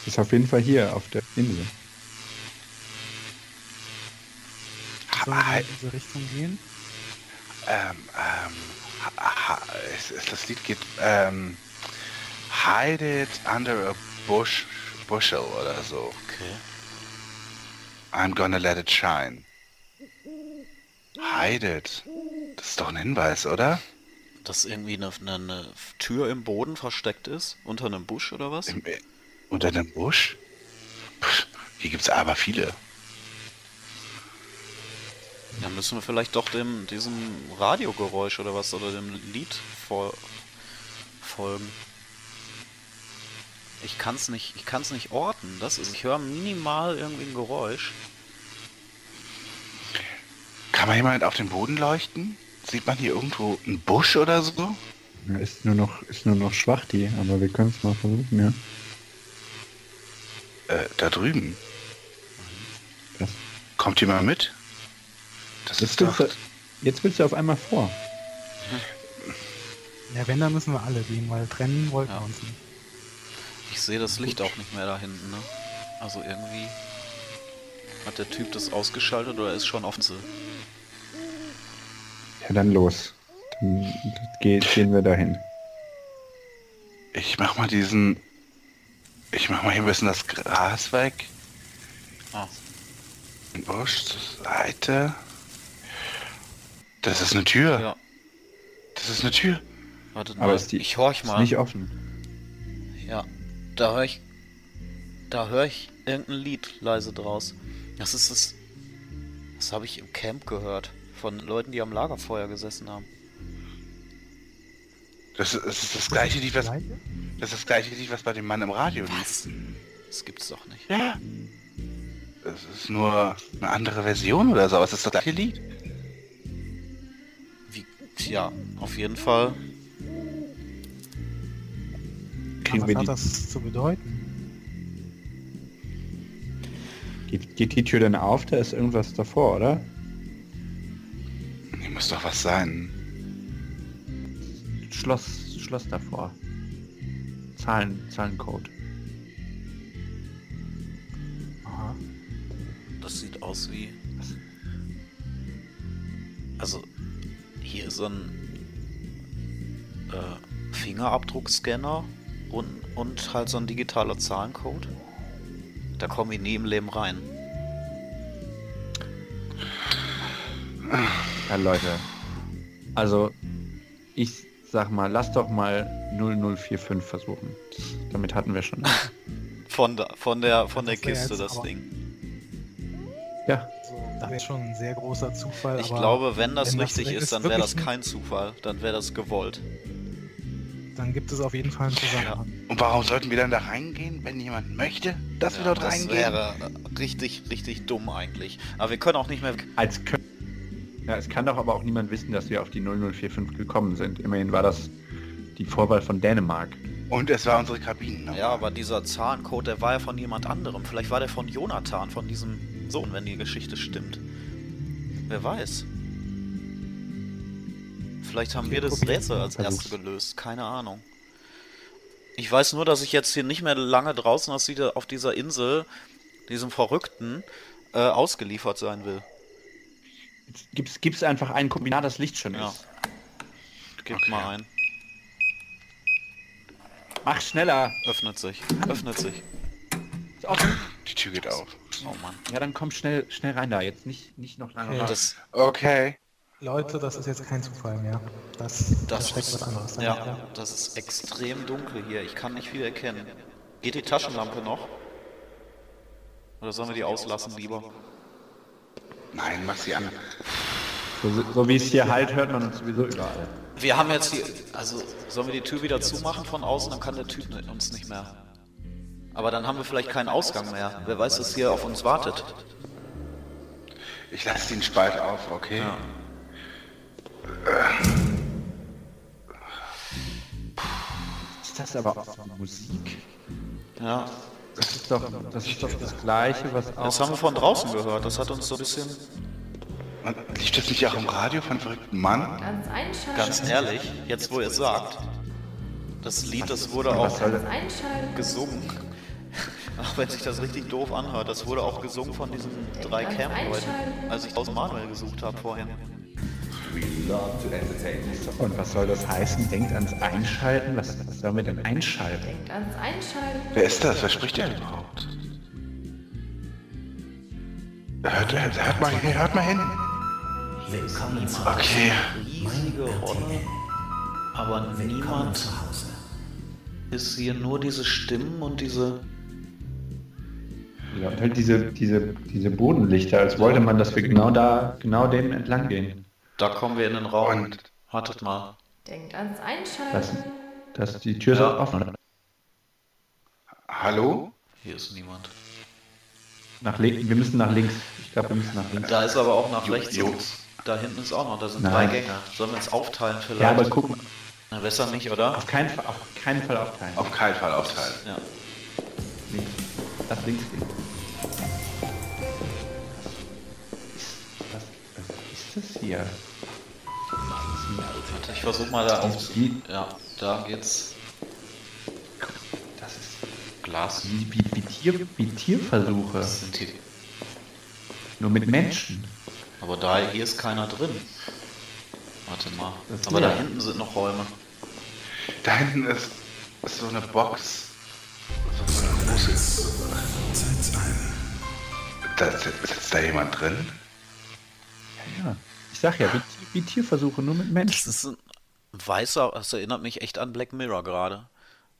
Es ist auf jeden Fall hier auf der Insel.
Sollen wir
Hi-
in diese Richtung gehen?
Ähm, ähm, ha- ha- es- es- das Lied geht ähm, Hide it under a bush, bushel oder so.
Okay.
I'm gonna let it shine. Hide it. Das ist doch ein Hinweis, oder?
Dass irgendwie eine, eine, eine Tür im Boden versteckt ist? Unter einem Busch oder was?
Im, äh, unter dem Busch? Pff, hier gibt's aber viele.
Dann müssen wir vielleicht doch dem, diesem Radiogeräusch oder was oder dem Lied fol folgen. Ich kann's nicht, ich kann's nicht orten. Das ist, ich höre minimal irgendwie ein Geräusch.
Kann man jemand auf den Boden leuchten? Sieht man hier irgendwo einen Busch oder so?
Ja, Ist nur noch, ist nur noch schwach die, aber wir können es mal versuchen, ja.
Äh, da drüben.
Das,
Kommt jemand mit? Mhm. Das
jetzt,
ist
willst
doch...
du, jetzt willst du auf einmal vor.
Ja, wenn, dann müssen wir alle gehen, weil trennen wollten
Ja.
wir uns nicht.
Ich sehe das Licht auch nicht mehr da hinten, ne? Also irgendwie hat der Typ das ausgeschaltet oder ist schon offen.
Ja, dann los. Dann geh, gehen wir dahin.
Ich mach mal diesen... Ich mach mal hier ein bisschen das Gras weg.
Ah,
Ein Busch zur Seite. Das ist eine Tür.
ja.
Das ist eine Tür.
Wartet
Aber
mal.
ist die-
ich horch
Ist
mal.
nicht offen.
Ja. Da höre ich. Da höre ich irgendein Lied leise draus. Das ist das. Das habe ich im Camp gehört. Von Leuten, die am Lagerfeuer gesessen haben.
Das ist das, ist das gleiche Lied, was.
Gleiche?
Das ist das gleiche Lied, was bei dem Mann im Radio lief.
Was? Das gibt's doch nicht.
Ja. Das ist nur eine andere Version oder so, aber es ist das gleiche Lied.
Wie, ja, auf jeden Fall.
Kriegen
Aber
wir
was
die-
hat das zu bedeuten?
Geht, geht die Tür denn auf? Da ist irgendwas davor, oder?
Hier muss doch was sein.
Schloss, Schloss davor. Zahlen, Zahlencode.
Aha.
Das sieht aus wie. Also, hier ist ein äh, Fingerabdruckscanner und, und halt so ein digitaler Zahlencode. Da komme ich nie im Leben rein.
Ja, Leute. Also, ich sag mal, lass doch mal 0045 versuchen. Damit hatten wir (laughs) schon.
Von, da, von der, von der
Das wär
Kiste,
jetzt
das
aber-
Ding.
Ja,
Das Also, wäre schon ein sehr großer Zufall.
Ich
halt aber
glaube, wenn das
wenn das
richtig
drin
ist,
ist,
dann wäre
wirklich
das kein Zufall. Dann wäre das gewollt.
Dann gibt es auf jeden Fall einen Zusammenhang.
Und warum sollten wir dann da reingehen, wenn jemand möchte, dass wir
Ja,
dort reingehen?
Das wäre äh, richtig, richtig dumm eigentlich. Aber wir können auch nicht mehr.
als kö- ja, es kann doch aber auch niemand wissen, dass wir auf die 0045 gekommen sind. Immerhin war das die Vorwahl von Dänemark.
Und es war unsere Kabine.
Ja, aber dieser Zahlencode, der war ja von jemand anderem. Vielleicht war der von Jonathan, von diesem Sohn, wenn die Geschichte stimmt. Wer weiß. Vielleicht haben
Wir
wir das
probieren
Rätsel
es mal.
als
Versuch's.
erste gelöst. Keine Ahnung. Ich weiß nur, dass ich jetzt hier nicht mehr lange draußen aus dieser, auf dieser Insel, diesem Verrückten, äh, ausgeliefert sein will.
Jetzt Gibt's, gibt's einfach ein Kombinat, das Licht schon
Ja.
ist.
Gib
Okay.
mal ein.
Mach schneller.
Öffnet sich. Öffnet sich.
Ist offen.
Die Tür geht auf.
Oh Mann.
Ja, dann komm schnell, schnell rein da. Jetzt nicht, nicht noch lange.
Okay.
warten.
Das,
Okay.
Leute, das ist jetzt kein Zufall mehr. Das, das
Das
steckt
ist,
was anderes
ja, das ist extrem dunkel hier. Ich kann nicht viel erkennen. Geht die Taschenlampe noch? Oder sollen wir die auslassen lieber?
Nein, mach sie an.
So, so wie es hier halt, hört man uns sowieso überall.
Wir haben jetzt die, also sollen wir die Tür wieder zumachen von außen, dann kann der Typ ni- uns nicht mehr. Aber dann haben wir vielleicht keinen Ausgang mehr. Wer weiß, was hier auf uns wartet.
Ich lasse den Spalt auf, okay?
Ist das aber auch Musik?
Ja,
Das ist doch das, ist doch das Gleiche, was auch.
das haben wir von draußen gehört. Das hat uns so ein bisschen,
Und lief das nicht auch im Radio von verrückten Mann?
Ganz einschalten.
ganz ehrlich, jetzt wo ihr es sagt, das Lied, das wurde
was
auch
soll das?
Einschalten.
gesungen. (laughs) Auch wenn sich das richtig doof anhört, das wurde auch gesungen von diesen drei Camp-Leuten, als ich aus Manuel gesucht habe vorhin.
Und was soll das heißen? Denkt ans Einschalten? Was, was sollen wir denn einschalten?
Ganz einschalten.
Wer ist das? Wer spricht der denn überhaupt? Hört, hört, hört, mal, hin, hört mal hin. Okay.
Riesige Rolle, aber niemand ist hier nur diese Stimmen und diese...
Ja, und halt diese, diese, diese Bodenlichter, als wollte man, dass wir genau da, genau dem entlang gehen.
Da kommen wir in den Raum.
Und?
Wartet mal.
Denkt ans Einschalten.
Das, das, die Tür ist
Ja.
offen.
Hallo?
Hier ist niemand.
Nach lin- wir müssen nach links. Ich glaube, wir müssen nach links.
Da ist aber auch nach rechts.
jo.
Da hinten ist auch noch, da sind
Nein.
drei Gänge. Sollen wir uns aufteilen vielleicht?
Ja, aber guck mal.
Na, besser nicht, oder?
Auf keinen Fall, auf keinen Fall aufteilen.
Auf keinen Fall aufteilen.
Ja.
links. Lass links gehen. Was ist das hier?
Warte, ich versuch mal da auf...
Wie,
Ja, da geht's.
das ist
Glas.
wie, wie, wie, Tier, wie Tierversuche.
Das sind die
Nur mit Menschen.
Aber da hier ist keiner drin. Warte mal.
Das ist
Aber da
leer.
hinten sind noch Räume.
Da hinten ist, ist so eine Box. So eine große. Da, sitzt da jemand drin?
Ja. Ich sag ja, wie, wie Tierversuche, nur mit
Das
Menschen.
ist ein weißer, das erinnert mich echt an Black Mirror gerade.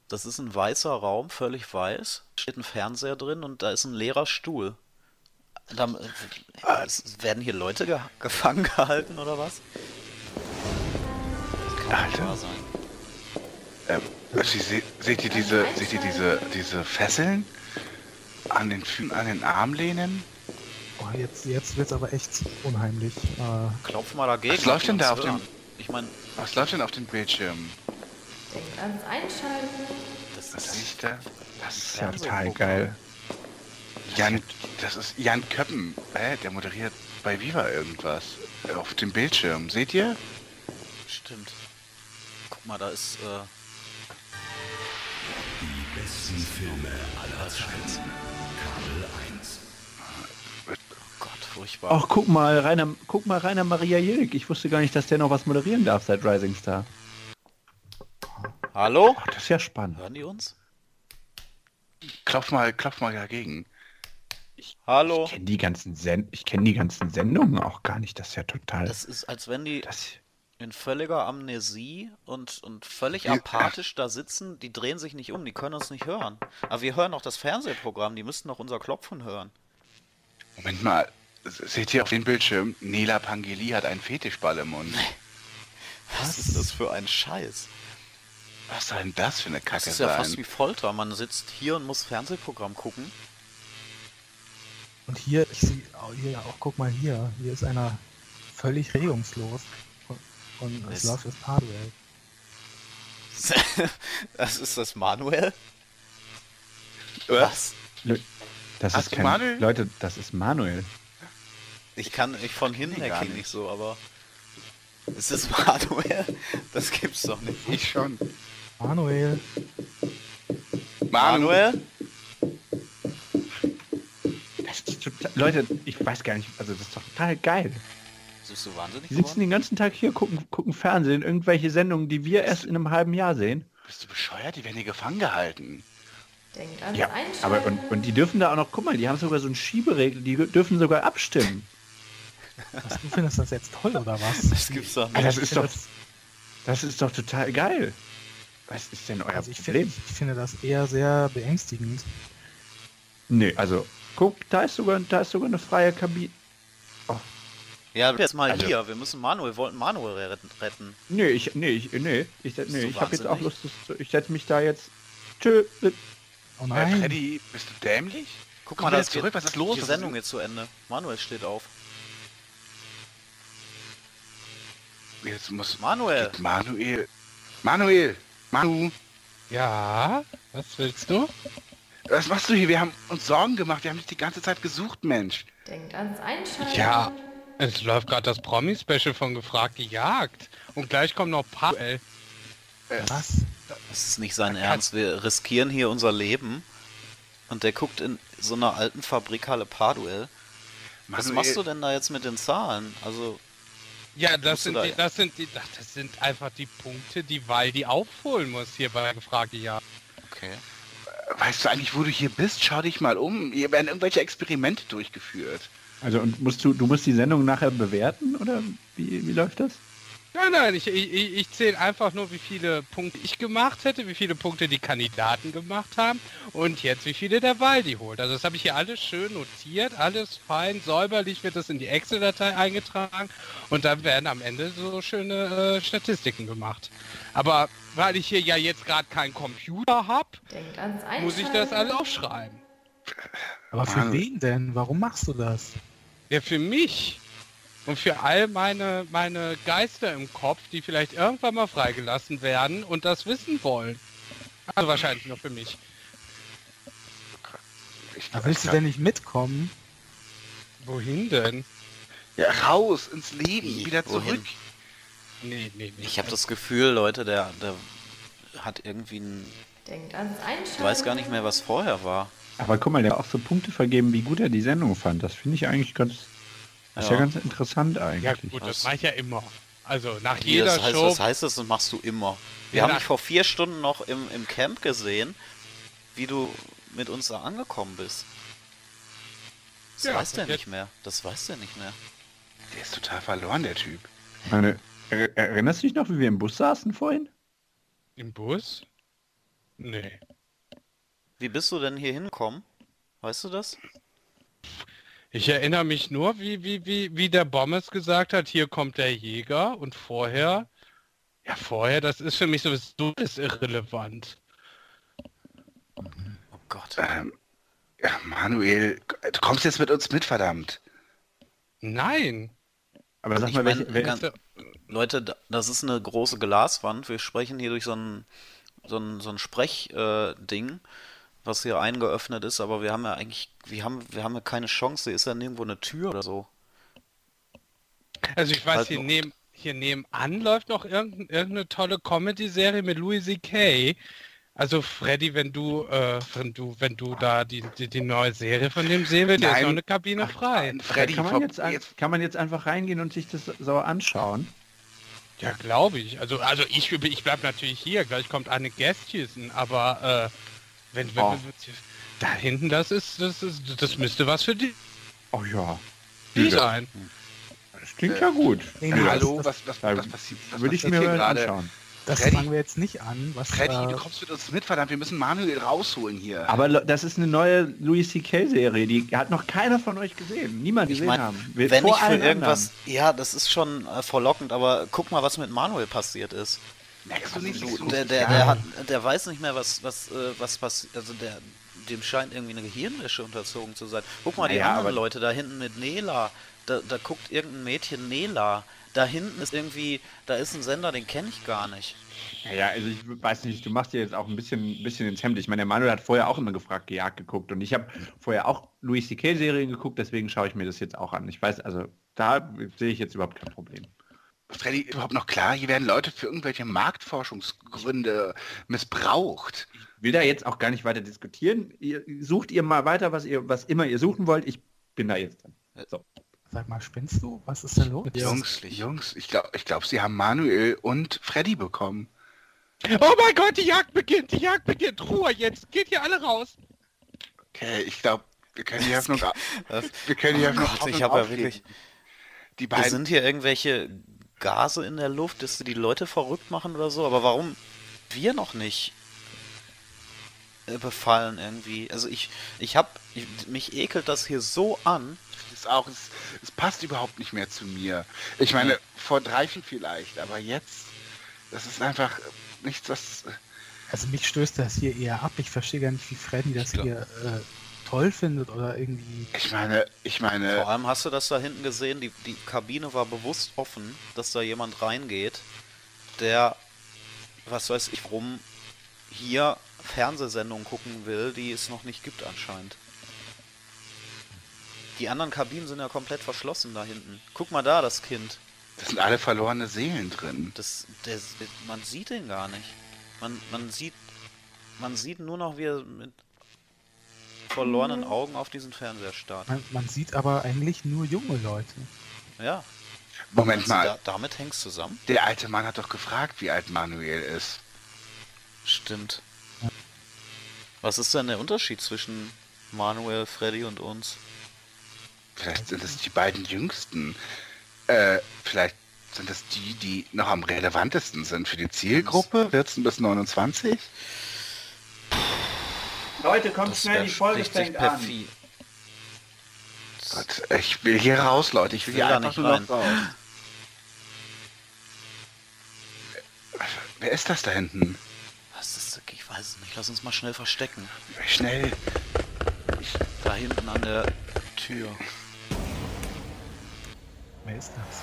Das ist ein weißer Raum, völlig weiß. Steht ein Fernseher drin und da ist ein leerer Stuhl. Dann, äh, es werden hier Leute ge gefangen gehalten oder was? Das kann nicht
Alter.
wahr sein.
Ähm, sie, se- seht ihr diese, seht ihr diese, diese Fesseln an den, Fü- an den Armlehnen?
Boah, jetzt, jetzt wird's aber echt unheimlich. Äh,
Klopf mal dagegen.
Was läuft
die
denn
uns
da auf dem-
hören. Ich meine,
Was läuft denn auf dem Bildschirm?
Denkt ans Einschalten.
das
Was
ist
ist da? Das ist ja
Fernsehprogramm.
total geil. Jan, das ist Jan Köppen. Hä? Der moderiert bei Viva irgendwas. Auf dem Bildschirm. Seht ihr?
stimmt. Guck mal, da ist. Äh, Oh Gott, furchtbar.
Ach, guck mal, Rainer, guck mal, Rainer Maria Jilk. Ich wusste gar nicht, dass der noch was moderieren darf seit Rising Star.
Hallo?
Ach, das ist ja spannend.
Hören die uns?
Klopf mal, klopf mal dagegen.
Hallo?
Ich kenne die, ganzen Sen- ich kenn die ganzen Sendungen auch gar nicht. Das ist ja total.
Das ist, als wenn die
das,
in völliger Amnesie und, und völlig
Ja.
apathisch da sitzen. Die drehen sich nicht um, die können uns nicht hören. Aber wir hören auch das Fernsehprogramm, die müssten doch unser Klopfen hören.
Moment mal. Seht ihr auf dem Bildschirm? Nela Pangeli hat einen Fetischball im Mund.
Was ist das für ein Scheiß?
Was soll denn das für eine
Das
Kacke
ist ja fast
sein?
wie Folter. Man sitzt hier und muss Fernsehprogramm gucken.
und hier, ich sehe, hier, auch guck mal hier, hier ist einer völlig regungslos. Und, und es
Was?
läuft das Paarduell.
(laughs) Das ist das Manuel?
Äh,
Was?
Le- das
Hast
ist
du
kein.
Manuel?
Leute, das ist Manuel.
Ich kann nicht von hinten
kenn ihn
her
gar
klingt
nicht.
nicht so, aber. Ist (laughs) das Manuel? Das gibt's doch nicht.
Ich schon.
Manuel,
Manuel?
Manuel?
Das ist total, Leute, ich weiß gar nicht. Also, das ist doch total geil.
Bist du wahnsinnig
Die sitzen
geworden?
den ganzen Tag hier, gucken, gucken Fernsehen, irgendwelche Sendungen, die wir erst in einem halben Jahr sehen.
Bist du bescheuert? Die werden hier gefangen gehalten.
Denkt ans
Ja,
Einschalten.
aber und, und die dürfen da auch noch, guck mal, die haben sogar so einen Schieberegel, die dürfen sogar abstimmen.
was, du findest das jetzt toll oder was?
(laughs)
Also
Das gibt's doch
Alter, das
nicht.
ist doch, das ist doch total geil. Was ist denn euer
Also ich, finde,
Problem?
ich finde das eher sehr beängstigend.
Nee, also, guck, da ist sogar, da ist sogar eine freie Kabine.
Ja, jetzt mal
Also-
hier. Wir müssen Manuel, wollten Manuel retten. retten.
Nee, ich, nee, ich, nee, ich, nee,
du
ich habe jetzt auch
wahnsinnig?
Lust, das zu- ich setze mich da jetzt. Tschö.
Oh
Äh,
nein,
Freddy, bist du dämlich?
Guck
Komm
mal,
wieder
da ist
zurück, was ist los?
Die
Was
Sendung jetzt zu Ende. Manuel steht auf.
Jetzt muss
Manuel!
geht Manuel. Manuel! Manu!
Ja, was willst du?
Was machst du hier? Wir haben uns Sorgen gemacht. Wir haben dich die ganze Zeit gesucht, Mensch.
Denkt ans Einschalten.
Ja, es läuft gerade das Promi-Special von Gefragt gejagt. Und gleich kommt noch paar. Ey,
was?
Das ist nicht sein Ernst. Wir riskieren hier unser Leben. Und der guckt in so einer alten Fabrikhalle Parduel. Was
Manuel,
machst du denn da jetzt mit den Zahlen? Also,
Ja,
musst
das
du
sind,
da-
die, das sind die, ach, das sind einfach die Punkte, die Waldi aufholen muss hier bei Gefragt gejagt.
okay.
Weißt du eigentlich, wo du hier bist? Schau dich mal um. Hier werden irgendwelche Experimente durchgeführt.
Also und musst du, du musst die Sendung nachher bewerten oder wie, wie läuft das?
Nein, nein, ich, ich, ich ich zähle einfach nur, wie viele Punkte ich gemacht hätte, wie viele Punkte die Kandidaten gemacht haben und jetzt wie viele der Waldi holt. Also das habe ich hier alles schön notiert, alles fein, säuberlich wird das in die Excel-Datei eingetragen und dann werden am Ende so schöne äh, Statistiken gemacht. Aber weil ich hier ja jetzt gerade keinen Computer habe,
Denkt ans Einschalten.
muss ich das alles aufschreiben.
Aber für
Manuel.
wen denn? Warum machst du das?
Ja, für mich und für all meine, meine Geister im Kopf, die vielleicht irgendwann mal freigelassen werden und das wissen wollen. Also wahrscheinlich nur für mich.
Ich,
Da willst du denn nicht mitkommen?
Wohin denn?
Ja, raus ins Leben,
Wie?
wieder zurück.
Wohin?
Nee, nee, nee.
Ich habe das Gefühl, Leute, der, der hat irgendwie ein.
Denkt ans
Ich
Einschalten.
weiß gar nicht mehr, was vorher war.
Aber guck mal, der hat auch so Punkte vergeben, wie gut er die Sendung fand. Das finde ich eigentlich ganz, das ist ja
Ja.
ganz interessant
Ja
eigentlich.
gut,
Was?
das mache ich ja immer. Also nach
Wie,
jeder
das heißt,
Show.
was heißt das? Das machst du immer. Wir
Ja,
haben
na-
dich vor vier Stunden noch im, im Camp gesehen, wie du mit uns da angekommen bist. Das
Ja,
weiß der
und jetzt-
nicht mehr. Das weiß der nicht mehr.
Der ist total verloren, der Typ.
Ich Meine, er, erinnerst du dich noch, wie wir im Bus saßen vorhin?
Im Bus? Nee.
Wie bist du denn hier hingekommen? Weißt du das?
Ich erinnere mich nur, wie, wie, wie, wie der Bommes gesagt hat, hier kommt der Jäger und vorher, ja vorher, das ist für mich sowieso alles irrelevant.
Oh Gott.
Äh,
Ähm, ja, Manuel, du kommst jetzt mit uns mit, verdammt.
Nein.
Aber sag
Ich
mal,
mein,
welche, welche,
ganz- Leute, da- das ist eine große Glaswand. Wir sprechen hier durch so ein, so ein, so ein Sprechding, äh, Ding, was hier eingeöffnet ist, aber wir haben ja eigentlich, wir haben, wir haben ja keine Chance. Hier ist ja nirgendwo eine Tür oder so.
Also ich weiß,
Halt
hier,
noch.
neben, hier nebenan läuft noch irgendein, irgendeine tolle Comedy-Serie mit Louis C.K. Also Freddy, wenn du, äh, wenn du, wenn du da die, die, die neue Serie von dem sehen willst, da ist
Nein.
noch eine Kabine frei.
Freddy,
kann, man
ver-
jetzt, ein- kann man jetzt einfach reingehen und sich das sauer anschauen?
Ja, glaube ich. Also, also ich, ich bleibe natürlich hier. Gleich kommt eine Gästchen, aber äh, wenn, wenn,
Oh.
wenn da hinten, das ist, das ist, das müsste was für die
Oh ja,
die
Ja.
sein.
das klingt ja gut.
Nee, nee,
Äh,
das-
hallo,
das-
was, was,
da
was passiert, was
Würde ich
passiert
mir
hier
mal
gerade?
anschauen.
Das
Freddy.
fangen wir jetzt nicht an. Was äh,
Freddy,
da,
du kommst mit uns mit, verdammt, wir müssen Manuel rausholen hier.
Aber lo- das ist eine neue Louis C.K.-Serie, die hat noch keiner von euch gesehen. Niemand
Ich
gesehen
meine,
haben. Wir-
wenn
vor
ich für
allen
irgendwas.
anderen.
Ja, das ist schon äh, verlockend, aber guck mal, was mit Manuel passiert ist.
merkst du nicht,
Du,
du,
also der, der, der, hat, der weiß nicht mehr, was, was, äh, was passiert. Also der, dem scheint irgendwie eine Gehirnwäsche unterzogen zu sein. Guck mal, die
Naja,
anderen
aber-
Leute da hinten mit Nela. Da, da guckt irgendein Mädchen Nela. Da hinten ist irgendwie, da ist ein Sender, den kenne ich gar nicht.
Naja, also ich weiß nicht, du machst dir jetzt auch ein bisschen, ein bisschen ins Hemd. Ich meine, der Manuel hat vorher auch immer gefragt, gejagt geguckt. Und ich habe vorher auch Louis C.K.-Serien geguckt, deswegen schaue ich mir das jetzt auch an. Ich weiß, also da sehe ich jetzt überhaupt kein Problem.
Freddy, überhaupt noch klar, hier werden Leute für irgendwelche Marktforschungsgründe missbraucht.
will da jetzt auch gar nicht weiter diskutieren. Ihr, sucht ihr mal weiter, was ihr, was immer ihr suchen wollt. Ich bin da jetzt dran.
sag mal, spinnst du? Was ist denn los? mit dir?
Jungs, Jungs, ich glaube, ich glaub, sie haben Manuel und Freddy bekommen.
Oh mein Gott, die Jagd beginnt, die Jagd beginnt. Ruhe jetzt, geht hier alle raus.
Okay, ich glaube, wir können die Hoffnung, au- Äh, wir können die
Oh
Hoffnung
Gott,
auf
ich
und
hab ja
aufgeben.
wirklich-
Die
Es
beiden
sind hier irgendwelche Gase in der Luft, dass sie die Leute verrückt machen oder so, aber warum wir noch nicht äh, befallen irgendwie? Also ich, ich hab, ich, mich ekelt das hier so an.
ist auch, es, es passt überhaupt nicht mehr zu mir. Ich meine, vor drei, vier vielleicht, aber jetzt, das ist einfach nichts, was.
Also mich stößt das hier eher ab. Ich verstehe gar nicht, wie Freddy das
glaub-
hier äh, toll findet oder irgendwie.
Ich meine, ich meine,
Vor allem hast du das da hinten gesehen, die, die Kabine war bewusst offen, dass da jemand reingeht, der, was weiß ich, warum hier Fernsehsendungen gucken will, die es noch nicht gibt anscheinend. Die anderen Kabinen sind ja komplett verschlossen da hinten. Guck mal da, das Kind.
das sind alle verlorene Seelen drin.
Das, das, man sieht den gar nicht. Man, man sieht, man sieht nur noch, wie er mit verlorenen Augen auf diesen Fernseher starrt.
Man, man sieht aber eigentlich nur junge Leute.
Ja.
Moment
Also
mal,
Da, damit hängst zusammen.
der alte Mann hat doch gefragt, wie alt Manuel ist.
Stimmt. Was ist denn der Unterschied zwischen Manuel, Freddy und uns?
Vielleicht sind es die beiden Jüngsten. Äh, vielleicht sind es die, die noch am relevantesten sind für die Zielgruppe, 14 bis 29.
Leute, kommt
Das
schnell, die
wär
Folge
richtig
fängt an.
perfid.
Gott, ich will hier raus, Leute. Ich will,
Ich will
hier
da
einfach
nicht
nur noch
rein.
raus. Wer ist das da hinten?
Was ist das? Ich weiß es nicht. Lass uns mal schnell verstecken.
Schnell.
Da hinten an der Tür.
Wer ist das?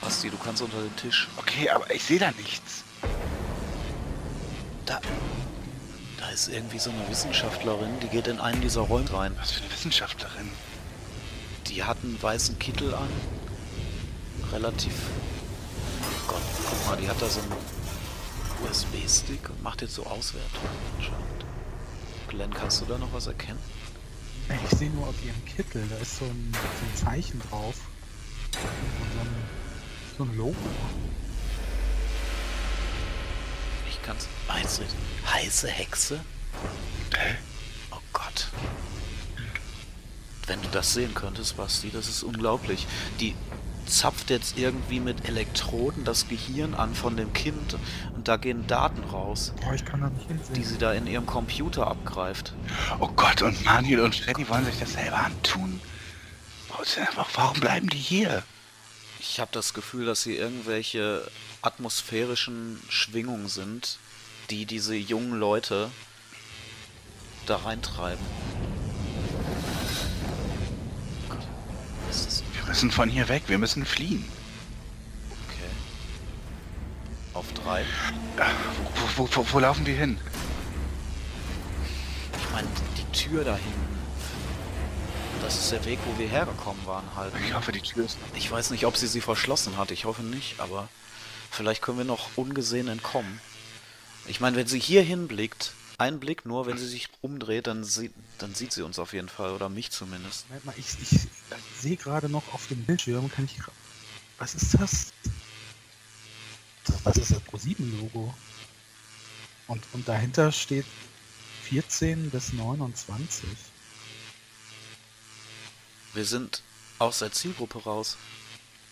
Basti, du kannst unter den Tisch.
Okay, aber ich sehe da nichts.
Da, da ist irgendwie so eine Wissenschaftlerin, die geht in einen dieser Räume rein.
Was für eine Wissenschaftlerin.
Die hat einen weißen Kittel an. Relativ. Oh Gott, guck mal, die hat da so einen USB-Stick und macht jetzt so Auswertung anscheinend. Glenn, kannst du da noch was erkennen?
Ey, Ich sehe nur auf ihrem Kittel, da ist so ein, so ein Zeichen drauf. Und so ein, so ein Logo.
Ich kann's. Ah, jetzt richtig. Heiße Hexe? Oh Gott. Wenn du das sehen könntest, Basti, das ist unglaublich. Die zapft jetzt irgendwie mit Elektroden das Gehirn an von dem Kind und da gehen Daten raus,
Boah, ich kann da nicht hinsehen.
die sie da in ihrem Computer abgreift.
Oh Gott, und Manuel und Freddy wollen sich das selber antun? Warum bleiben die hier?
Ich habe das Gefühl, dass sie irgendwelche atmosphärischen Schwingungen sind, die diese jungen Leute da reintreiben. Gott, was ist
Wir müssen von hier weg, wir müssen fliehen.
das? Okay. Auf drei.
Wo, wo, wo, wo laufen wir hin?
Ich meine, die Tür da hinten. Das ist der Weg, wo wir hergekommen waren halt.
Ich hoffe, die Tür ist.
Ich weiß nicht, ob sie sie verschlossen hat. Ich hoffe nicht, aber vielleicht können wir noch ungesehen entkommen. Ich meine, wenn sie hier hinblickt, ein Blick nur, wenn sie sich umdreht, dann, sie, dann sieht sie uns auf jeden Fall oder mich zumindest.
Moment mal, ich, ich sehe gerade noch auf dem Bildschirm, kann ich. gra- Was ist das? Das- Das ist das ProSieben-Logo. Und, und dahinter steht 14 bis 29.
Wir sind aus der Zielgruppe raus.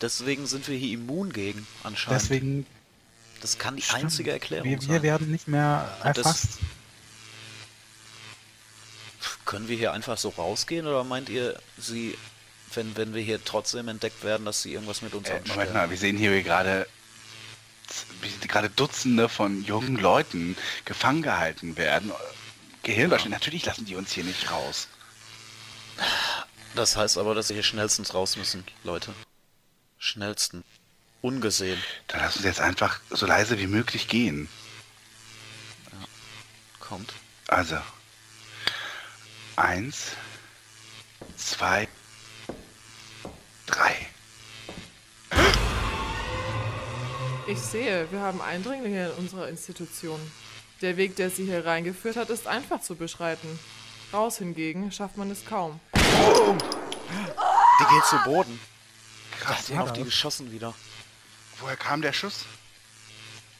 Deswegen sind wir hier immun gegen anscheinend.
Deswegen,
das kann die
stimmt.
einzige Erklärung
wir, wir
sein.
werden nicht mehr
Und das-
erfasst.
Pff, Können wir hier einfach so rausgehen oder meint ihr, sie, wenn, wenn wir hier trotzdem entdeckt werden, dass sie irgendwas mit uns
Äh,
anstellen?
Moment mal, wir sehen hier gerade wir sehen gerade Dutzende von jungen Leuten gefangen gehalten werden. Gehirnwaschen, natürlich lassen die uns hier nicht raus.
Das heißt aber, dass wir hier schnellstens raus müssen, Leute. Schnellsten. Ungesehen.
Dann lass uns jetzt einfach so leise wie möglich gehen.
Kommt.
Also. Eins, zwei, drei.
Ich sehe, wir haben Eindringlinge in unserer Institution. Der Weg, der sie hier reingeführt hat, ist einfach zu beschreiten. Raus hingegen schafft man es kaum.
Die geht zu Boden.
Krass,
Die haben auf die geschossen wieder.
woher kam der Schuss?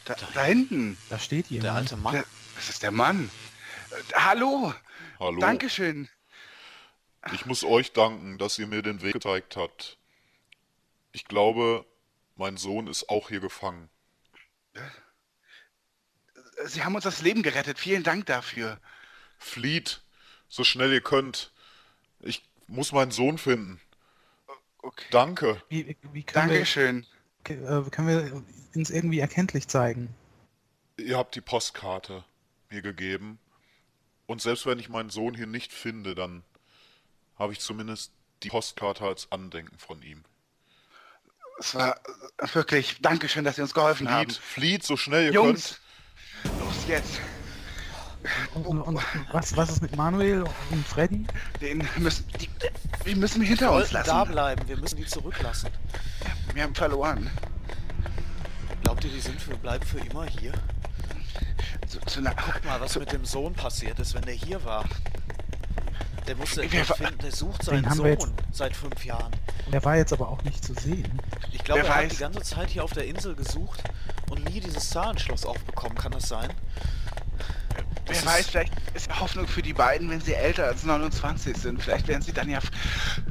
Da, da hinten.
Da steht jemand.
Der alte Mann.
Der, das ist der Mann. Äh, Hallo.
Hallo.
Dankeschön.
Ich muss euch danken, dass ihr mir den Weg gezeigt habt. Ich glaube, mein Sohn ist auch hier gefangen.
Äh, Sie haben uns das Leben gerettet. Vielen Dank dafür.
Flieht, so schnell ihr könnt. Ich muss meinen Sohn finden.
Okay.
Danke.
Wie, wie können, wir,
Dankeschön.
k- äh, können wir uns irgendwie erkenntlich zeigen?
Ihr habt die Postkarte mir gegeben. Und selbst wenn ich meinen Sohn hier nicht finde, dann habe ich zumindest die Postkarte als Andenken von ihm.
Es war äh, wirklich Dankeschön, dass Sie uns geholfen
Flieht, flieht so schnell ihr
haben. Jungs, los jetzt.
Und, und, und was, was ist mit Manuel und Freddy?
Den müssen, die, wir müssen hinter
Wir
uns
sollten da
lassen.
bleiben. Wir müssen die zurücklassen.
Wir haben verloren.
Glaubt ihr, die sind für, bleiben für immer hier?
Zu, zu einer,
Guck mal, was mit dem Sohn passiert ist, wenn der hier war. Der musste
Wir
der,
ver-
finden, der sucht seinen
haben wir jetzt-
Sohn seit fünf Jahren.
Der war jetzt aber auch nicht zu sehen.
Ich glaube,
Wer
er
weiß.
hat die ganze Zeit hier auf der Insel gesucht und nie dieses Zahlenschloss aufbekommen. Kann das sein?
wer
Das
weiß,
ist-
vielleicht ist Hoffnung für die beiden, wenn sie älter als 29 sind. Vielleicht werden sie dann ja f-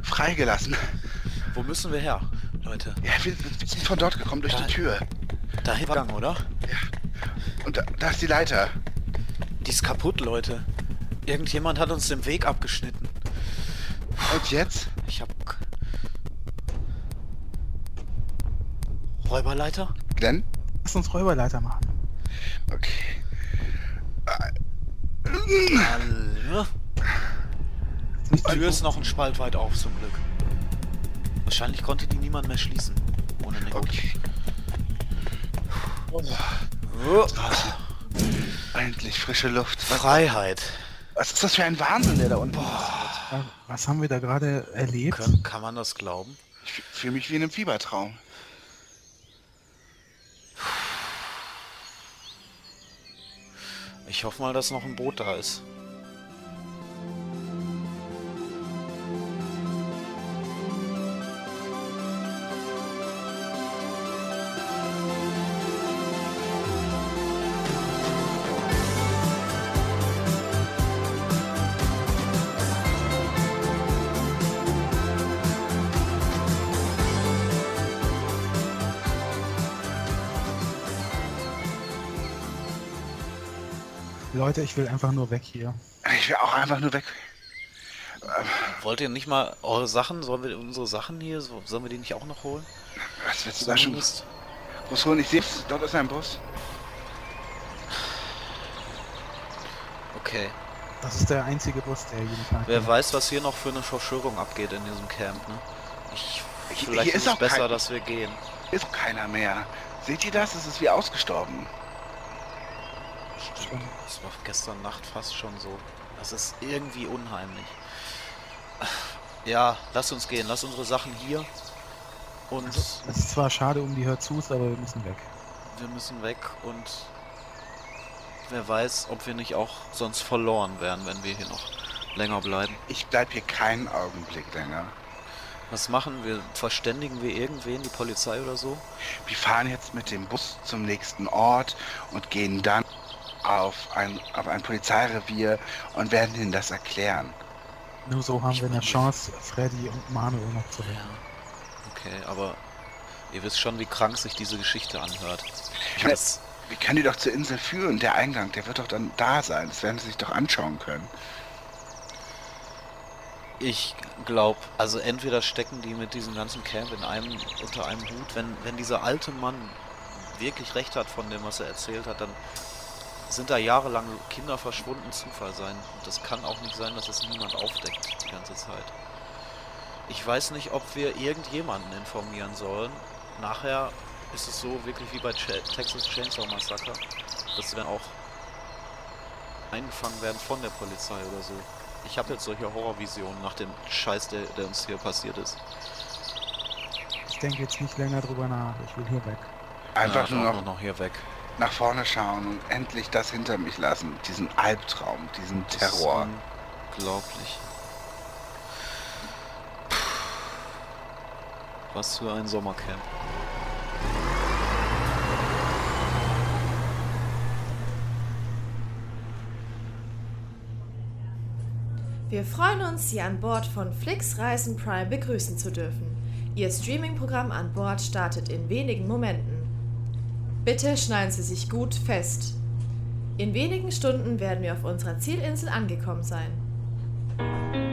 freigelassen.
Wo müssen wir her, Leute?
Ja, wir, wir sind von dort gekommen, durch
Ja.
die Tür.
Dahin Gang, oder?
Und da, da ist die Leiter.
Die ist kaputt, Leute. Irgendjemand hat uns den Weg abgeschnitten.
Und jetzt?
Ich hab. k- Räuberleiter?
Glenn?
Lass uns Räuberleiter machen.
Okay.
Alle. Die Tür ist noch ein Spalt weit auf, zum Glück. Wahrscheinlich konnte die niemand mehr schließen. Ohne den
Okay.
Oh,
Endlich frische Luft. Was,
Freiheit.
was ist das für ein Wahnsinn, der da unten
Äh, Was haben wir da gerade erlebt?
Kann, kann man das glauben?
Ich fühle mich wie in einem Fiebertraum.
Ich hoffe mal, dass noch ein Boot da ist.
Leute, ich will einfach nur weg hier.
Ich will auch einfach nur weg.
Wollt ihr nicht mal eure Sachen? Sollen wir unsere Sachen hier? so- Sollen wir die nicht auch noch holen?
Was willst du da schon groß holen? Ich sehe dort ist ein Bus.
Okay.
Das ist der einzige Bus, der jeden Tag.
Wer weiß, was hier noch für eine Verschwörung abgeht in diesem Camp, ne? Ich,
Hier-
vielleicht
hier
ist
ist
es
auch
besser,
kein-
dass wir gehen.
Ist keiner mehr. Seht ihr das? Es ist wie ausgestorben.
Stimmt. Das war gestern Nacht fast schon so. Das ist irgendwie unheimlich. Ja, lasst uns gehen. Lasst unsere Sachen hier. Und
Also,
Es ist zwar schade um die Hörzus, aber wir müssen weg.
wir müssen weg und wer weiß, ob wir nicht auch sonst verloren werden, wenn wir hier noch länger bleiben.
Ich bleib hier keinen Augenblick länger.
Was machen wir? Verständigen wir irgendwen, die Polizei oder so?
Wir fahren jetzt mit dem Bus zum nächsten Ort und gehen dann auf ein, auf ein Polizeirevier und werden ihnen das erklären.
Nur so haben
Ich
wir eine
meine-
Chance, Freddy und Manuel noch zu retten.
Okay, aber ihr wisst schon, wie krank sich diese Geschichte anhört.
Ich meine,
Das-
wir können die doch zur Insel führen. Der Eingang, der wird doch dann da sein. Das werden sie sich doch anschauen können.
Ich glaube, also entweder stecken die mit diesem ganzen Camp in einem, unter einem Hut, wenn, wenn dieser alte Mann wirklich recht hat von dem, was er erzählt hat, dann sind da jahrelang Kinder verschwunden, Zufall sein. Und das kann auch nicht sein, dass es niemand aufdeckt die ganze Zeit. Ich weiß nicht, ob wir irgendjemanden informieren sollen. Nachher ist es so wirklich wie bei Ch Texas Chainsaw Massacre, dass wir dann auch eingefangen werden von der Polizei oder so. Ich habe jetzt solche Horrorvisionen nach dem Scheiß, der, der uns hier passiert ist.
Ich denke jetzt nicht länger drüber nach. Ich will hier weg.
Einfach
Ja,
nur
dann
noch
auch noch hier weg.
nach vorne schauen und endlich das hinter mich lassen. Diesen Albtraum, diesen
Das ist
Terror.
Unglaublich. Was für ein Sommercamp.
Wir freuen uns, Sie an Bord von Flix Reisen Prime begrüßen zu dürfen. Ihr Streaming-Programm an Bord startet in wenigen Momenten. Bitte schneiden Sie sich gut fest. In wenigen Stunden werden wir auf unserer Zielinsel angekommen sein.